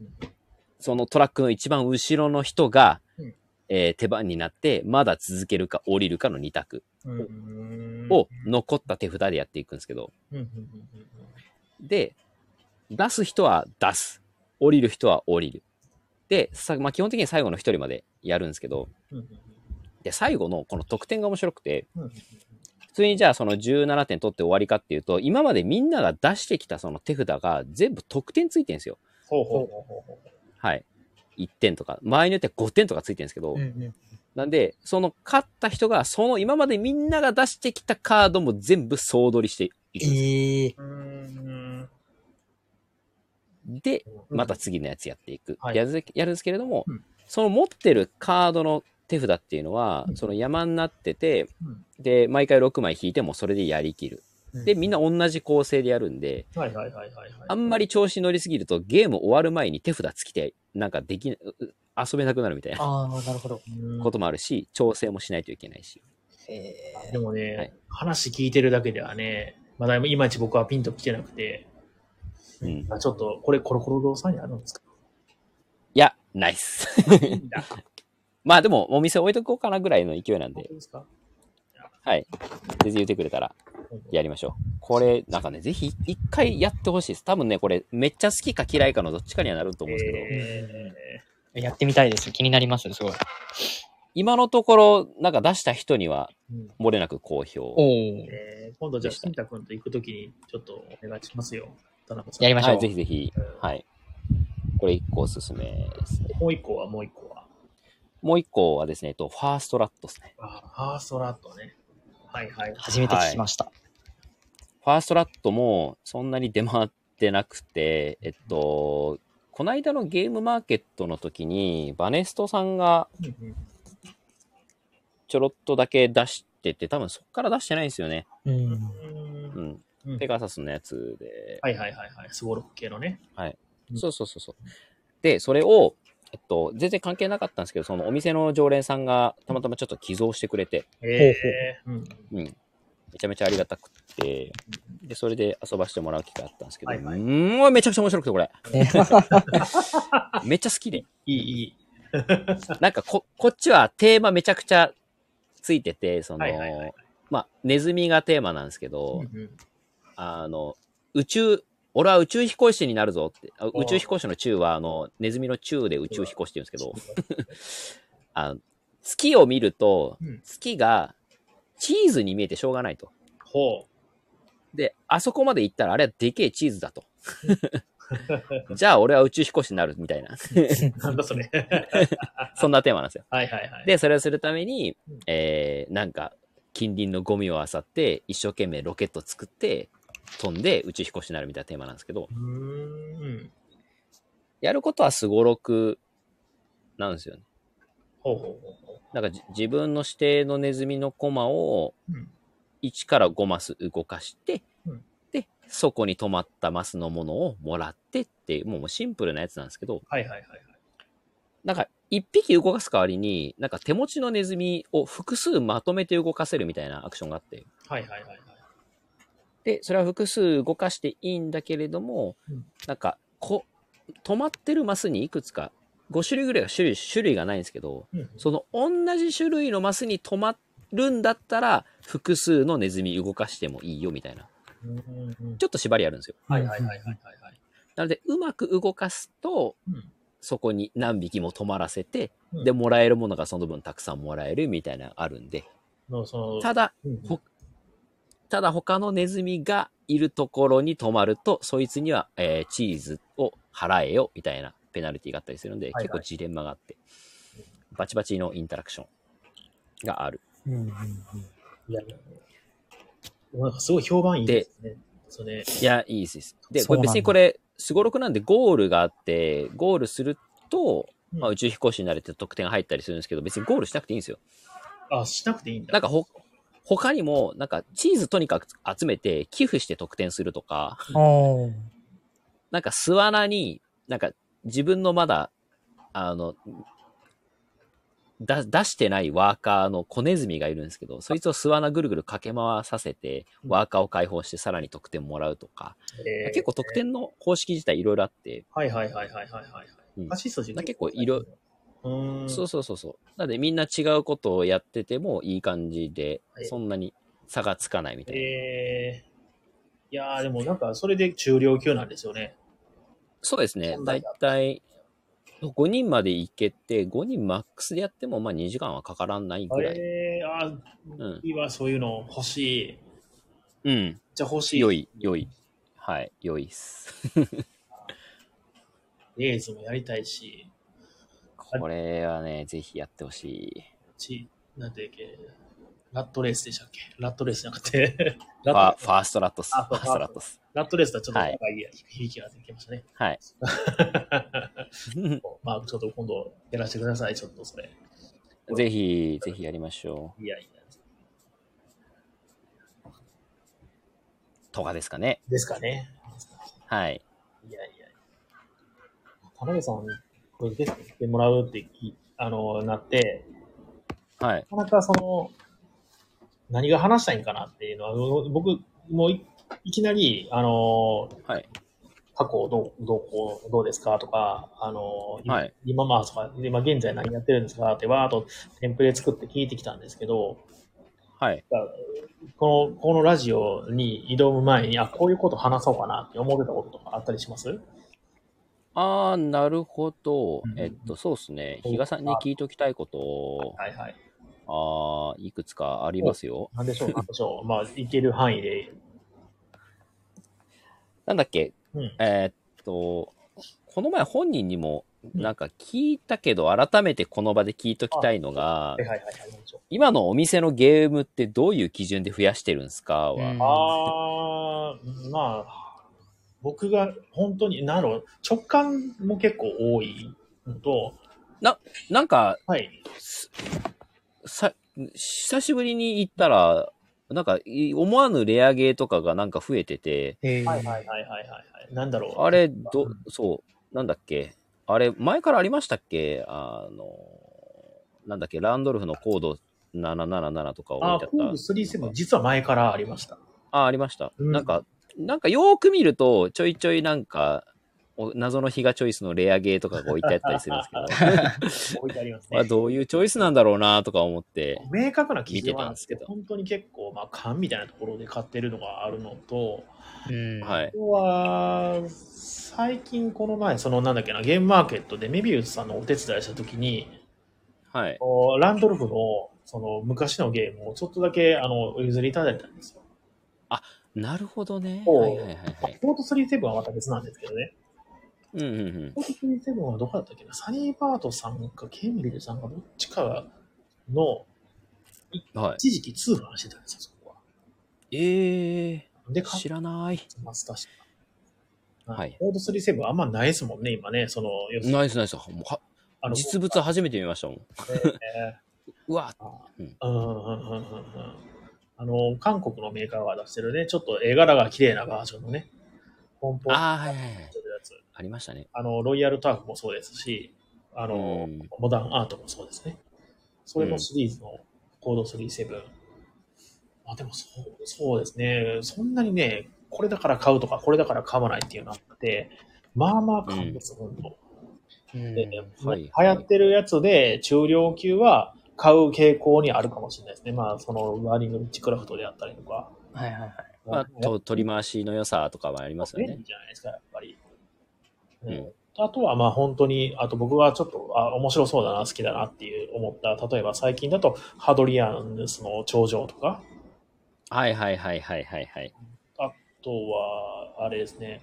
Speaker 3: そのトラックの一番後ろの人が、
Speaker 1: うん
Speaker 3: えー手番になって、まだ続けるか降りるかの2択
Speaker 1: うん
Speaker 3: を残った手札でやっていくんですけど、
Speaker 1: うんうんうん
Speaker 3: で、出す人は出す。降りる人は降りる。で、さまあ、基本的に最後の一人までやるんですけど、
Speaker 1: うんうん
Speaker 3: で、最後のこの得点が面白くて、
Speaker 1: うんうん
Speaker 3: 普通にじゃあその17点取って終わりかっていうと、今までみんなが出してきたその手札が全部得点ついてるんですよ。
Speaker 1: ほうほうほうほうほ
Speaker 3: はい。1点とか、場合によっては5点とかついてるんですけど、
Speaker 2: うん
Speaker 3: なんで、その勝った人が、その今までみんなが出してきたカードも全部総取りしていくんです。
Speaker 2: ええ
Speaker 1: う。うーん。
Speaker 3: で、また次のやつやっていく。
Speaker 1: はい
Speaker 3: やるやるんですけれども、
Speaker 1: うん
Speaker 3: その持ってるカードの手札っていうのは、
Speaker 1: うん
Speaker 3: その山になってて、
Speaker 1: うん
Speaker 3: で、毎回6枚引いてもそれでやりきる。で、みんな同じ構成でやるんで、
Speaker 1: はいはいはいはいはい。
Speaker 3: あんまり調子乗りすぎるとゲーム終わる前に手札つきて、なんかできな、うう遊べなくなるみたいな
Speaker 2: ああ、なるほど。
Speaker 1: うん
Speaker 3: こともあるし、調整もしないといけないし。
Speaker 2: え
Speaker 1: でもね、
Speaker 3: はい
Speaker 1: 話聞いてるだけではね、まだいまいち僕はピンと来てなくて、
Speaker 3: うん。
Speaker 1: あちょっと、これコロコロ堂さんにあるんですか
Speaker 3: いや、ナイス。 (laughs)
Speaker 1: いいんだ。
Speaker 3: まあでも、お店置いとこうかなぐらいの勢いなん
Speaker 1: 本
Speaker 3: で
Speaker 1: 当、ですか
Speaker 3: はい。全然言ってくれたら、やりましょう。これ、なんかね、ぜひ一回やってほしいです。多分ね、これ、めっちゃ好きか嫌いかのどっちかにはなると思うんですけど、
Speaker 1: え
Speaker 2: えやってみたいです。気になります、すごい。
Speaker 3: 今のところ、なんか出した人には、
Speaker 1: ーうん
Speaker 3: 漏れなく好評。
Speaker 2: おお。
Speaker 1: えー今度じゃあ、新太君と行くときに、ちょっとお願いしますよ。田中さん
Speaker 2: やりましょう。
Speaker 3: はい、ぜひぜひ、はい。これ一個おすすめですね。
Speaker 1: もう一個は、もう一個は。
Speaker 3: もう一個はですね、えっと、ファーストラットですね。
Speaker 1: あファーストラットね。はいはい。
Speaker 2: 初めて聞きました。
Speaker 3: ファーストラットも、そんなに出回ってなくて、えっと、この間のゲームマーケットの時に、バネストさんが
Speaker 1: うんうん
Speaker 3: ちょろっとだけ出してて、多分そっから出してないんですよね。
Speaker 2: うん。
Speaker 1: うん
Speaker 3: うん。
Speaker 1: うん
Speaker 3: ペガサスのやつで。
Speaker 1: はいはいはいはい。スゴロク系のね。うん
Speaker 3: そうそうそうそう。で、それを、えっと、全然関係なかったんですけど、そのお店の常連さんがたまたまちょっと寄贈してくれて、
Speaker 1: ええ
Speaker 3: うん。めちゃめちゃありがたくて、で、それで遊ばしてもらう機会あったんですけど、
Speaker 1: はいはいう
Speaker 3: ーん、めちゃくちゃ面白くて、これ。
Speaker 1: (laughs)
Speaker 2: ね
Speaker 3: めっちゃ好きで。
Speaker 1: いいいい。
Speaker 3: なんかこ、こっちはテーマめちゃくちゃついてて、その、
Speaker 1: はいはいはい
Speaker 3: まあ、ネズミがテーマなんですけど、
Speaker 1: うんうん
Speaker 3: あの、宇宙、俺は宇宙飛行士になるぞって、あ宇宙飛行士の宙は、あの、ネズミの宙で宇宙飛行士って言うんですけど、 (laughs) あの月を見ると
Speaker 1: うん、
Speaker 3: 月がチーズに見えてしょうがないと。
Speaker 1: ほ
Speaker 3: で、あそこまで行ったらあれはでけえチーズだと。 (laughs) じゃあ俺は宇宙飛行士になるみた
Speaker 1: (laughs)
Speaker 3: いな、
Speaker 1: う。なんだそれ。
Speaker 3: そんなテーマなんですよ。
Speaker 1: はいはいはい。
Speaker 3: で、それをするために
Speaker 1: うん、
Speaker 3: えー、なんか、近隣のゴミを漁って、一生懸命ロケット作って、飛んで宇宙飛行士になるみたいなテーマなんですけど、
Speaker 1: うーん。
Speaker 3: やることはすごろくなんですよね。
Speaker 1: ほうほうほうほ
Speaker 3: なんかじ自分の指定のネズミのコマを
Speaker 1: う。うん
Speaker 3: 1から5マス動かして、
Speaker 1: うん
Speaker 3: で、そこに止まったマスのものをもらってっていう、もうもうシンプルなやつなんですけど、
Speaker 1: はいはいはいはい。
Speaker 3: なんか一匹動かす代わりに、なんか手持ちのネズミを複数まとめて動かせるみたいなアクションがあって。
Speaker 1: はいはいはいはい。
Speaker 3: で、それは複数動かしていいんだけれども、
Speaker 1: うん
Speaker 3: なんか、こ、止まってるマスにいくつか、5種類ぐらいが種類、種類がないんですけど、
Speaker 1: うん
Speaker 3: その同じ種類のマスに止まるんだったら、複数のネズミ動かしてもいいよみたいな。
Speaker 1: うんうんうん
Speaker 3: ちょっと縛りあるんですよ。
Speaker 1: はいはいはいはいはいはい。
Speaker 3: なので、うまく動かすと、
Speaker 1: うん
Speaker 3: そこに何匹も止まらせて、
Speaker 1: うん
Speaker 3: で、もらえるものがその分たくさんもらえるみたいなのがあるんで。
Speaker 1: のその
Speaker 3: ただ、
Speaker 1: うんうん
Speaker 3: ほただ他のネズミがいるところに止まると、そいつには、えーチーズを払えよ、みたいなペナルティがあったりするので、
Speaker 1: はい
Speaker 3: 結構ジレンマがあって、バチバチのインタラクションがある。
Speaker 1: うんうんうんいや、でもなんかすごい評判いいですね。それ、
Speaker 3: いや、いいです。で、
Speaker 2: そ
Speaker 3: こ
Speaker 2: う
Speaker 3: れ
Speaker 2: なんだ
Speaker 3: 別にこれ、すごろくなんでゴールがあって、ゴールすると、
Speaker 1: うん
Speaker 3: まあ、宇宙飛行士になれて得点が入ったりするんですけど、別にゴールしなくていいんですよ。
Speaker 1: あ、しなくていいんだ。
Speaker 3: なんかほ、他にも、なんか、チーズとにかく集めて、寄付して得点するとか、
Speaker 2: おー
Speaker 3: なんか巣穴に、なんか自分のまだ、あの、だ出してないワーカーの子ネズミがいるんですけど、そいつを巣穴ぐるぐる駆け回させて、ワーカーを解放してさらに得点もらうとか、
Speaker 1: えー
Speaker 3: 結構得点の方式自体いろいろあって、
Speaker 1: はいはいはいはいはいはい。
Speaker 3: うん
Speaker 1: アシスト自
Speaker 3: 結構いろ
Speaker 1: うーん。
Speaker 3: そうそうそうそう。なんでみんな違うことをやっててもいい感じで
Speaker 1: は、い
Speaker 3: そんなに差がつかないみたいな。
Speaker 1: えーいやーでもなんかそれで中量級なんですよね。
Speaker 3: そうですね
Speaker 1: そ。んなん
Speaker 3: だい
Speaker 1: だ
Speaker 3: たい5人までいけて、5人マックスでやっても、まあ2時間はかからないぐらい。
Speaker 1: えー、あ
Speaker 3: うん
Speaker 1: ー、いいわ、そういうの欲しい。めっ
Speaker 3: うん。
Speaker 1: ちゃ欲しい。
Speaker 3: 良い、良い。はい、良いっす。
Speaker 1: レーズもやりたいし、
Speaker 3: これはね、ぜひやってほしい。
Speaker 1: ち、なんていうっけ、ラットレースでしたっけラットレースじゃなくて、 (laughs)
Speaker 3: フ
Speaker 1: ラ
Speaker 3: ァ
Speaker 1: ッ
Speaker 3: フ
Speaker 1: ト
Speaker 3: ァーストラットス。フ
Speaker 1: あ
Speaker 3: ァーストラットス。
Speaker 1: ラットレースとはちょっと長い響きができましたね。
Speaker 3: はい。
Speaker 1: まあちょっと今度やらせてください、ちょっとそれ。
Speaker 3: ぜひ、ぜひやりましょ
Speaker 1: いやいや。
Speaker 3: う。とかですかね。
Speaker 1: ですかね。
Speaker 3: はい。
Speaker 1: いやいや。田辺さん、これゲスト来てもらうってき、あの、なって、
Speaker 3: はい。
Speaker 1: なかなかその、何が話したいんかなっていうのは、僕、もういいきなり、あの、
Speaker 3: はい。
Speaker 1: 過去どう、どうこう、どうですかとか、あの、今
Speaker 3: はい
Speaker 1: 今まあ、とか、今現在何やってるんですかって、わーっとテンプレ作って聞いてきたんですけど、
Speaker 3: はい。
Speaker 1: この、このラジオに挑む前に、あ、こういうこと話そうかなって思ってたこととかあったりします
Speaker 3: あー、なるほど
Speaker 1: うん。
Speaker 3: えっと、そうですね。比嘉さんに聞いときたいこと、
Speaker 1: はいはい。
Speaker 3: あー、いくつかありますよ。
Speaker 1: なんでしょう、 (laughs) なんでしょう。まあ、いける範囲で。
Speaker 3: なんだっけ
Speaker 1: うん。
Speaker 3: えーっと、この前本人にも、なんか聞いたけど、改めてこの場で聞いときたいのが
Speaker 1: はい、はいはいはい。なんでしょ
Speaker 3: 今のお店のゲームってどういう基準で増やしてるんですかは、
Speaker 2: うん
Speaker 1: う。あー、まあ、僕が本当に、なんだろう、直感も結構多いのと、
Speaker 3: なんか
Speaker 1: はい。
Speaker 3: さ、久しぶりに行ったら、なんかい思わぬレアゲーとかがなんか増えてて、
Speaker 2: えー
Speaker 1: はいはいはいはいはいはい。なんだろう。
Speaker 3: あれ、ど、そう、なんだっけあれ、前からありましたっけあの、なんだっけランドルフのコード777とか置
Speaker 1: あ
Speaker 3: い
Speaker 1: ー、
Speaker 3: て
Speaker 1: フォー
Speaker 3: あっ
Speaker 1: ル37、実は前からありました。
Speaker 3: た。あ、ありました。
Speaker 1: うん
Speaker 3: なんか、なんかよーく見ると、ちょいちょいなんか、お謎のヒガチョイスのレアゲーとかが置いてあったりするんですけど、
Speaker 1: 置 (laughs) いてあります
Speaker 3: まあ
Speaker 1: ね。
Speaker 3: どういうチョイスなんだろうなとか思って。
Speaker 1: 明確な基準はなんですけ
Speaker 3: 見
Speaker 1: ど、
Speaker 3: てた
Speaker 1: 本当に結構、まあ、勘みたいなところで買ってるのがあるのと、
Speaker 2: うん
Speaker 3: はい。
Speaker 1: ここは、最近この前、そのなんだっけな、ゲームマーケットでメビウスさんのお手伝いしたときに、
Speaker 3: はい。
Speaker 1: こうランドルフのその昔のゲームをちょっとだけあのお譲りいただいたんですよ。
Speaker 3: なるほどね。
Speaker 1: おう
Speaker 3: はいはいはいはい。
Speaker 1: ポート37はまた別なんですけどね。
Speaker 3: うんうんうん。
Speaker 1: ポート37はどこだったっけなサニーバートさんかケンビルさんかどっちかの
Speaker 3: は
Speaker 1: 一時期通販してたんですよ、そこ
Speaker 3: い。え
Speaker 1: は。で、
Speaker 3: ー、
Speaker 1: 買っ
Speaker 3: 知らない。
Speaker 1: てます、確か。
Speaker 3: はい
Speaker 1: ポート37あんまないですもんね、今ね。その、要するに
Speaker 3: ナイスナイス。もうは
Speaker 1: あの
Speaker 3: 実物初めて見ましたもん。
Speaker 1: え
Speaker 3: うわ、
Speaker 1: ーうんうんうんうんうんあの、韓国のメーカーが出してるね、ちょっと絵柄が綺麗なバージョンのね、ポンポン
Speaker 3: あーはいはいは
Speaker 1: し
Speaker 3: い
Speaker 1: てるやつ。
Speaker 3: ありましたね。
Speaker 1: あの、ロイヤルターフもそうですし、あ
Speaker 3: う
Speaker 1: の、
Speaker 3: ん
Speaker 1: モダンアートもそうですね。それもシリーズのコード37。まあでもそう、そうですね。そんなにね、これだから買うとか、これだから買わないっていうのはなくて、まあまあ買うんです、本当。で
Speaker 3: はい
Speaker 1: 流行ってるやつで、中量級は買う傾向にあるかもしれないですね。まあ、その、ワーニングウィッチクラフトであったりとか。
Speaker 2: はいはいはい。
Speaker 3: まあ、と取り回しの良さとかはありますよ
Speaker 1: 便
Speaker 3: ね
Speaker 1: 利。じゃないですか、やっぱり。
Speaker 3: ん
Speaker 1: うんあとは、まあ本当に、あと僕はちょっと、あ、面白そうだな、好きだなっていう思った、例えば最近だと、ハドリアンスの頂上とか、
Speaker 3: はいはいはいはいはいはい。
Speaker 1: あとは、あれですね、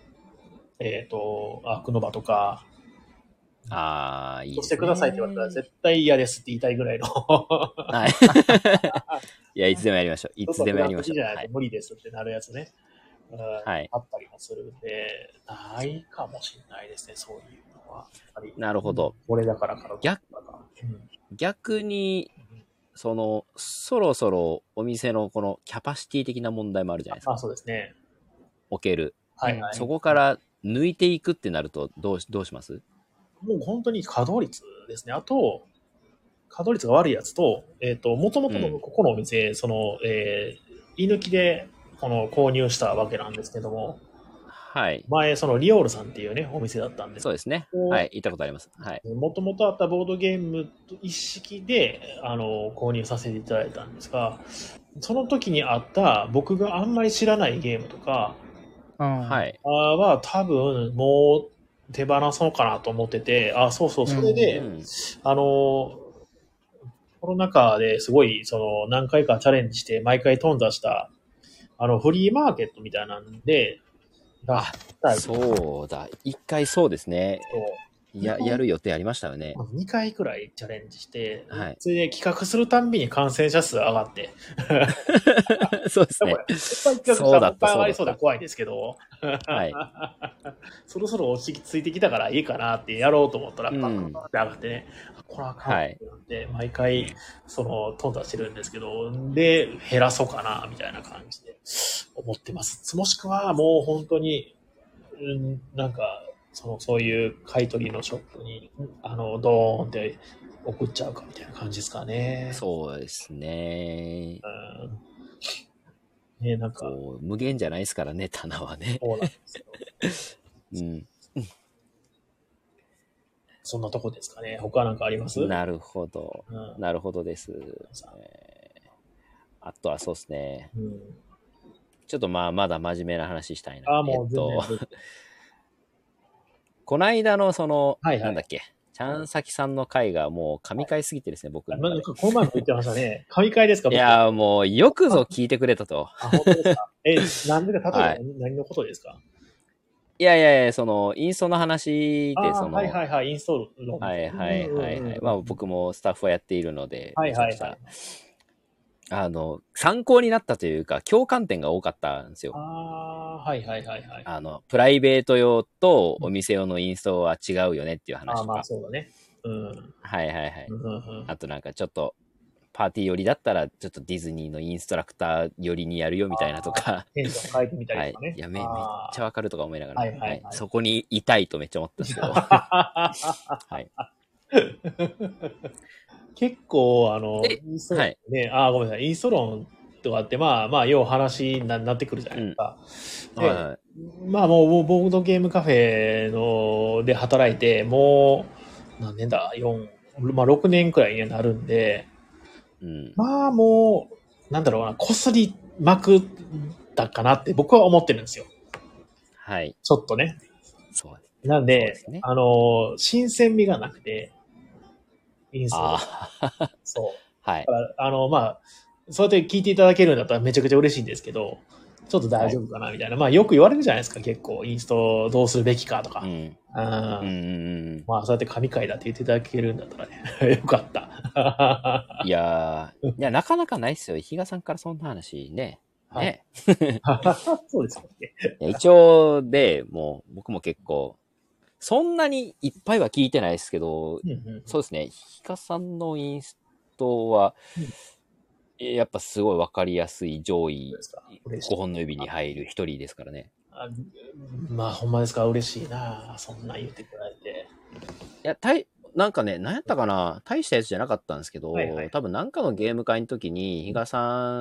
Speaker 1: えっ、と、アークノバとか、
Speaker 3: ああ、いい
Speaker 1: そ
Speaker 3: で
Speaker 1: し
Speaker 3: す、
Speaker 1: て
Speaker 3: ね。
Speaker 1: くださいって言われたら絶対嫌ですって言いたいぐらいの。
Speaker 3: はい。い (laughs) や、いつでもやりま
Speaker 1: (laughs)
Speaker 3: しょう。いつでもやりましょ
Speaker 1: ちょっとこれは好きじ
Speaker 3: う。
Speaker 1: ゃ
Speaker 3: は
Speaker 1: ない
Speaker 3: い
Speaker 1: と。無理ですってなるやつね。うん
Speaker 3: はい
Speaker 1: あったりもするんで、ないかもしれないですね、そういうのは。やっぱり
Speaker 3: なるほど。
Speaker 1: 俺だからから。
Speaker 3: 逆
Speaker 1: うん
Speaker 3: 逆に、その、そろそろお店のこのキャパシティ的な問題もあるじゃないですか。
Speaker 1: あ、そうですね。
Speaker 3: 置ける。
Speaker 1: はい、はい。
Speaker 3: そこから抜いていくってなると、どうし、どうします
Speaker 1: もう本当に稼働率ですね。あと、稼働率が悪いやつと、えっ、と、もともと
Speaker 3: うん
Speaker 1: のここのお店、その、えー、居抜きで、この、購入したわけなんですけども、
Speaker 3: はい。
Speaker 1: 前、その、リオールさんっていうね、お店だったんです
Speaker 3: そうですね。
Speaker 1: お
Speaker 3: はい。行ったことあります。はい。
Speaker 1: もともとあったボードゲームと一式であの購入させていただいたんですが、その時にあった僕があんまり知らないゲームとか
Speaker 2: うん。。
Speaker 3: はいい。
Speaker 1: あーは多分もう手放そうかなと思ってて、あそうそう、それで、
Speaker 3: うん
Speaker 1: あの、コロナ禍ですごいその何回かチャレンジして毎回頓挫したあのフリーマーケットみたいなんで、出したりと
Speaker 3: そうだ。一回そうですね。や、やる予定ありましたよね。
Speaker 1: 2回くらいチャレンジして、
Speaker 3: はい
Speaker 1: それで企画するたんびに感染者数上がって、
Speaker 3: (laughs) そうですね
Speaker 1: こ。れ、いっぱい企画した
Speaker 3: そう
Speaker 1: ら
Speaker 3: だ
Speaker 1: い
Speaker 3: っ
Speaker 1: ったぱい上がりそ
Speaker 3: そ
Speaker 1: う
Speaker 3: うだっ
Speaker 1: で
Speaker 3: た
Speaker 1: 怖いですけど、
Speaker 3: はい。
Speaker 1: (laughs) そろそろ落ち着いてきたからいいかなってやろうと思ったら、
Speaker 3: う
Speaker 1: パ
Speaker 3: ん
Speaker 1: ンパンパンって上がってね、あこれはかんないなって、毎回、その、頓挫してるんですけど、で、減らそうかな、みたいな感じで思ってます。もしくは、もう本当に、うん、なんか、その、そういう買い取りのショップに、あの、ドーンって送っちゃうかみたいな感じですかね。
Speaker 3: そうですね。
Speaker 1: うん。ね、なんか、
Speaker 3: こう、無限じゃないですからね、棚はね。
Speaker 1: そうなんですよ。
Speaker 3: うん。
Speaker 1: そんなとこですかね。 (laughs) 他なんかあります
Speaker 3: なるほど。
Speaker 1: うん
Speaker 3: なるほどです。
Speaker 1: さ
Speaker 3: あとはそうですね。
Speaker 1: うん、
Speaker 3: ちょっとまあ、まだ真面目な話したいな。
Speaker 1: ああ、もう
Speaker 3: えっ
Speaker 1: 全
Speaker 3: と、
Speaker 1: 然。
Speaker 3: この間のその、
Speaker 1: はいはい
Speaker 3: なんだっけ、ちゃんさきさんの回がもう神回すぎてですね、僕の
Speaker 1: ま
Speaker 3: 中
Speaker 1: な
Speaker 3: で
Speaker 1: んかこの前も言ってました (laughs) ね。神回ですか
Speaker 3: いやーもう、よくぞ聞いてくれたと。
Speaker 1: 僕あ、本当ですか。え、なんでか、例えば
Speaker 3: はい
Speaker 1: 何,、のことですか
Speaker 3: いやいやいや、その、インストの話で、
Speaker 1: あ
Speaker 3: そ
Speaker 1: ー
Speaker 3: の、
Speaker 1: はいはいはい、インストールの。
Speaker 3: はいはいはいはい。
Speaker 1: ま
Speaker 3: まあ僕もスタッフはやっているので、
Speaker 1: はいはいはい
Speaker 3: めちゃくちゃあの、参考になったというか、共感点が多かったんですよ。
Speaker 1: ああー、はいはいはいはい。あ
Speaker 3: あの、プライベート用とお店用のインストは違うよねっていう話
Speaker 1: あー、
Speaker 3: と
Speaker 1: ま
Speaker 3: か
Speaker 1: あ。そうだね。うん。
Speaker 3: はいはいはい。
Speaker 1: うんうんうん
Speaker 3: あとなんかちょっと、パーティー寄りだったら、ちょっとディズニーのインストラクター寄りにやるよみたいなとか。
Speaker 1: テンション変えてみた
Speaker 3: は
Speaker 1: り
Speaker 3: い
Speaker 1: とかね。。
Speaker 3: いや、め、めっ
Speaker 1: あ
Speaker 3: ちゃわかるとか思いながら、
Speaker 1: はいはいはい
Speaker 3: そこにいたいとめっちゃ思ったんで
Speaker 1: (laughs)
Speaker 3: すけど。はい。
Speaker 1: ー結構、あの、
Speaker 3: え
Speaker 1: インストールね、ああ、ごめんなさい。インストロンとかって、まあまあ、よう話にななってくるじゃないですか。で
Speaker 3: はい
Speaker 1: まあもう、ボードゲームカフェので働いて、もう、何年だ ?4、まあ6年くらいになるんで、
Speaker 3: うん。
Speaker 1: まあもう、なんだろうな、こすりまくったかなって僕は思ってるんですよ。
Speaker 3: はい。
Speaker 1: ちょっとね。
Speaker 3: そうです。
Speaker 1: なん
Speaker 3: そう
Speaker 1: で、
Speaker 3: ですね
Speaker 1: あの、新鮮味がなくて、インス
Speaker 3: あ
Speaker 1: タ
Speaker 3: あ。
Speaker 1: そう。
Speaker 3: はい
Speaker 1: だ。からあの、まあ、そうやって聞いていただけるんだったらめちゃくちゃ嬉しいんですけど、ちょっと大丈夫かなみたいな。まあよく言われるじゃないですか、結構。インストどうするべきかとか。
Speaker 3: うん。
Speaker 1: あ
Speaker 3: うんう
Speaker 1: ー
Speaker 3: んうん
Speaker 1: まあ、そうやって神回だって言っていただけるんだったらね、 (laughs) よかった。 (laughs)
Speaker 3: うん。いやー、いや、なかなかないっすよ。比嘉さんからそんな話ね。
Speaker 1: はい
Speaker 3: ね。
Speaker 1: そうですよね。
Speaker 3: いや一応で、もう、僕も結構、そんなにいっぱいは聞いてないですけど、
Speaker 1: うんうん
Speaker 3: そうですね。ヒカさんのインストは、えやっぱすごいわかりやすい上位
Speaker 1: どうですか嬉し
Speaker 3: 5
Speaker 1: い。
Speaker 3: 本の指に入る1人ですからね。
Speaker 1: あまあ、ほんまですか、嬉しいな。そんなん言ってくれて。
Speaker 3: いや、たいなんかね、何やったかな大したやつじゃなかったんですけど、
Speaker 1: はいはい
Speaker 3: 多分なんかのゲーム会の時に、比嘉さ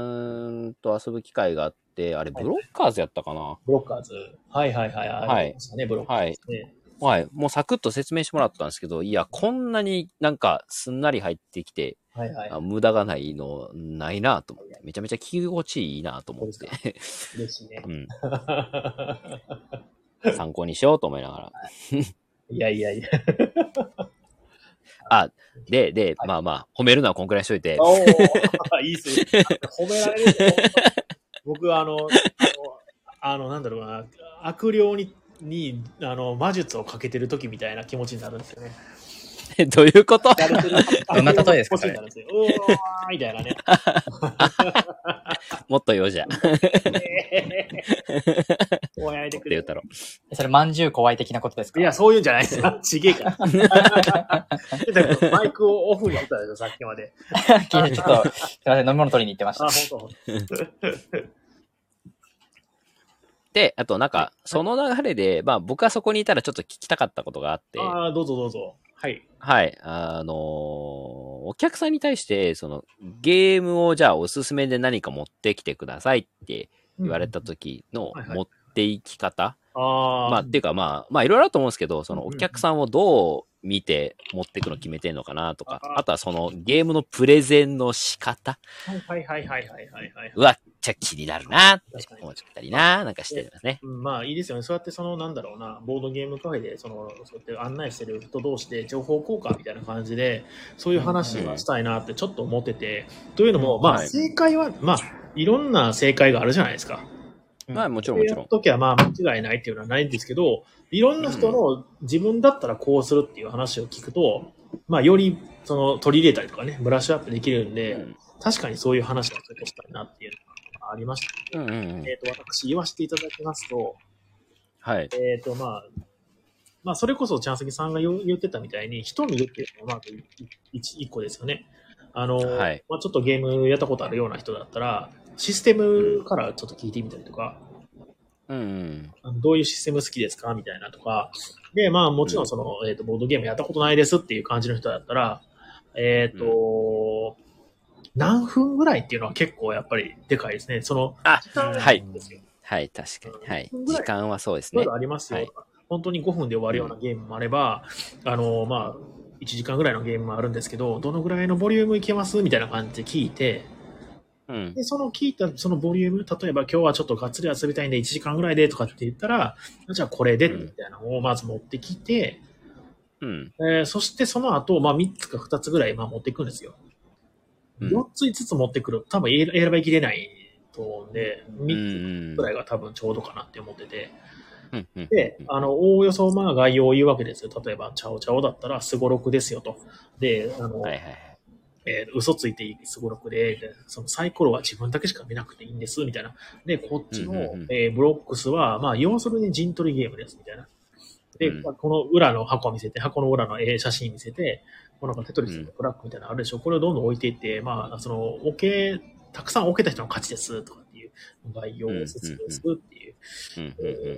Speaker 3: んと遊ぶ機会があって、あれ、ブロッカーズやったかな
Speaker 1: ブロッカーズ。はいはいはい。ありましたね、ブロッカー
Speaker 3: はい。
Speaker 1: ズね。
Speaker 3: はい。もうサクッと説明してもらったんですけど、いや、こんなになんかすんなり入ってきて、
Speaker 1: はいはい。
Speaker 3: あ無駄がないの、ないなと思って、めちゃめちゃ聞き心地いいなと思って、。
Speaker 1: 嬉しいね (laughs)
Speaker 3: うん。
Speaker 1: い
Speaker 3: 参考にしようと思いながら。
Speaker 1: やいやいや。
Speaker 3: あ、で、で、まあまあ、褒めるのはこんくらいしといて、 (laughs)
Speaker 1: おおいいっすね。褒められるよ。僕はあの、あの、あのなんだろうな、悪霊に、にあの魔術をかけてる時みたいな気持ちになるんですよね。
Speaker 3: どういうこと
Speaker 1: やれてる
Speaker 2: どんな例えですか
Speaker 1: 気持ちになるんですよおーみたいなね。
Speaker 3: もっとよじゃ。って
Speaker 1: えーおやめてく
Speaker 3: 言
Speaker 1: れ
Speaker 3: っ。たろ。
Speaker 2: それ、まんじゅう怖い的なことですか
Speaker 1: いや、そういうんじゃないですよ。ちげえから。だけどマイクをオフにしてたでしょ、さっきまで。
Speaker 2: 昨日ちょっと、すいません、飲み物取りに行ってまし
Speaker 1: あ、
Speaker 2: た。
Speaker 1: ほんとほんと。
Speaker 3: で、あとなんか、その流れで、まあ僕はそこにいたらちょっと聞きたかったことがあって、
Speaker 1: ああ、どうぞどうぞ。はい。
Speaker 3: はい、あのーお客さんに対して、その、ゲームをじゃあおすすめで何か持ってきてくださいって言われた時の
Speaker 1: うんはいはい
Speaker 3: 持っていき方、
Speaker 1: ああ、
Speaker 3: まあっていうかまあ、まあいろいろあると思うんですけど、その
Speaker 1: うんう
Speaker 3: お
Speaker 1: ん
Speaker 3: 客さんをどう見て持っていくの決めてんのかなとか、
Speaker 1: あー
Speaker 3: あとはそのゲームのプレゼンの仕方、
Speaker 1: はいはいはいはいはいはいはい。
Speaker 3: うわ、ちゃ気になるなって
Speaker 1: 確かに
Speaker 3: 思っちゃったりな、なんかしてますね。
Speaker 1: うんまあいいですよね。そうやってそのなんだろうな、ボードゲームカフェでそのそうやって案内してる人同士で情報交換みたいな感じで、そういう話はしたいなってちょっと思ってて、というのも、
Speaker 2: うん
Speaker 1: まあ
Speaker 3: はい
Speaker 1: 正解は、まあいろんな正解があるじゃないですか。
Speaker 2: うん
Speaker 3: まあもちろんもちろ
Speaker 1: や
Speaker 3: ん
Speaker 1: る。ときはまあ間違いないっていうのはないんですけど、いろんな人の自分だったらこうするっていう話を聞くと、まあよりその取り入れたりとかね、ブラッシュアップできるんで、
Speaker 3: うん
Speaker 1: 確かにそういう話はちょっとしたいなっていうのがありました。
Speaker 3: うんうんうん
Speaker 1: えっ、と、私言わせていただきますと、
Speaker 3: はい。
Speaker 1: えっ、と、まあ、まあ、それこそ、チャンスギさんが言う言ってたみたいに、人を見るっていうのは、まあ、一一個ですよね。あの、
Speaker 3: はい
Speaker 1: まあ、ちょっとゲームやったことあるような人だったら、システムからちょっと聞いてみたりとか、
Speaker 3: うんうん。
Speaker 1: あのどういうシステム好きですかみたいなとか、で、まあ、もちろん、その、えっ、と、ボードゲームやったことないですっていう感じの人だったら、えっ、と、何分ぐらいっていうのは結構やっぱりでかいですね。その、
Speaker 3: あ、
Speaker 1: 時間
Speaker 3: はい
Speaker 1: ですよ。
Speaker 3: はい、確かに。はい
Speaker 1: うん。
Speaker 3: 時間はそうです
Speaker 1: いろ
Speaker 3: ね
Speaker 1: いろ。ありますよ、
Speaker 3: はい
Speaker 1: 本当に5分で終わるようなゲームもあれば、あのまあ、1時間ぐらいのゲームもあるんですけど、どのぐらいのボリュームいけますみたいな感じで聞いて、
Speaker 3: うん。
Speaker 1: でその聞いたそのボリューム、例えば今日はちょっとがっつり遊びたいんで1時間ぐらいでとかって言ったら、じゃあこれで
Speaker 3: うん
Speaker 1: みたいなのをまず持ってきて、
Speaker 3: うん。
Speaker 1: えーそしてその後、まあ、3つか2つぐらいまあ持っていくんですよ。
Speaker 3: うん
Speaker 1: 4つ、5つ持ってくる、多分選選びきれないと思うんで、
Speaker 3: うん
Speaker 1: 3つぐらいが多分ちょうどかなって思ってて。
Speaker 3: うんうん
Speaker 1: で、あの、おおよそ、まあ、概要を言うわけですよ。例えば、チャオチャオだったら、スゴロクですよと。で、あの、
Speaker 3: はいはいはい。
Speaker 1: えー嘘ついていいスゴロクで、でそのサイコロは自分だけしか見なくていいんです、みたいな。で、こっちの、
Speaker 3: うんうんうん
Speaker 1: えーブロックスは、まあ、要するに陣取りゲームです、みたいな。で、
Speaker 3: うん
Speaker 1: まあこの裏の箱を見せて、箱の裏の、えー写真見せて、このなんかテトリスのブラックみたいなのあるでしょ。これをどんどん置いていって、まあ、その、置け、たくさん置けた人の勝ちです、とかっていう概要を説明するっていう。
Speaker 3: うんうんうん
Speaker 1: えー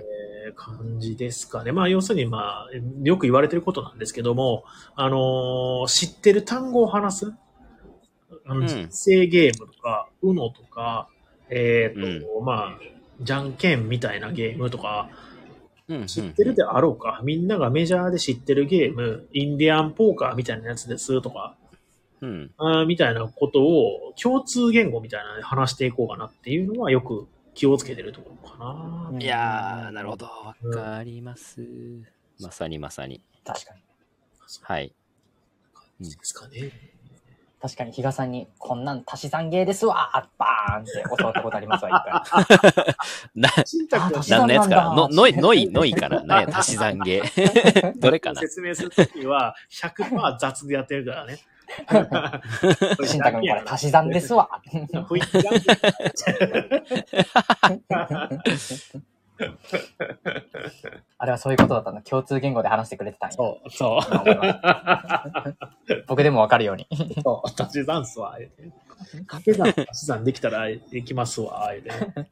Speaker 1: 感じですかね。まあ、要するに、まあ、よく言われてることなんですけども、あのー知ってる単語を話す。あ
Speaker 3: う
Speaker 1: の、
Speaker 3: ん
Speaker 1: 人生ゲームとか、UNO とか、えっ、と、まあ、じゃんけんみたいなゲームとか、
Speaker 3: うんうん。
Speaker 1: 知ってるであろうか。みんながメジャーで知ってるゲーム、インディアンポーカーみたいなやつですとか、
Speaker 3: うん。
Speaker 1: あーみたいなことを共通言語みたいなので話していこうかなっていうのはよく気をつけてるところかな。
Speaker 3: いやー、なるほど。わかります。まさにまさに。
Speaker 2: 確かに。
Speaker 3: はい。
Speaker 1: ですかね。
Speaker 2: 確かに、比嘉さんに、こんなん足し算ゲーですわーバーンって教わったことありますわ、一回。
Speaker 3: な、
Speaker 1: 新宅
Speaker 2: あ
Speaker 1: の
Speaker 2: 足し
Speaker 3: 何
Speaker 2: 算な
Speaker 3: の
Speaker 2: んだ
Speaker 3: やつからの、のい、のい、のいから。なんや、足し算ゲー。 (laughs) どれかな
Speaker 1: 説明するとき
Speaker 3: (laughs)
Speaker 1: は100%雑でやってるからね。
Speaker 2: 新太君から足し算ですわ。
Speaker 1: 雰囲気だけ
Speaker 2: あれはそういうことだったんだ。共通言語で話してくれてたんや。
Speaker 1: そう、そう。
Speaker 2: 今思いました僕でもわかるように。
Speaker 1: 足し算っすわ、言うて。掛け算、足し算できたらできますわ、言うて。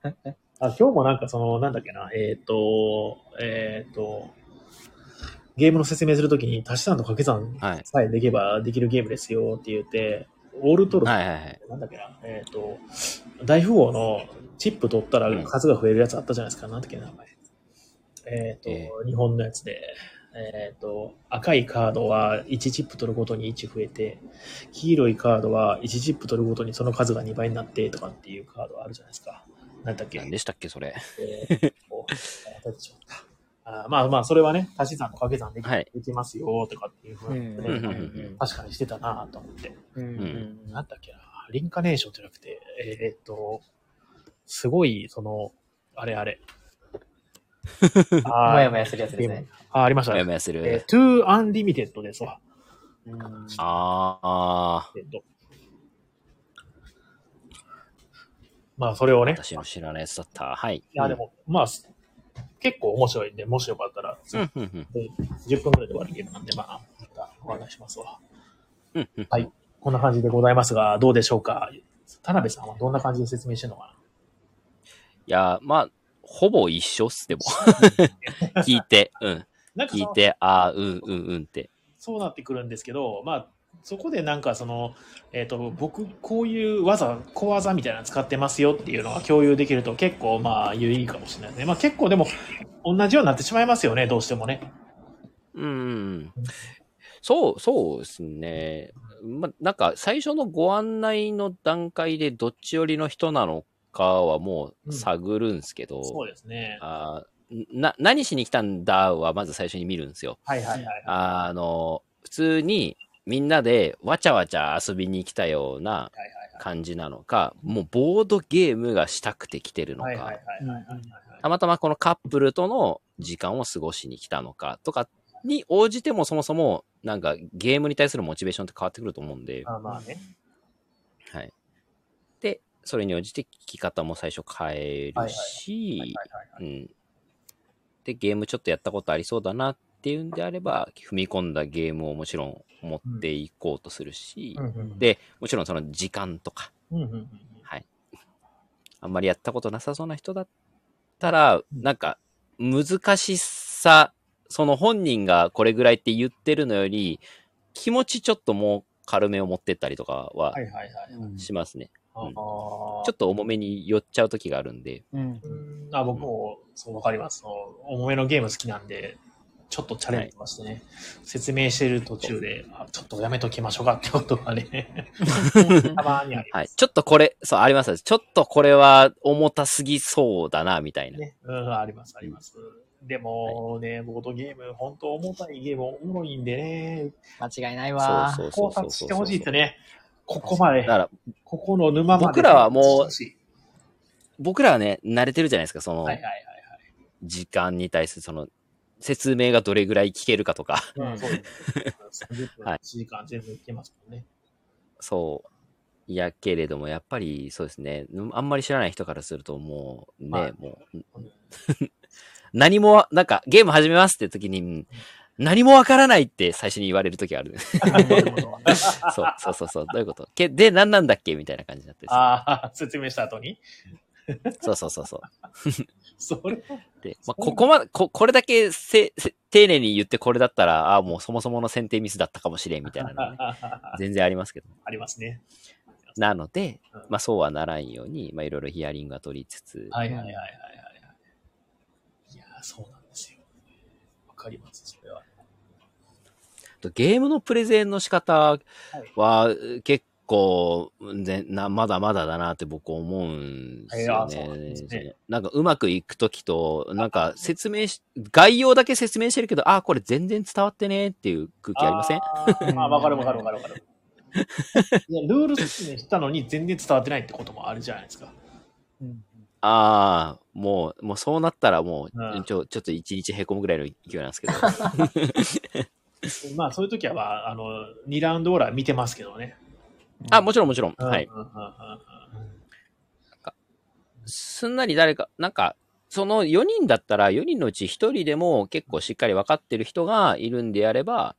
Speaker 1: あ今日もなんかその、なんだっけな、えっ、と、えっ、と、ゲームの説明するときに足し算と掛け算
Speaker 3: はい。
Speaker 1: さえできればできるゲームですよって言って、オールトルコ、
Speaker 3: はいはいはい。
Speaker 1: なんだっけな、えっ、と、大富豪のチップ取ったら数が増えるやつあったじゃないですか、なんだっけな、名前。えっ、と、
Speaker 3: え
Speaker 1: 日本のやつで、えっ、と、赤いカードは1チップ取るごとに1増えて、黄色いカードは1チップ取るごとにその数が2倍になってとかっていうカードあるじゃないですか。なんだっけ
Speaker 3: 何でしたっけ、それ。
Speaker 1: えーこうやったでしょうかあーまあまあ、それはね、足し算と掛け算でき,、
Speaker 3: はい
Speaker 1: できますよとかっていうふうに、
Speaker 3: うんうん
Speaker 1: 確かにしてたなと思って。
Speaker 2: うん
Speaker 1: なんだっけな、リンカネーションじゃなくて、えーえっと、すごい、その、あれあ
Speaker 3: (laughs)
Speaker 1: れ。あー
Speaker 2: もやもやするやつですね。
Speaker 1: あー、ありました
Speaker 3: もや
Speaker 1: ね。
Speaker 3: もやす
Speaker 1: え
Speaker 3: る
Speaker 1: ー、。to unlimited ですわ。
Speaker 2: うん
Speaker 3: ああ、
Speaker 1: えっとまあ、それをね、
Speaker 3: 私の知らないやつだった。はい。い
Speaker 1: いや、で。も、まあ、す結構面白いんで、もしよかったら、
Speaker 3: うん、うん、うん
Speaker 1: で10分くらいで終わるゲームなんで、まあ、またご案内しますわ。
Speaker 3: うんうん。
Speaker 1: はい。こんな感じでございますが、どうでしょうか田辺さんはどんな感じで説明してるのか
Speaker 3: いや、まあ、ほぼ一緒っす、でも。聞いて、
Speaker 1: (laughs)
Speaker 3: うん。
Speaker 1: ななんかそ
Speaker 3: 聞
Speaker 1: の
Speaker 3: いて、ああ、うん、うん、うんって。
Speaker 1: そうなってくるんですけど、まあ、そこでなんかその、えっ、と、僕、こういう技、小技みたいなの使ってますよっていうのが共有できると結構、まあ、有意義かもしれないですね。まあ、結構でも、同じようになってしまいますよね、どうしてもね。
Speaker 3: うんうんうん。そう、そうですね。ま、なんか、最初のご案内の段階でどっち寄りの人なのかはもう探るんですけど、
Speaker 1: そうですね。
Speaker 3: あーな、何しに来たんだはまず最初に見るんですよ。
Speaker 1: はいはいはい。
Speaker 3: あの、普通にみんなでわちゃわちゃ遊びに来たような感じなのか、もうボードゲームがしたくて来てるの
Speaker 1: はいはいはい
Speaker 3: か、
Speaker 1: はいはいはい。
Speaker 3: たまたまこのカップルとの時間を過ごしに来たのかとかに応じてもそもそもなんかゲームに対するモチベーションって変わってくると思うんで、
Speaker 1: まあまあね。
Speaker 3: はい。で、それに応じて聞き方も最初変えるし、
Speaker 1: はいはいはい
Speaker 3: うん。で、ゲームちょっとやったことありそうだなっていうんであれば、踏み込んだゲームをもちろん持っていこうとするし、
Speaker 1: うんうんうん
Speaker 3: で、もちろんその時間とか、
Speaker 1: うんうんうん
Speaker 3: あんまりやったことなさそうな人だったら、なんか、難しさ、その本人がこれぐらいって言ってるのより、気持ちちょっともう軽めを持ってったりとかは
Speaker 1: はいはいはい。
Speaker 3: しますね。
Speaker 1: あー
Speaker 3: うんちょっと重めに寄っちゃう時があるんで、
Speaker 2: うん
Speaker 1: うんあ僕もそう分かります。その重めのゲーム好きなんで、ちょっとチャレンジましてね、説明してる途中で、あちょっとやめときましょうかってことがね、たまにあり
Speaker 3: は
Speaker 1: ま
Speaker 3: い。
Speaker 1: す。
Speaker 3: ちょっとこれ、そう、あります。ちょっとこれは重たすぎそうだな、みたいな。
Speaker 1: ね、うん、あります、あります。でもね、ボードゲーム、本当重たいゲーム、おもろいんでね、
Speaker 2: 間違いないわ。
Speaker 3: そうそ
Speaker 1: 考
Speaker 3: うそうそう
Speaker 1: 察してほしいです
Speaker 3: そう。
Speaker 1: ね。ここま
Speaker 3: だ
Speaker 1: で、
Speaker 3: から、
Speaker 1: ここの沼まで。
Speaker 3: 僕らはもう
Speaker 1: し
Speaker 3: 僕らはね、慣れてるじゃないですか、その
Speaker 1: はい、はいは
Speaker 3: 時間に対する、その、説明がどれぐらい聞けるかとか、 (laughs)
Speaker 1: いはい。うん、そうです。30分、
Speaker 3: は
Speaker 1: 1
Speaker 3: い
Speaker 1: 時間全然いけますもん
Speaker 3: (laughs)
Speaker 1: ね。
Speaker 3: そう。いやけれども、やっぱり、そうですね。んあんまり知らない人からすると、もう、ね、
Speaker 1: はい
Speaker 3: もう、
Speaker 1: うん
Speaker 3: 何も、なんか、ゲーム始めますって時に、うん何もわからないって最初に言われる時がある。
Speaker 1: (laughs) どういうこと
Speaker 3: そう、そうそうそう、どういうことけで、何なんだっけみたいな感じになって。
Speaker 1: ああ、説明した後に。
Speaker 3: そうそうそうそう。
Speaker 1: それ
Speaker 3: で、まあ、
Speaker 1: そう
Speaker 3: ここまで、こ、これだけせ、せ丁寧に言ってこれだったら、ああ、もうそもそもの選定ミスだったかもしれんみたいなのね、
Speaker 1: (laughs) あ
Speaker 3: 全然ありますけど。
Speaker 1: りますね。
Speaker 3: なので
Speaker 1: うん、
Speaker 3: まあそうはならんように、まあいろいろヒアリングは取りつつ、
Speaker 1: はいはいはいはいはいはい。いやー、そうなんですよ。わかります、それは。
Speaker 3: とゲームのプレゼンの仕方は結構、ぜなまだまだだなって僕思うんですよ
Speaker 1: はいあーそうなん
Speaker 3: ね。
Speaker 1: ですね
Speaker 3: なんかうまくいくときと、なんか説明し、概要だけ説明してるけど、ああ、これ全然伝わってねっていう空気ありません
Speaker 1: あーまあ、わかるわかるわかるわか
Speaker 3: (laughs)
Speaker 1: る。いやルール説明したのに全然伝わってないってこともあるじゃないですか。
Speaker 2: うん
Speaker 3: ああ、もう、もうそうなったらもう、
Speaker 1: うん
Speaker 3: ちょ、ちょっと一日へこむぐらいの勢いなん
Speaker 1: (laughs)
Speaker 3: ですけど。
Speaker 1: まあ、そういう時は、まあ、あの、2ラウンドオーラー見てますけどね。
Speaker 3: あ、もちろんもちろん。はい。
Speaker 1: うんうんうんうん
Speaker 3: すんなり誰か、なんか、その4人だったら、4人のうち1人でも結構しっかり分かってる人がいるんであれば、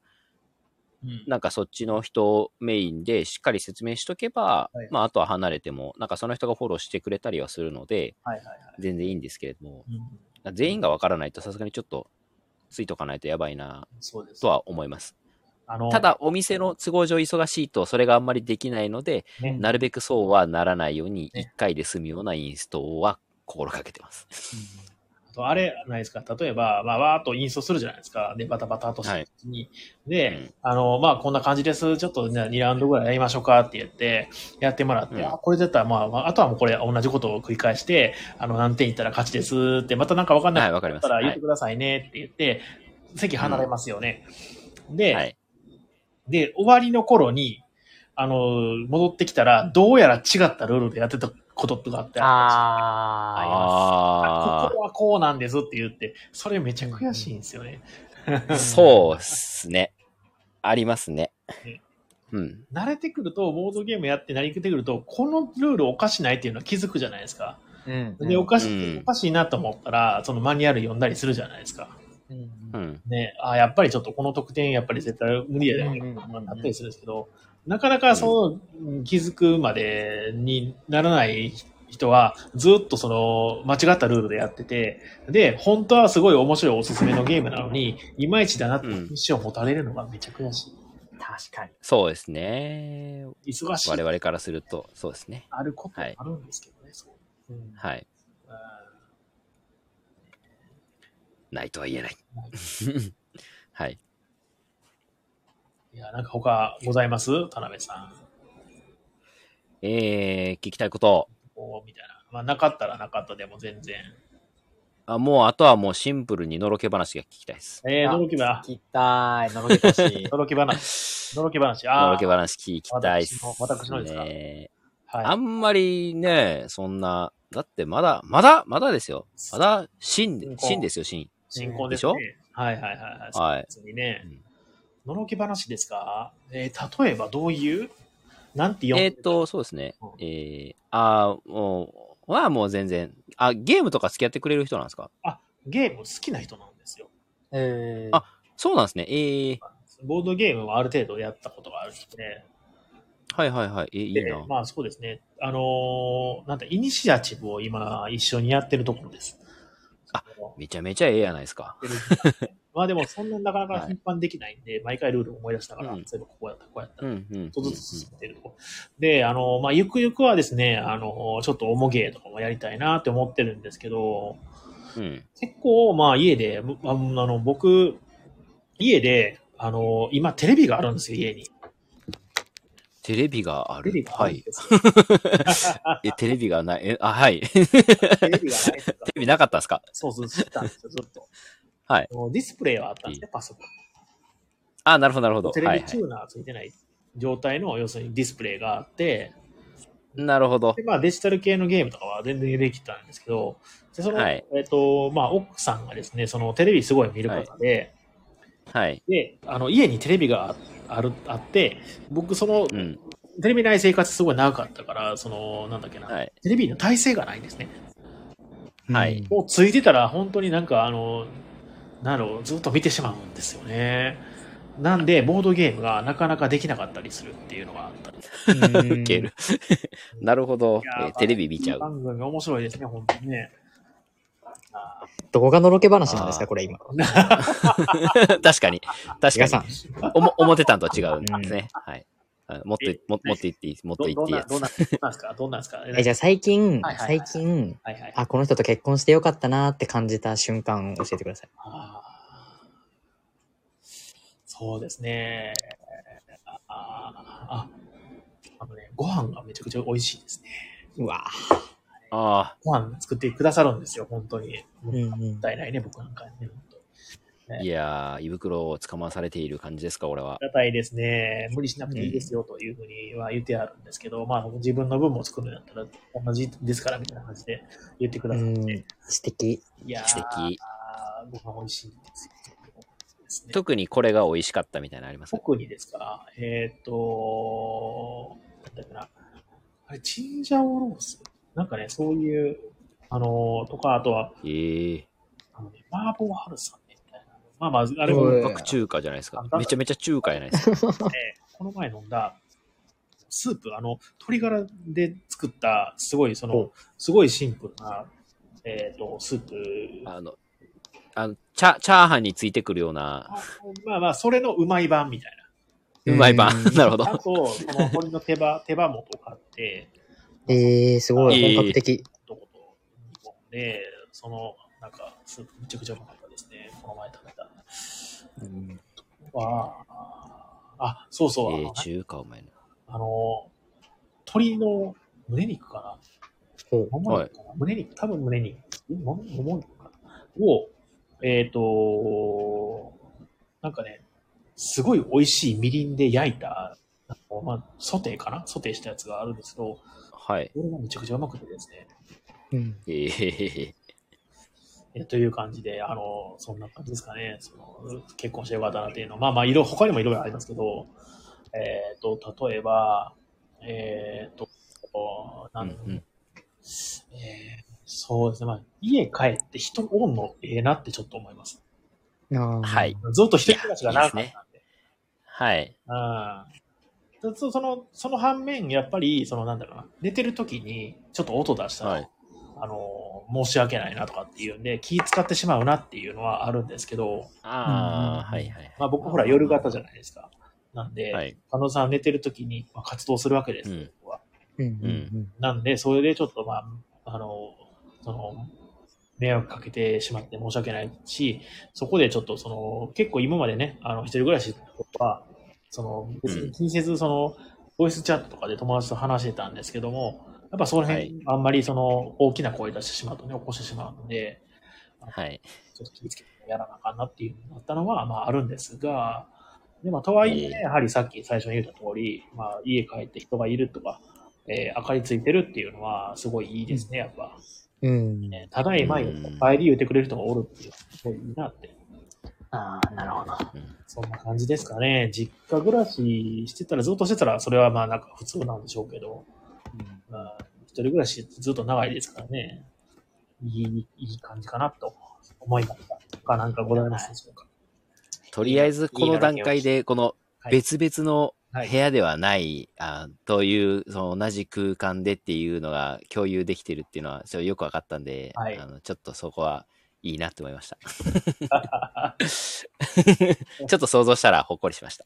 Speaker 1: うん。
Speaker 3: なんかそっちの人メインでしっかり説明しとけば、
Speaker 1: はい
Speaker 3: まああとは離れても、なんかその人がフォローしてくれたりはするので、
Speaker 1: はいはいはい。
Speaker 3: 全然いいんですけれども、
Speaker 1: うん
Speaker 3: 全員が分からないとさすがにちょっとついとかないとやばいな
Speaker 1: そうです
Speaker 3: と。は思います。
Speaker 1: あの
Speaker 3: た、だ、お店の都合上忙しいと、それがあんまりできないので、
Speaker 1: ね
Speaker 3: なるべくそうはならないように、
Speaker 2: ね
Speaker 3: 1回で済むようなインストは心がけてます。
Speaker 1: あとあれないですか、例えば、まあ、わーっと印刷するじゃないですか、で、バタバタっとした時に、で、
Speaker 3: うん
Speaker 1: あの、まあ、こんな感じです、ちょっとじゃあ2ラウンドぐらいやりましょうかって言って、やってもらって、
Speaker 3: うん
Speaker 1: あこれだったら、まあまあ、あとはもうこれ、同じことを繰り返して、あの、何点いったら勝ちですって、またなんかわかん
Speaker 3: は、
Speaker 1: ないい
Speaker 3: わかり
Speaker 1: だっ
Speaker 3: ます。
Speaker 1: た
Speaker 3: は
Speaker 1: ら言って
Speaker 3: い。
Speaker 1: くださいねって言って、席離れますよね。で、
Speaker 3: はい、
Speaker 1: で、終わりの頃に、あの、戻ってきたら、どうやら違ったルールでやってたこととかってあ
Speaker 2: あー
Speaker 1: こ
Speaker 3: あ
Speaker 1: こはこうなんですって言って、それめちゃ悔しいんですよね。
Speaker 3: あ、そうっすね。ありますね
Speaker 1: ね。
Speaker 3: うん。
Speaker 1: 慣れてくると、ボードゲームやって慣れてくると、このルールおかしないっていうのは気づくじゃないですか。
Speaker 2: うん
Speaker 1: で、おかしい、
Speaker 3: うん
Speaker 1: おかしいなと思ったら、そのマニュアル読んだりするじゃないですか。
Speaker 2: うん
Speaker 3: うん。
Speaker 1: ね、あやっぱりちょっとこの得点、やっぱり絶対無理やで、
Speaker 2: うんうんうんうん
Speaker 1: なったりするんですけど、なかなかその、うん気づくまでにならない人は、ずっとその、間違ったルールでやってて、で、本当はすごい面白いおすすめのゲームなのに、いまいちだなって意思を持たれるのがめちゃ悔し
Speaker 2: 確かに。
Speaker 3: そうですね。
Speaker 1: い。忙しい。
Speaker 3: 我々からすると、そうですね。
Speaker 1: あることもあるんですけどね、そう。うん
Speaker 3: はい。ないとは言えない。 (laughs) はい。
Speaker 1: いや、なんか他ございます田辺さん。
Speaker 3: えー、聞きたいこと。
Speaker 1: こう、みたいな。まあ、なかったらなかったでも全然。
Speaker 3: あもう、あとはもうシンプルにのろけ話が聞きたいです。
Speaker 1: えー、
Speaker 2: あ
Speaker 1: のろきば。
Speaker 2: 聞、きたい。のろけてほしい
Speaker 1: のろき (laughs) 話。のろき話。あー
Speaker 3: のろけ話聞きたいっす、ね。
Speaker 1: 私の私のですか
Speaker 3: あ
Speaker 1: はい。
Speaker 3: んまりね、そんな、だってまだ、まだ、まだですよ。まだ、真で
Speaker 1: うん、
Speaker 3: 真ですよ、真。
Speaker 1: 新婚
Speaker 3: で
Speaker 1: で
Speaker 3: し
Speaker 1: す
Speaker 3: ょ
Speaker 1: ね。はいはいはいはい。
Speaker 3: はい
Speaker 1: 別にね
Speaker 3: うん。
Speaker 1: のろき話ですかえー、例えばどういうなんて読ん
Speaker 3: え
Speaker 1: で
Speaker 3: ーっと、そうですね
Speaker 1: うん。
Speaker 3: えー、あーもう、はもう全然。あ、ゲームとか付き合ってくれる人なんですか
Speaker 1: ゲーム好きな人なんですよ。
Speaker 2: えー
Speaker 3: あそうなんですね。えー、
Speaker 1: ボードゲームはある程度やったことがある人で、
Speaker 3: はいはいはい。えー、いい
Speaker 1: で
Speaker 3: な。
Speaker 1: まあそうですね。あのーなんて、イニシアチブを今一緒にやってるところです。
Speaker 3: あ
Speaker 1: その
Speaker 3: めちゃめちゃええやないですか。
Speaker 1: まあでもそんななかな
Speaker 3: は
Speaker 1: か
Speaker 3: い
Speaker 1: 頻繁にできないんで、毎回ルールを思い出したから、
Speaker 3: うん
Speaker 1: そういえばこうやった、こうやった。
Speaker 3: うん、うん
Speaker 1: ちょっとずつ進めてるとこ。で、あの、まあ、ゆくゆくはですね、あの、ちょっと重芸とかもやりたいなって思ってるんですけど、
Speaker 3: うん。うん。
Speaker 1: 結構、まあ、家で、むああの、僕、家で、あの、今、テレビがあるんですよ、家に。
Speaker 3: テレビがあ
Speaker 1: テレビ
Speaker 3: る。
Speaker 1: があ
Speaker 3: は
Speaker 1: るん
Speaker 3: い。
Speaker 1: ですよ。
Speaker 3: え、テレビがない。え、あ、はい。 (laughs) テ
Speaker 1: テレビがない
Speaker 3: (laughs)
Speaker 1: ですか
Speaker 3: レビなかったんですか
Speaker 1: そうそう、知ったんですよ、ずっと。
Speaker 3: はい
Speaker 1: あの。ディスプレイはあったんですね、パソコン。
Speaker 3: あ、なるほど、なるほど。
Speaker 1: テ
Speaker 3: は
Speaker 1: レ
Speaker 3: い
Speaker 1: ビチューナーついてない状態の、要するにディスプレイがあって、
Speaker 3: なるほど。
Speaker 1: で、まあ、デジタル系のゲームとかは全然できたんですけど、でその、
Speaker 3: はい
Speaker 1: えっ、と、まあ、奥さんがですね、そのテレビすごい見る方で、
Speaker 3: はい。
Speaker 1: で、あの、家にテレビがある、あって、僕、その、
Speaker 3: うん。
Speaker 1: テレビない生活すごい長かったから、その、なんだっけな、
Speaker 3: はい。
Speaker 1: テレビの体制がないんですね。
Speaker 3: はい
Speaker 1: もうついてたら、本当になんか、あの、なんだろう、ずっと見てしまうんですよね。なんで、ボードゲームがなかなかできなかったりするっていうのがあったり。
Speaker 2: うん
Speaker 3: ウケる。 (laughs) なるほど
Speaker 1: いや。ー
Speaker 3: えーテレビ見ちゃう。
Speaker 1: 番組が面白いですね、本当にね。あー
Speaker 2: どこがのろけ話なんですか、これ今。
Speaker 3: (laughs) 確かに。確
Speaker 2: 皆
Speaker 3: か
Speaker 2: さ
Speaker 3: に。
Speaker 2: ん。
Speaker 3: おも表たんとは違うんですね。はい。あもっとい、ももっと言っていい、もっと
Speaker 1: ど
Speaker 3: 言っ
Speaker 1: ど
Speaker 3: て
Speaker 1: ん
Speaker 3: いい
Speaker 1: な
Speaker 3: やつ
Speaker 1: どん。などんなんですかどんなん
Speaker 3: (laughs)
Speaker 1: ですか
Speaker 2: え、じゃあ最近
Speaker 1: はい、はいはい
Speaker 2: 最近、
Speaker 1: はいはい。
Speaker 2: あ、この人と結婚してよかったなって感じた瞬間教えてください。
Speaker 1: あーそうですね。あああのね、ご飯がめちゃくちゃ美味しいですね。
Speaker 2: うわ
Speaker 3: ああ、
Speaker 1: ご飯作ってくださるんですよ、本当に。
Speaker 2: うん
Speaker 1: も
Speaker 2: うん
Speaker 1: っ。たいないね、僕なんかね。本当に
Speaker 3: いやー、胃袋を捕まされている感じですか、俺は
Speaker 1: あ。りがたいですね。無理しなくていいですよというふうには言ってあるんですけど、まあ自分の分も作るんだったら同じですからみたいな感じで言ってくだ
Speaker 2: う
Speaker 1: さって。
Speaker 2: ん、素敵。
Speaker 1: いやー
Speaker 3: 素敵。
Speaker 1: ご飯美味しいんですよですね。
Speaker 3: 特にこれが美味しかったみたいなのあります
Speaker 1: 特にですか、えっ、と、なんだっけな、あれ、チンジャオロースなんかね、そういう、あのーとか、あとは、
Speaker 3: ええ
Speaker 1: あのね、麻婆春雨みたいな。まあまあ、あれ
Speaker 2: お
Speaker 1: も、
Speaker 2: い
Speaker 1: ね、
Speaker 3: ー。本格中華じゃないですか
Speaker 1: あなん。だ
Speaker 3: めちゃめちゃ中華じゃないですか。
Speaker 1: この前飲んだ、スープ、あの、鶏ガラで作った、すごい、その
Speaker 2: お、
Speaker 1: すごいシンプルな、えっ、と、スープ、
Speaker 3: あの、あの、チャ、チャーハンについてくるような、
Speaker 1: まあまあ、それのうまい版みたいな。
Speaker 3: うまい
Speaker 2: (laughs)
Speaker 3: パン。
Speaker 2: うん
Speaker 3: なるほ (laughs) ど。
Speaker 1: あと、この堀の手羽、手羽元を買って、
Speaker 2: えー、すごい、本格的。
Speaker 1: とこと煮込んで、その、なんか、スープめちゃくちゃうまかったですね。この前食べた。わあ。あ、そう
Speaker 3: え
Speaker 1: そう。あの
Speaker 3: ー、中華お前な。
Speaker 1: あの、鶏の胸肉か
Speaker 2: ほう
Speaker 1: なもも肉かな、胸肉、多分胸肉。んももも肉かなを、えっ、と、なんかね、すごい美味しいみりんで焼いた、あのまあ、ソテーかなソテーしたやつがあるんですけど、
Speaker 3: はい。
Speaker 1: これがめちゃくちゃうまくてですね。
Speaker 2: うん。
Speaker 3: えー、
Speaker 1: えという感じで、あの、そんな感じですかね。その結婚してよかったなっていうのは、まあまあ、色、他にもいろいろありますけど、えっ、と、例えば、えっ、と、
Speaker 3: う
Speaker 1: なん
Speaker 3: んうん
Speaker 1: えーそうですね。まあ、家帰って人おんのええなってちょっと思います。
Speaker 2: あー
Speaker 3: はい。。
Speaker 1: ずっと一人暮らしが長かったんで。
Speaker 3: いはい。
Speaker 1: うんそその、その反面、やっぱり、その、なんだろうな、寝てる時に、ちょっと音出したら、
Speaker 3: はい
Speaker 1: あの、申し訳ないなとかっていうんで、気使ってしまうなっていうのはあるんですけど、
Speaker 3: ああ、
Speaker 2: うん
Speaker 3: はいはい。
Speaker 1: まあ僕ほら夜型じゃないですか。なんで、
Speaker 3: はい。
Speaker 1: 加納さん寝てる時にまあ活動するわけですよ、
Speaker 3: うん
Speaker 1: 僕は
Speaker 2: うんうん
Speaker 1: なんで、それでちょっとまあ、あの、その、迷惑かけてしまって申し訳ないし、そこでちょっとその、結構今までね、あの、一人暮らしは、その、別に気にせず、その、ボイスチャットとかで友達と話してたんですけども、やっぱその辺、あんまりその、大きな声出してしまうとね、起こしてしまうので、
Speaker 3: はい。
Speaker 1: ちょっと気をつけてやらなあかんなっていうのがあったのは、まああるんですが、でまあ、とはいえ、
Speaker 3: ええ
Speaker 1: ね、やはりさっき最初に言った通り、まあ家帰って人がいるとか、えー明かりついてるっていうのはすごいいいですね、やっぱ。
Speaker 2: うん。うん。
Speaker 1: ねただいまよ
Speaker 3: うん
Speaker 1: 帰り言ってくれる人がおるっていうのはすごいいいなって。ああ、なるほど。
Speaker 3: うん
Speaker 1: そんな感じですかね。実家暮らししてたら、ずっとしてたら、それはまあなんか普通なんでしょうけど、まあ、一人暮らしずっと長いですからね、いい、いい感じかなと思いました。他なんかございますでしょうか。
Speaker 3: とりあえず、この段階で、この別々の部屋ではない、あという、その同じ空間でっていうのが共有できてるっていうのは、ちょっとよくわかったんで、
Speaker 1: はい
Speaker 3: あのちょっとそこはいいなって思いました。ちょっと想像したらほっこりしました。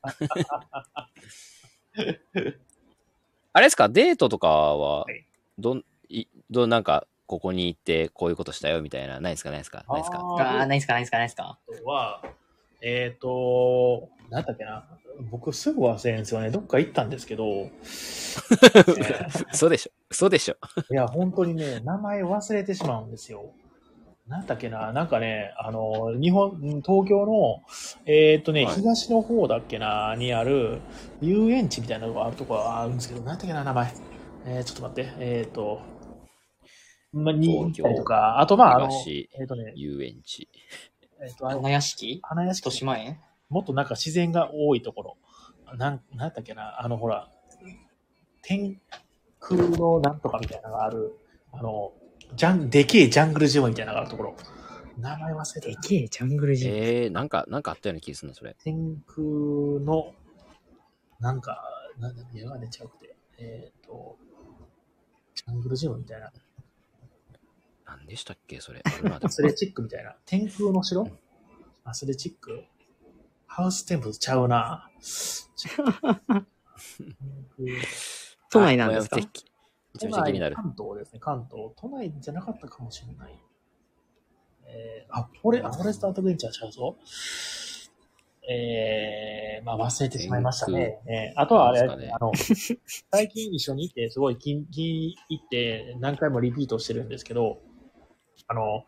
Speaker 3: あれですか、デートとかは
Speaker 1: はい、
Speaker 3: どん、いどんなんか、ここに行って、こういうことしたよみたいな、ないですか、ないですか、ないですか。
Speaker 2: ああ、
Speaker 1: あ
Speaker 2: ないっすか、ないっすか、ないっすか。
Speaker 1: とは、えっ、と、なんだっけな。僕すぐ忘れるんですよね。どっか行ったんですけ
Speaker 3: (laughs)
Speaker 1: ど、えー
Speaker 3: 嘘でしょ、嘘でしょ。
Speaker 1: いや、本当にね、名前忘れてしまうんですよ。なんだっけな、なんかね、あの、日本、ん東京の、えーっとね、
Speaker 3: はい
Speaker 1: 東の方だっけな、にある、遊園地みたいなのがあるとこがあるんですけど、なんだっけな、名前。えーちょっと待って、えーっと、まあ、に、
Speaker 3: 東京
Speaker 1: とか、あと、まあ、あの、
Speaker 3: 東
Speaker 1: えーっとね、
Speaker 3: 遊園地。
Speaker 1: えーっと、あ
Speaker 2: 花
Speaker 1: の、
Speaker 2: 屋敷
Speaker 1: 花屋
Speaker 2: 豊
Speaker 1: 敷、
Speaker 2: 島園
Speaker 1: もっとなんか自然が多いところ。なん、なんだっけな、あの、ほら、天空のなんとかみたいなのがある、あの、ジャン、でけえジャングルジムみたいなのがあるところ。名前忘れて
Speaker 2: で
Speaker 1: た。
Speaker 2: けえ、ジャングルジム。
Speaker 3: えー、なんか、なんかあったような気がするな、それ。
Speaker 1: 天空の、なんか、なんだ、名が出ちゃうくて。えっ、と、ジャングルジムみたいな。
Speaker 3: なんでしたっけ、それ。あるな
Speaker 1: (laughs) アスレチックみたいな。天空の城アスレチックハウステンプスちゃうな。天空
Speaker 2: 都内なんですか
Speaker 3: あこれはぜひめちゃめちゃ気になる
Speaker 1: 都。内関東ですね、関東。都内じゃなかったかもしれない。えー、あ、フォレあフォレストアドベンチャーちゃうぞ。えー、まあ忘れてしまいましたね。えーあとはあれ、
Speaker 3: そうですかね
Speaker 1: あ
Speaker 3: (laughs)
Speaker 1: の、最近一緒に行って、すごい気気に入って、何回もリピートしてるんですけど、あの、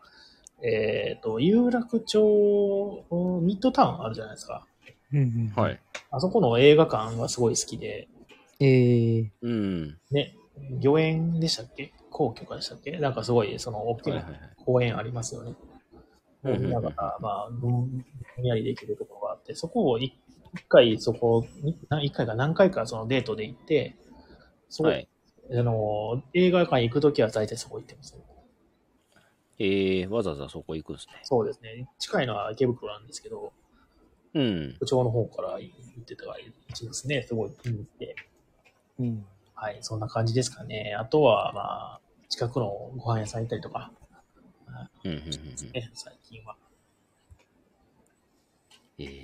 Speaker 1: えっ、と、有楽町、うんミッドタウンあるじゃないですか。
Speaker 2: うんうん
Speaker 3: はい。
Speaker 1: あそこの映画館がすごい好きで、
Speaker 2: ええ
Speaker 3: うん。
Speaker 1: ね、御苑でしたっけ皇居かでしたっけなんかすごい、その、大き
Speaker 3: はいは
Speaker 1: ない
Speaker 3: はい。
Speaker 1: 公園ありますよね。
Speaker 3: うんうんうん
Speaker 1: だから、まあ、ぼんやりできるところがあって、そこを一一回、そこ、にな一回か何回かそのデートで行って、そこ、
Speaker 3: はい。
Speaker 1: あの、映画館行くときは大体そこ行ってます、
Speaker 3: えー、わざわざそこ行くんですね。
Speaker 1: そうですね。近いのは池袋なんですけど、
Speaker 3: うん。
Speaker 1: 部長の方から行ってたから、一応ですね、すごい気に入って。
Speaker 2: うん。
Speaker 1: はい、そんな感じですかね。あとは、まあ、近くのご飯屋さん行ったりとか、
Speaker 3: うんうんうんうん
Speaker 1: ね、最近は。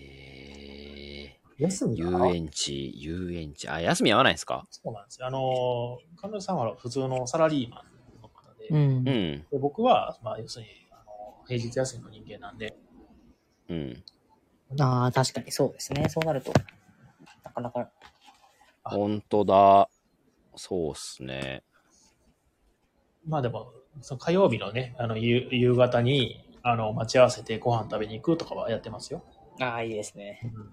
Speaker 3: え
Speaker 1: 休
Speaker 3: ー、
Speaker 1: みか
Speaker 3: 遊園地、遊園地。あ、休み合わないですか
Speaker 1: そうなんですよ。あのー、彼女さんは普通のサラリーマンの方で、
Speaker 2: うん
Speaker 3: う。ん。
Speaker 1: で僕は、まあ、要するに、あの平日休みの人間なんで、
Speaker 3: うん。
Speaker 2: ああ、確かにそうですね。そうなると、なかなか、
Speaker 3: 本当だ。そうっすね。
Speaker 1: まあでも、その火曜日のね、あの夕夕方にあの待ち合わせてご飯食べに行くとかはやってますよ。
Speaker 2: ああ、いいですね。
Speaker 1: うん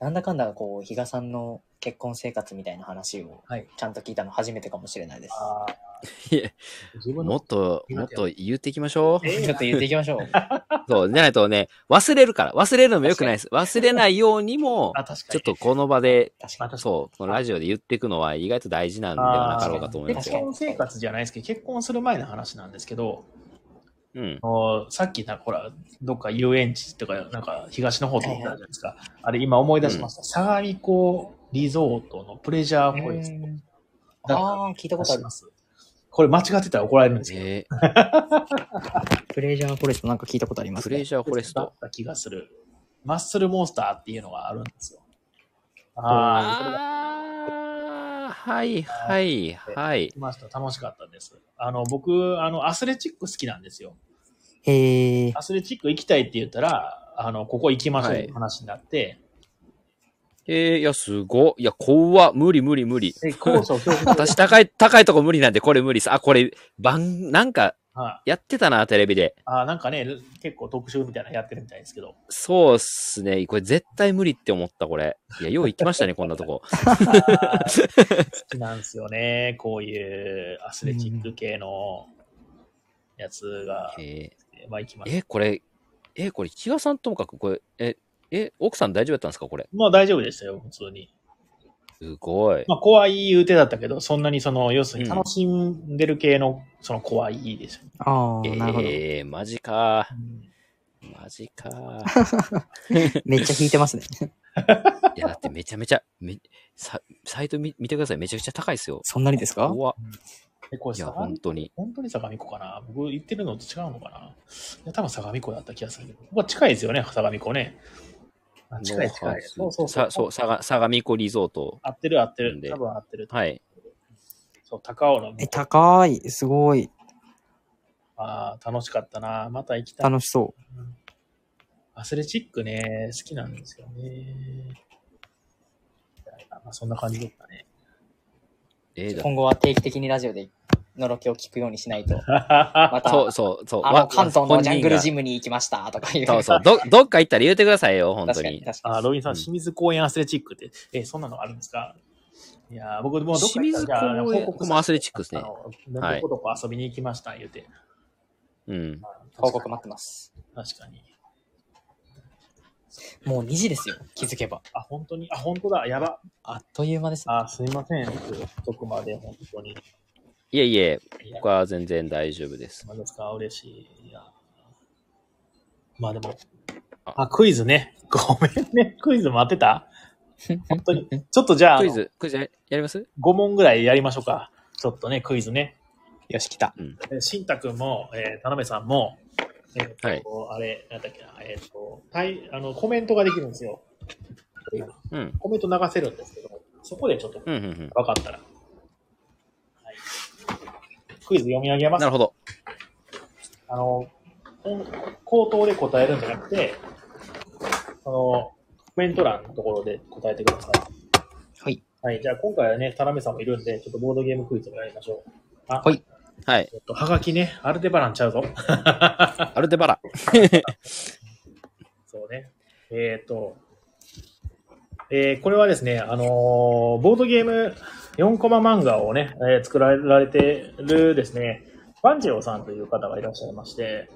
Speaker 2: なんだかんだ、こう、比嘉さんの結婚生活みたいな話を
Speaker 1: はい、
Speaker 2: ちゃんと聞いたの初めてかもしれないです。
Speaker 1: あー
Speaker 3: いえ
Speaker 1: 自分
Speaker 3: も
Speaker 1: の
Speaker 3: っと、もっと言っていきましょう。
Speaker 2: ちょっと言っていき (laughs) ましょう。
Speaker 3: そう、じゃないとね、忘れるから。忘れるのも良くないです。忘れないようにも、
Speaker 1: あ、確か
Speaker 3: ちょ
Speaker 1: に。
Speaker 3: っとこの場で、
Speaker 2: 確か
Speaker 1: ま
Speaker 2: に。
Speaker 1: たそう
Speaker 3: そう、このラジオで言っていくのは意外と大事なんではなかろうかと思います
Speaker 1: 結
Speaker 2: あー
Speaker 3: よ。
Speaker 1: 婚生活じゃないですけど、結婚する前の話なんですけど、
Speaker 3: うん。
Speaker 1: あのさっきな、ほら、どっか遊園地とか、なんか東の方とか言ったじゃないですか。あれ、今思い出しました。相模湖リゾートのプレジャーフォレスト
Speaker 2: うんああ、聞い
Speaker 1: 出
Speaker 2: たことあ
Speaker 1: し
Speaker 2: る
Speaker 1: ま。す。これ間違ってたら怒られるんですけど、
Speaker 3: え
Speaker 2: プレジャーフォレストなんか聞いたことありま
Speaker 3: ー、
Speaker 2: す
Speaker 3: プ
Speaker 2: ね、
Speaker 3: レジャーフォレス
Speaker 1: だ
Speaker 3: ト
Speaker 1: っ。た気がする。マッスルモンスターっていうのがあるんですよ。ああ、これが
Speaker 3: あー、はいはいはい。
Speaker 1: 来ました。楽しかったです。あの、僕、あの、アスレチック好きなんですよ。
Speaker 2: へえ。
Speaker 1: アスレチック行きたいって言ったら、あの、ここ行きましょうっ
Speaker 3: はい
Speaker 1: て話になって、
Speaker 3: えー、いや、すご。いや、怖っ。無理無理無理。
Speaker 1: で、高所恐
Speaker 2: (laughs)
Speaker 1: 怖症
Speaker 3: 私、高い、高いとこ無理なんで、これ無理です。あ、これ、番、なんか、
Speaker 1: はい
Speaker 3: やってたな、テレビで。
Speaker 1: あーなんかね、結構特集みたいなのやってるみたいですけど、
Speaker 3: そうっすね。これ絶対無理って思った、これ。いや、よう行きました
Speaker 2: (laughs)
Speaker 3: ね、こんなとこ。
Speaker 1: あー好きなんですよね。こういうアスレチック系のやつが、
Speaker 3: えー
Speaker 1: まあ行きました。
Speaker 3: え、これ、え、これ、比嘉さんともかく、これ、え、え、奥さん大丈夫だったんですかこれ。
Speaker 1: まあ大丈夫でしたよ、普通に。
Speaker 3: すごい。
Speaker 1: まあ、怖い言うてだったけど、そんなにその、要するに楽しんでる系の、その怖いですよね。
Speaker 2: ああ、なるほど。
Speaker 3: えー、マジか。マジか。
Speaker 2: めっちゃ引いてますね。
Speaker 3: いや、だってめちゃめちゃ、めササイト見見てください。めちゃくちゃ高いですよ。
Speaker 2: そんなにですか
Speaker 3: 怖っ
Speaker 1: え、これ
Speaker 3: いや、
Speaker 1: 相
Speaker 3: 本
Speaker 1: 模、
Speaker 3: 当に。
Speaker 1: 本当に相模湖かな僕言ってるのと違うのかないや、多分相模湖だった気がするけど。ここ近いですよね、相模湖ね。あ近い近い。そうそうそう。
Speaker 3: さそうさが相模湖リゾート。
Speaker 1: 合ってる合って
Speaker 3: なん
Speaker 1: る。
Speaker 3: で
Speaker 1: 多分合ってる。
Speaker 3: はい。
Speaker 1: そう、高尾の
Speaker 2: え、高い。すごい。
Speaker 1: ああ、楽しかったな。また行きたい。
Speaker 2: 楽しそ
Speaker 1: アスレチックね、好きなんですよね。まあ、そんな感じだったね。
Speaker 3: えー
Speaker 2: う。
Speaker 3: だ
Speaker 2: 今後は定期的にラジオでのろけを聞くようにしないと。ま (laughs) た、
Speaker 3: そうそうそう。
Speaker 2: あ
Speaker 3: わ
Speaker 2: の関東のジャングルジ
Speaker 3: 本
Speaker 2: ムに行きましたとかい
Speaker 3: 人
Speaker 2: う。
Speaker 3: がそうそう。ど、 (laughs) どっか行ったら言うてくださいよ、本
Speaker 2: (laughs)
Speaker 3: 当
Speaker 2: 確かに
Speaker 3: に。
Speaker 2: 確
Speaker 1: あ
Speaker 2: か
Speaker 1: ー、
Speaker 2: に。
Speaker 1: ロビンさ
Speaker 3: うん
Speaker 1: ん、清水公園アスレチックって、え、そんなのあるんですかいやー僕もうどっか
Speaker 3: 清
Speaker 1: 行っ
Speaker 3: 水
Speaker 1: たら
Speaker 3: 公
Speaker 1: じゃあ
Speaker 3: 園
Speaker 1: 報告
Speaker 3: もアスレチックです
Speaker 1: あ
Speaker 3: ね。
Speaker 1: の、
Speaker 3: はい
Speaker 1: どこどこ遊びに行きました、言うて。
Speaker 3: うん。
Speaker 1: まあ
Speaker 2: 報告待ってます。
Speaker 1: 確かに。
Speaker 2: もう2時ですよ。気づけば。
Speaker 1: あ、本当に、あ、本当だ、やば。
Speaker 2: あっという間ですね。
Speaker 1: あ、すいません、遅くまで、本当に。
Speaker 3: いえいえ、
Speaker 1: いや
Speaker 3: 僕、は全然大丈夫です。
Speaker 1: まあですか、嬉しい。いやまあでも、
Speaker 3: あ
Speaker 1: あ、クイズね。ごめんね、クイズ待ってた本当に。ちょっとじゃあ、
Speaker 3: クイズ、クイズややります
Speaker 1: 5問ぐらいやりましょうか。ちょっとね、クイズね。
Speaker 2: よし、来た。
Speaker 1: えー、しんたくんも、えー、田辺さんも、えーと
Speaker 3: はい
Speaker 1: あれ、なんだっけな、えっ、と、たいあの、コメントができるんですよ。
Speaker 3: うん。
Speaker 1: コメント流せるんですけど、そこでちょっと
Speaker 3: うん、うん、うん。
Speaker 1: 分かったら。はい、クイズ読み上げま
Speaker 3: な
Speaker 1: す
Speaker 3: る。ほど。
Speaker 1: あの、こん口頭で答えるんじゃなくて、その、コメント欄のところで答えてください。
Speaker 2: はい。
Speaker 1: はい、じゃあ今回はね、田辺さんもいるんで、ちょっとボードゲームクイズをやりましょう。あ、
Speaker 2: はい
Speaker 3: はい。
Speaker 1: えっと、はがきね、アルデバランちゃうぞ。
Speaker 3: アルデバラ。
Speaker 1: そうね。えっ、と、えーこれはですね、あのーボードゲーム4コマ漫画をね、えー作られてるですね、バンジローさんという方がいらっしゃいまして、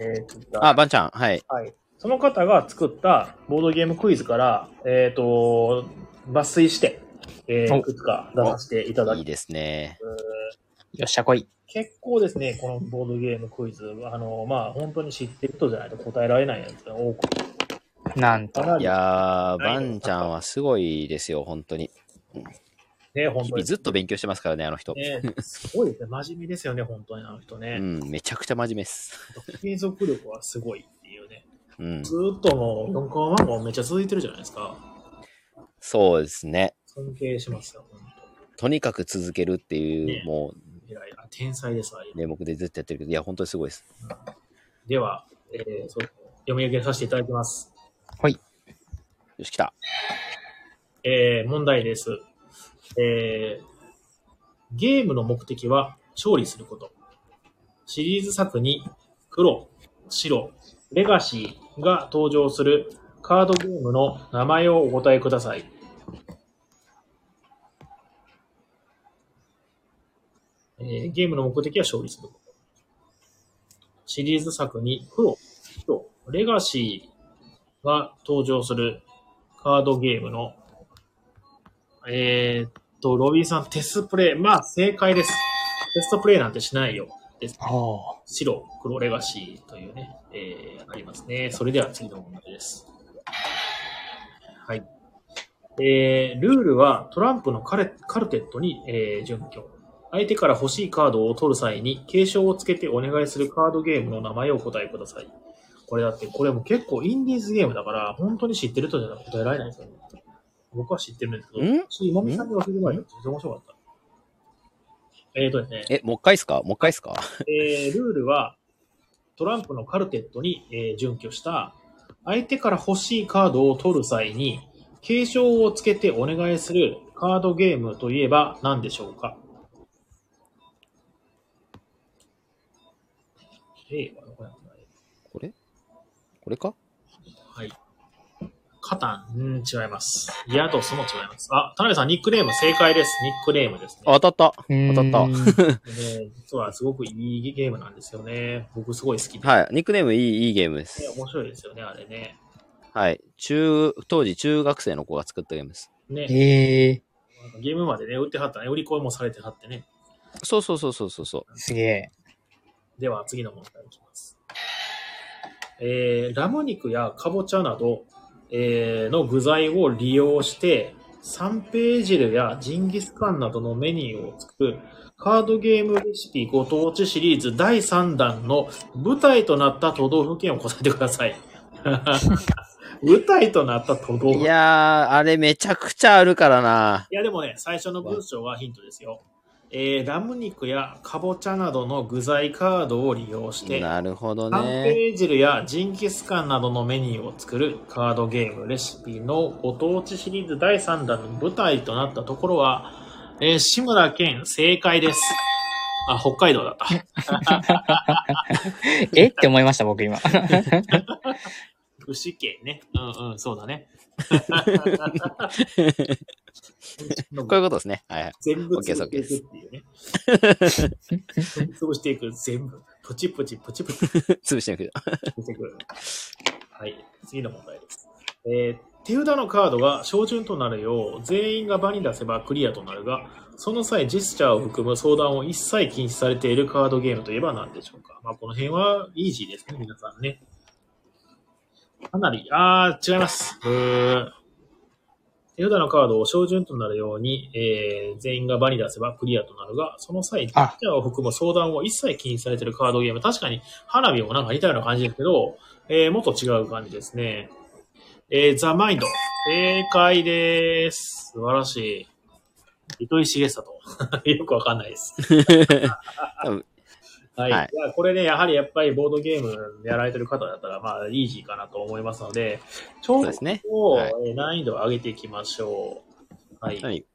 Speaker 1: えー Twitter
Speaker 3: あ、バンちゃん。はい。
Speaker 1: はい、その方が作ったボードゲームクイズから、えっ、と、抜粋して、えー
Speaker 2: お
Speaker 1: いくつか出させていただ
Speaker 3: いい
Speaker 1: き
Speaker 3: ですね。
Speaker 1: ます。
Speaker 2: よっしゃ、来い。
Speaker 1: 結構ですね、このボードゲームクイズ、あの、まあ、本当に知ってる人じゃないと答えられないやつが多くて
Speaker 2: なん
Speaker 1: か
Speaker 2: と。
Speaker 1: なり
Speaker 3: いやー、バンちゃんはすごいですよ、本当に。
Speaker 1: ね、本
Speaker 3: 日
Speaker 1: 当
Speaker 3: 々
Speaker 1: に。
Speaker 3: ずっと勉強してますからね、あの人。
Speaker 1: ね、すごいですね。真面目ですよね、本当にあの人
Speaker 3: う
Speaker 1: ね。 (laughs)
Speaker 3: ん、めちゃくちゃ真面目です。
Speaker 1: 継続力はすごいっていうね。
Speaker 3: うん
Speaker 1: ず。ーっともう4コマ漫画もめっちゃ続いてるじゃないですか。
Speaker 3: そうですね。
Speaker 1: 尊敬しますよ、本
Speaker 3: とにかく続けるっていう、
Speaker 1: ね
Speaker 3: も
Speaker 1: 当。偉いな。天才です、ああいう
Speaker 3: う、名目でずっとやってるけど、いや、本当にすごいです。
Speaker 1: では、えーそう読み上げさせていただきます。
Speaker 2: はい。
Speaker 3: よし、来た。
Speaker 1: えー問題です、えーゲームの目的は勝利すること。シリーズ作に黒、白、レガシーが登場するカードゲームの名前をお答えください。えーゲームの目的は勝利すること。シリーズ作に黒、白、レガシーが登場するカードゲームの、えーっと、ロビンさん、テストプレイ。まあ、正解です。テストプレイなんてしないよ。です
Speaker 2: ああ。
Speaker 1: 白、黒レガシーというね、えーありますね。それでは次の問題です。はい。えールールはトランプのカレカルテットに、えー準拠。相手から欲しいカードを取る際に継承をつけてお願いするカードゲームの名前をお答えください。これだって、これも結構インディーズゲームだから、本当に知ってるとじゃなくて答えられないですよね。僕は知ってるんですけど、
Speaker 3: ん
Speaker 1: しもみさんに教えてもらえよ。全然面白かった。えーとですね、
Speaker 3: え、もう一回っすかもう一回っすか
Speaker 1: えールールは、トランプのカルテットに、えー準拠した、相手から欲しいカードを取る際に、継承をつけてお願いするカードゲームといえば何でしょうか ?A はどこやった
Speaker 3: これこれか
Speaker 1: はい。カタン、うん、違います。ヤドスも違います。あ、田辺さん、ニックネーム正解です。ニックネームですね。
Speaker 3: あ当たった。
Speaker 2: 当
Speaker 3: 当
Speaker 2: たった。
Speaker 1: ね実はすごくいいゲームなんですよね。僕すごい好きで。
Speaker 3: はい。ニックネームいい、いいゲームで
Speaker 1: ね
Speaker 3: す。
Speaker 1: 面白いですよね、あれね。
Speaker 3: はい。中、当時中学生の子が作ったゲームです。
Speaker 1: ね、
Speaker 2: (laughs) ええ
Speaker 1: なんかゲームまでね、売ってはったね、売り声もされてはってね。
Speaker 3: そうそうそうそうそうそ
Speaker 2: すげえ。
Speaker 1: では、次の問題いきます。えー、ラム肉やかぼちゃなど、えーの具材を利用して、三平汁やジンギスカンなどのメニューを作るカードゲームレシピご当地シリーズ第3弾の舞台となった都道府県を答えてください。 (laughs) 舞台となった都道
Speaker 3: う。
Speaker 1: 府
Speaker 3: い
Speaker 1: 県。い
Speaker 3: やー、あれめちゃくちゃあるからな。
Speaker 1: や、でもね、最初の文章はヒントですよ。えー、ラム肉やかぼちゃなどの具材カードを利用して、
Speaker 3: なるほど
Speaker 1: 三
Speaker 3: ね。
Speaker 1: 平汁やジンギスカンなどのメニューを作るカードゲームレシピのご当地シリーズ第3弾の舞台となったところは、えー志村けん正解です。あ、北海道だ
Speaker 3: (laughs)
Speaker 1: った。
Speaker 2: えって思いました、僕 (laughs) 今。
Speaker 1: 福祉県ね。うんうん、そうだ
Speaker 3: (laughs)
Speaker 1: ね。 (laughs)
Speaker 3: こういうことですね。はいはい。
Speaker 1: 全部
Speaker 3: オッケー
Speaker 1: 潰していくっていうね。潰していく、全部。プチプチ、プチプチ。
Speaker 3: 潰してみる。
Speaker 1: 出てくる。はい、次の問題です。えー手札のカードが照準となるよう、全員が場に出せばクリアとなるが、その際ジェスチャーを含む相談を一切禁止されているカードゲームといえば何でしょうかまあ、この辺はイージーですね、皆さんね。かなり、あー、違います。うー手札のカードを照準となるように、えー全員が場に出せばクリアとなるが、その際、ジェスチャーを含む相談を一切禁止されているカードゲーム。確かに、花火もなんか似たような感じですけど、えー、もっと違う感じですね。えー、ザ・マインド。正解です。素晴らしい。糸井重里。 (laughs) よくわかんない
Speaker 3: (laughs)
Speaker 1: です。
Speaker 3: 分
Speaker 1: はい。
Speaker 3: はい
Speaker 1: じゃあこれね、やはりやっぱりボードゲームやられてる方だったら、まあ、イージーかなと思いますので、ちょ
Speaker 3: そう
Speaker 1: っ
Speaker 3: ですね。
Speaker 1: と、
Speaker 3: はい
Speaker 1: えー難易度を上げていきましょう。はい。
Speaker 3: はい。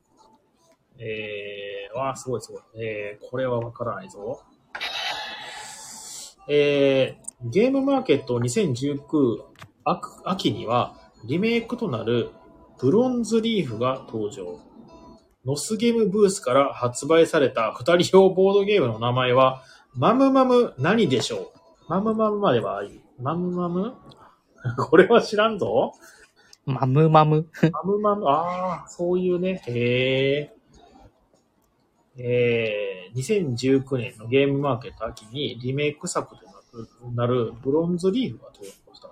Speaker 1: えー、わあ、すごいすごい。えー、これはわからないぞ。えー、ゲームマーケット2019秋秋にはリメイクとなるブロンズリーフが登場。ノスゲームブースから発売された二人用ボードゲームの名前は、マムマム何でしょうマムマムまではいい。マムマム (laughs) これは知らんぞ。
Speaker 2: マムマム。
Speaker 1: マムマム、ああ、そういうね。へえ。えー、2019年のゲームマーケット秋にリメイク作となるブロンズリーフが登場した。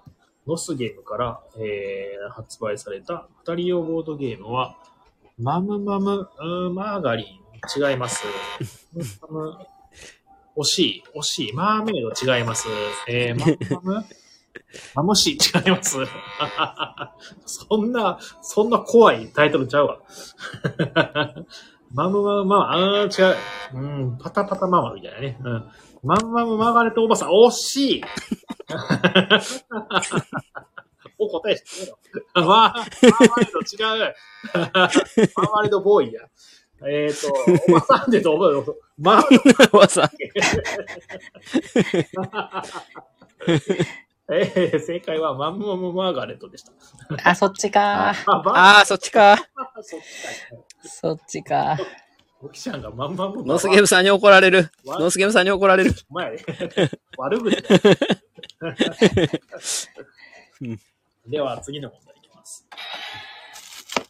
Speaker 1: ノスゲームから、えー発売された二人用ボードゲームは、マムマム、うーマーガリン、違います。マムマム惜しい、惜しい。マーメイド違います。えー、マムマムマムシ違います。 (laughs) そんな、そんな怖いタイトルちゃうわ。 (laughs) マムマムママ、あー違う。うん、パタパタママみたいなね。うん。マムマムマーガレットおばさん、惜しい (laughs) お答えしてねえの。マーマーマ (laughs) レード違う。マーマレードボーイや。えっ、ー、と、おばさんでと、おば (laughs) マーマレー
Speaker 3: わさ
Speaker 1: ドえー正解はマムマムマーガレットでした。
Speaker 2: あ、そっちか。
Speaker 1: あ、バ
Speaker 3: ああ、そっちか。
Speaker 1: ーそっちか。
Speaker 2: そっちか。
Speaker 1: おきちゃんがまんまんまん
Speaker 3: ノースゲームさんに怒られる。
Speaker 1: わ
Speaker 3: ノースゲームさんに怒られる。
Speaker 1: お前、悪口だ
Speaker 3: うん。
Speaker 1: では、次の問題いきます。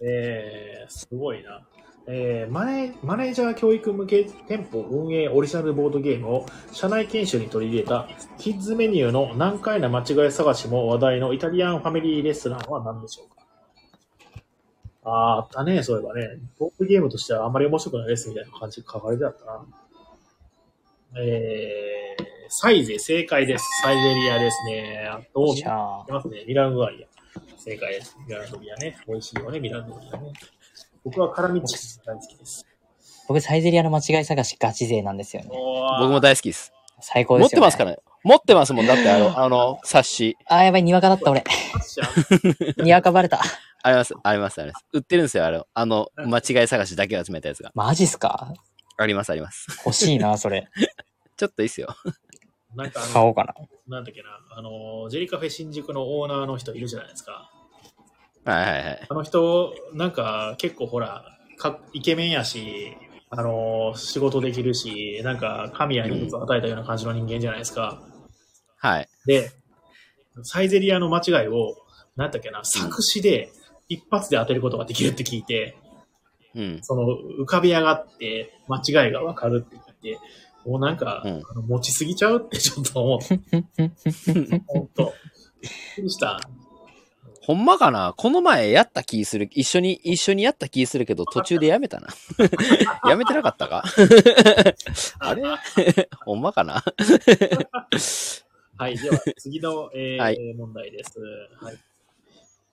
Speaker 1: えー、すごいな。えーマネマネージャー教育向け店舗運営オリジナルボードゲームを社内研修に取り入れたキッズメニューの難解な間違い探しも話題のイタリアンファミリーレストランは何でしょうかあーあったね、そういえばね。ボードゲームとしてはあんまり面白くないですみたいな感じ書かれてあったな。えー、サイゼ正解です。サイゼリアですね。あと、
Speaker 2: じ
Speaker 1: 合
Speaker 2: ゃあ
Speaker 1: っ、てますね。ミラングアリア。正解です。ミラングアリアね。美味しいよね、ミラングアリアね。僕は辛味チキンが大好きです。
Speaker 2: 僕サイゼリアの間違い探しガチ勢なんですよね。
Speaker 1: 僕
Speaker 3: 僕も大好きです。
Speaker 2: 最高
Speaker 3: 持
Speaker 2: で
Speaker 3: っ
Speaker 2: す
Speaker 3: て
Speaker 2: よ、ね。
Speaker 3: ますからね。持ってますもん。だって、あの、あの、冊子。
Speaker 2: あ、やばい、にわかだ (laughs) った俺。にわかバレた。
Speaker 3: あります、あります、あります。売ってるんですよ、あれ。あの、間違い探しだけを集めたやつが。
Speaker 2: マジっすか
Speaker 3: あります、あります。 (laughs)
Speaker 2: 欲しいな、それ。
Speaker 3: ちょっといいっすよ。
Speaker 1: なんかあ
Speaker 2: 買
Speaker 1: の、
Speaker 2: おうかな。
Speaker 1: なんだっけな、あの、ジェリカフェ新宿のオーナーの人いるじゃないですか。
Speaker 3: はいはいはい。
Speaker 1: あの人、なんか結構ほら、かイケメンやし、あの、仕事できるし、なんか神谷に物を与えたような感じの人間じゃないですか。
Speaker 3: はい。
Speaker 1: で、サイゼリアの間違いを、なんだっけな、作詞で一発で当てることができるって聞いて、
Speaker 3: うん。
Speaker 1: その浮かび上がって間違いがわかるって言って、もうなんか、
Speaker 3: うん
Speaker 1: あの持ちすぎちゃうってちょっと思
Speaker 3: (laughs)
Speaker 1: って、ほんと。びっくりした。
Speaker 3: ほんまかなこの前やった気する。一緒に、一緒にやった気するけど、途中でやめ
Speaker 1: (laughs)
Speaker 3: たな。やめてなかったかあれほんまかな
Speaker 1: はい、では次の、えー
Speaker 3: は
Speaker 1: 問題です。はい。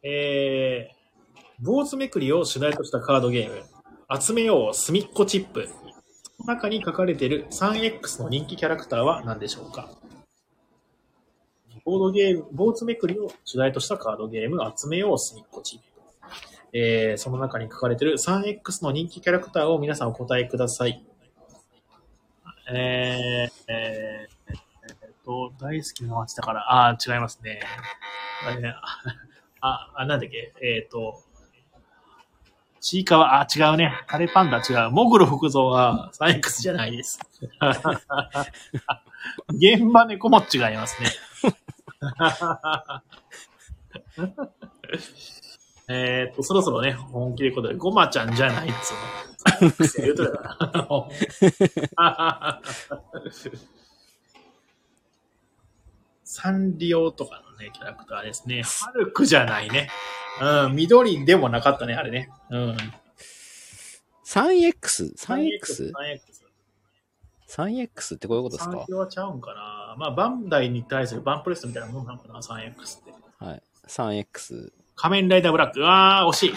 Speaker 1: えー、坊主めくりを主題としたカードゲーム、集めようすみっこチップ。その中に書かれている 3X の人気キャラクターは何でしょうかボードゲーム、坊主めくりを主題としたカードゲーム、集めようすみっこチップ。えー、その中に書かれている 3X の人気キャラクターを皆さんお答えください。えー、えー、えっと、大好きな街だから、ああー、違いますね。あれね、あ、あなんだっけ、えっ、と、ちいかわ、あ、違うね。カレーパンダ違う。もぐろ福蔵はサイクスじゃないです。現場猫も違いますね。えっと、そろそろね、本気でことで、ごまちゃんじゃないっつうの。言うとるからなサンリオとかのね、キャラクターですね。ハルクじゃないね。うん、緑でもなかったね、あれね。うん。
Speaker 3: 3X?3X?3X ってこういうことです
Speaker 1: サン
Speaker 3: か
Speaker 1: リオはちゃうんかな。まあ、バンダイに対するバンプレストみたいなもんなのかな、3X って。
Speaker 3: はい。3X。
Speaker 1: 仮面ライダーブラック。ああ、惜しい。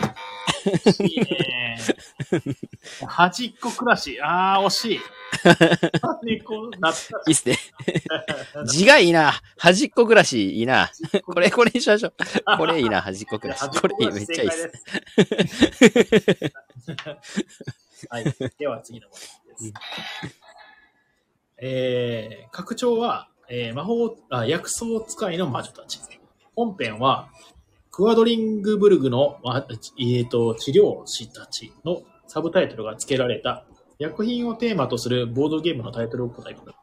Speaker 1: 惜しい
Speaker 3: (laughs)
Speaker 1: ね。端っこ暮らし。ああ、惜しい。
Speaker 3: (laughs)
Speaker 1: 猫、懐かしい
Speaker 3: いいっすね。 (laughs) 字がいいな。端っこ暮らしいいな。これ、これにしましょう。これいいな、端っこ暮らし。これめっちゃいいっす。 (laughs)
Speaker 1: はい。では次の問題です。えー、拡張は、えー魔法あ、薬草使いの魔女たち。本編は、クワドリングブルグの、まえー、と治療師たちのサブタイトルが付けられた薬品をテーマとするボードゲームのタイトルを答えくださ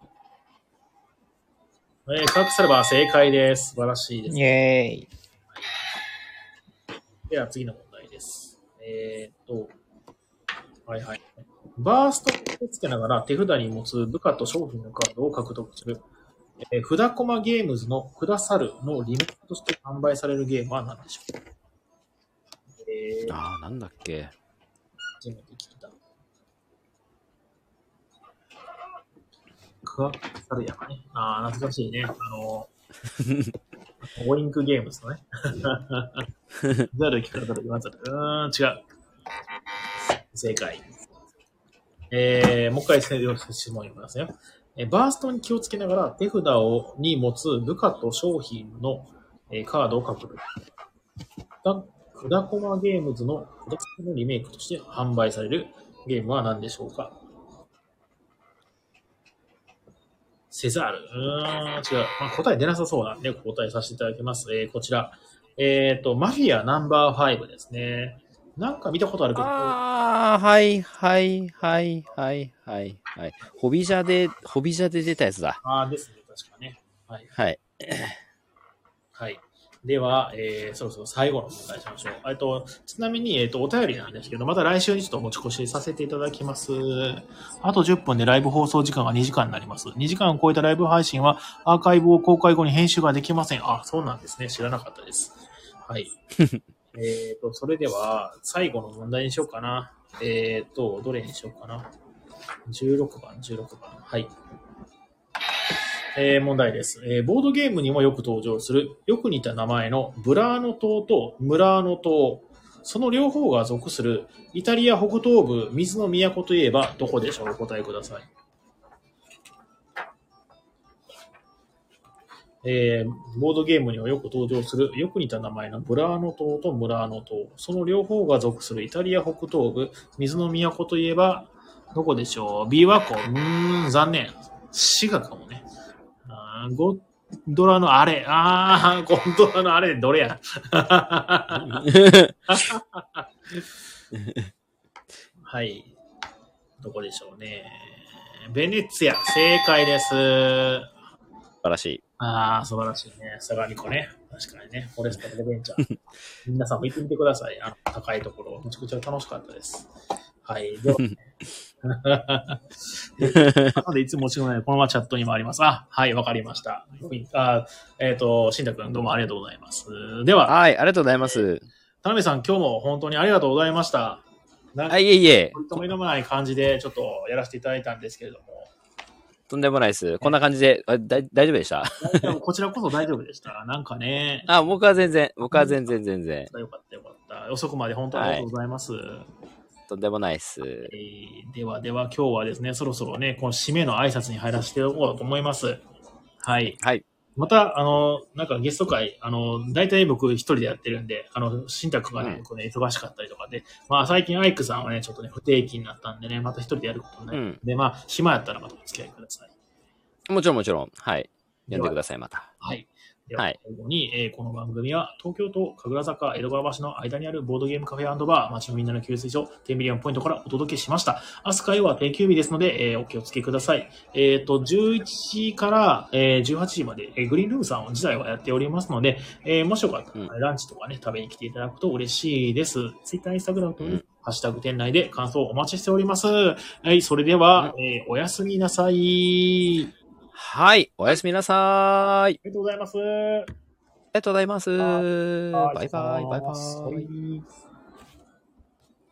Speaker 1: い。えー、科学サルバー正解です。素晴らしいです
Speaker 2: イ。ェーイ。
Speaker 1: では次の問題です。えーっと、はいはい。バーストを受け付けながら手札に持つ部下と商品のカードを獲得する、えー、札駒ゲームズのくださるのリメイクとして販売されるゲームは何でしょうえー、
Speaker 3: ああ、なんだっけ。
Speaker 1: 初めて聞いた。クワッサルやかね。ああ、懐かしいね。あの、ウインクゲームズのね。 (laughs) ザル聞かれたら言わざる。うーん、違う。正解。えー、もう一回整理を質問を読みますね。えーバーストに気をつけながら手札をに持つ部下と商品の、えーカードをかぶる。だくだこまゲームズのくだこまのリメイクとして販売されるゲームは何でしょうかセザール。うーん、違う。まあ、答え出なさそうなんで、答えさせていただきます。えー、こちら。えっ、と、マフィアナンバー5ですね。なんか見たことあるけど、
Speaker 3: ああ、はい、はい、はい、はい、はい、はい。ホビジャで、ホビジャで出たやつだ。
Speaker 1: あーですね、確かね。はい。
Speaker 3: はい。
Speaker 1: はい。では、えー、そろそろ最後の問題しましょう。えっと、ちなみに、えっと、お便りなんですけど、また来週にちょっと持ち越しさせていただきます。あと10分でライブ放送時間が2時間になります。2時間を超えたライブ配信はアーカイブを公開後に編集ができません。あ、そうなんですね。知らなかったです。はい。えっと、それでは、最後の問題にしようかな。えっ、と、どれにしようかな。16番、16番。はい。えー問題です、えーボードゲームにもよく登場する、よく似た名前のブラーノ島とムラーノ島。その両方が属するイタリア北東部水の都といえばどこでしょうお答えください。えーボードゲームにもよく登場する、よく似た名前のブラーノ島とムラーノ島。その両方が属するイタリア北東部水の都といえばどこでしょう ?B 和湖。うーん、残念。滋賀かもね。あーゴンドラのあれ。ああ、ゴンドラのあれ、どれや。はい。どこでしょうね。ベネツィア、正解です。
Speaker 3: 素晴らしい。
Speaker 1: ああ、素晴らしいね。サガニコね。確かにね。フォレストアドベンチャー。皆さんも行ってみてください。あの高いところ。めちゃくちゃ楽しかったです。はい。では、なので、いつもお仕事ないこのままチャットにもあります。あ、はい、わかりました。あえっ、と、新宅君、どうもありがとうございます。では、
Speaker 3: はい、ありがとうございます。
Speaker 1: 田辺さん、今日も本当にありがとうございました。なんか
Speaker 3: あ、いえいえ、
Speaker 1: ともいのもない感じで、ちょっとやらせていただいたんですけれども、
Speaker 3: とんでもないです。こんな感じで、あだい大丈夫でした
Speaker 1: でもこちらこそ大丈夫でした。なんかね、
Speaker 3: あ、僕は全然、僕は全然全然、
Speaker 1: よかったよかった。遅くまで本当にありがとうございます。
Speaker 3: とんでもないです。
Speaker 1: えーではでは、今日はですね、そろそろね、この締めの挨拶に入らせておこうと思います。はい。
Speaker 3: はい。
Speaker 1: また、あの、なんかゲスト会、あの、大体僕一人でやってるんで、あの、新宅がね、
Speaker 3: うん
Speaker 1: 僕ね、忙しかったりとかで、まあ最近アイクさんはね、ちょっとね、不定期になったんでね、また一人でやることになるんで、まあ、暇やったらまたお付き合いください。
Speaker 3: もちろんもちろん。はい。呼んでください、また。
Speaker 1: はい。では、
Speaker 3: はい
Speaker 1: 最後に、えーこの番組は、東京と神楽坂、江戸川橋の間にあるボードゲームカフェバー、街のみんなの給水所、テンビリオンポイントからお届けしました。明日火曜は定休日ですので、えーお気をつけください。えっ、と、11時から、えー18時まで、えーグリーンルームさん自体はやっておりますので、えーもしよかったら、
Speaker 3: う
Speaker 1: ランチとかね、食べに来ていただくと嬉しいです。ツイッター、インスタグラムと、
Speaker 3: うん
Speaker 1: ハッシュタグ店内で感想をお待ちしております。はい、それでは、えーおやすみなさい。
Speaker 3: はい。おやすみなさーい。
Speaker 1: ありがとうございます。
Speaker 3: 啊ありがとうございます。バイバイ、バイバ
Speaker 1: バイバ
Speaker 3: イ。
Speaker 1: イ。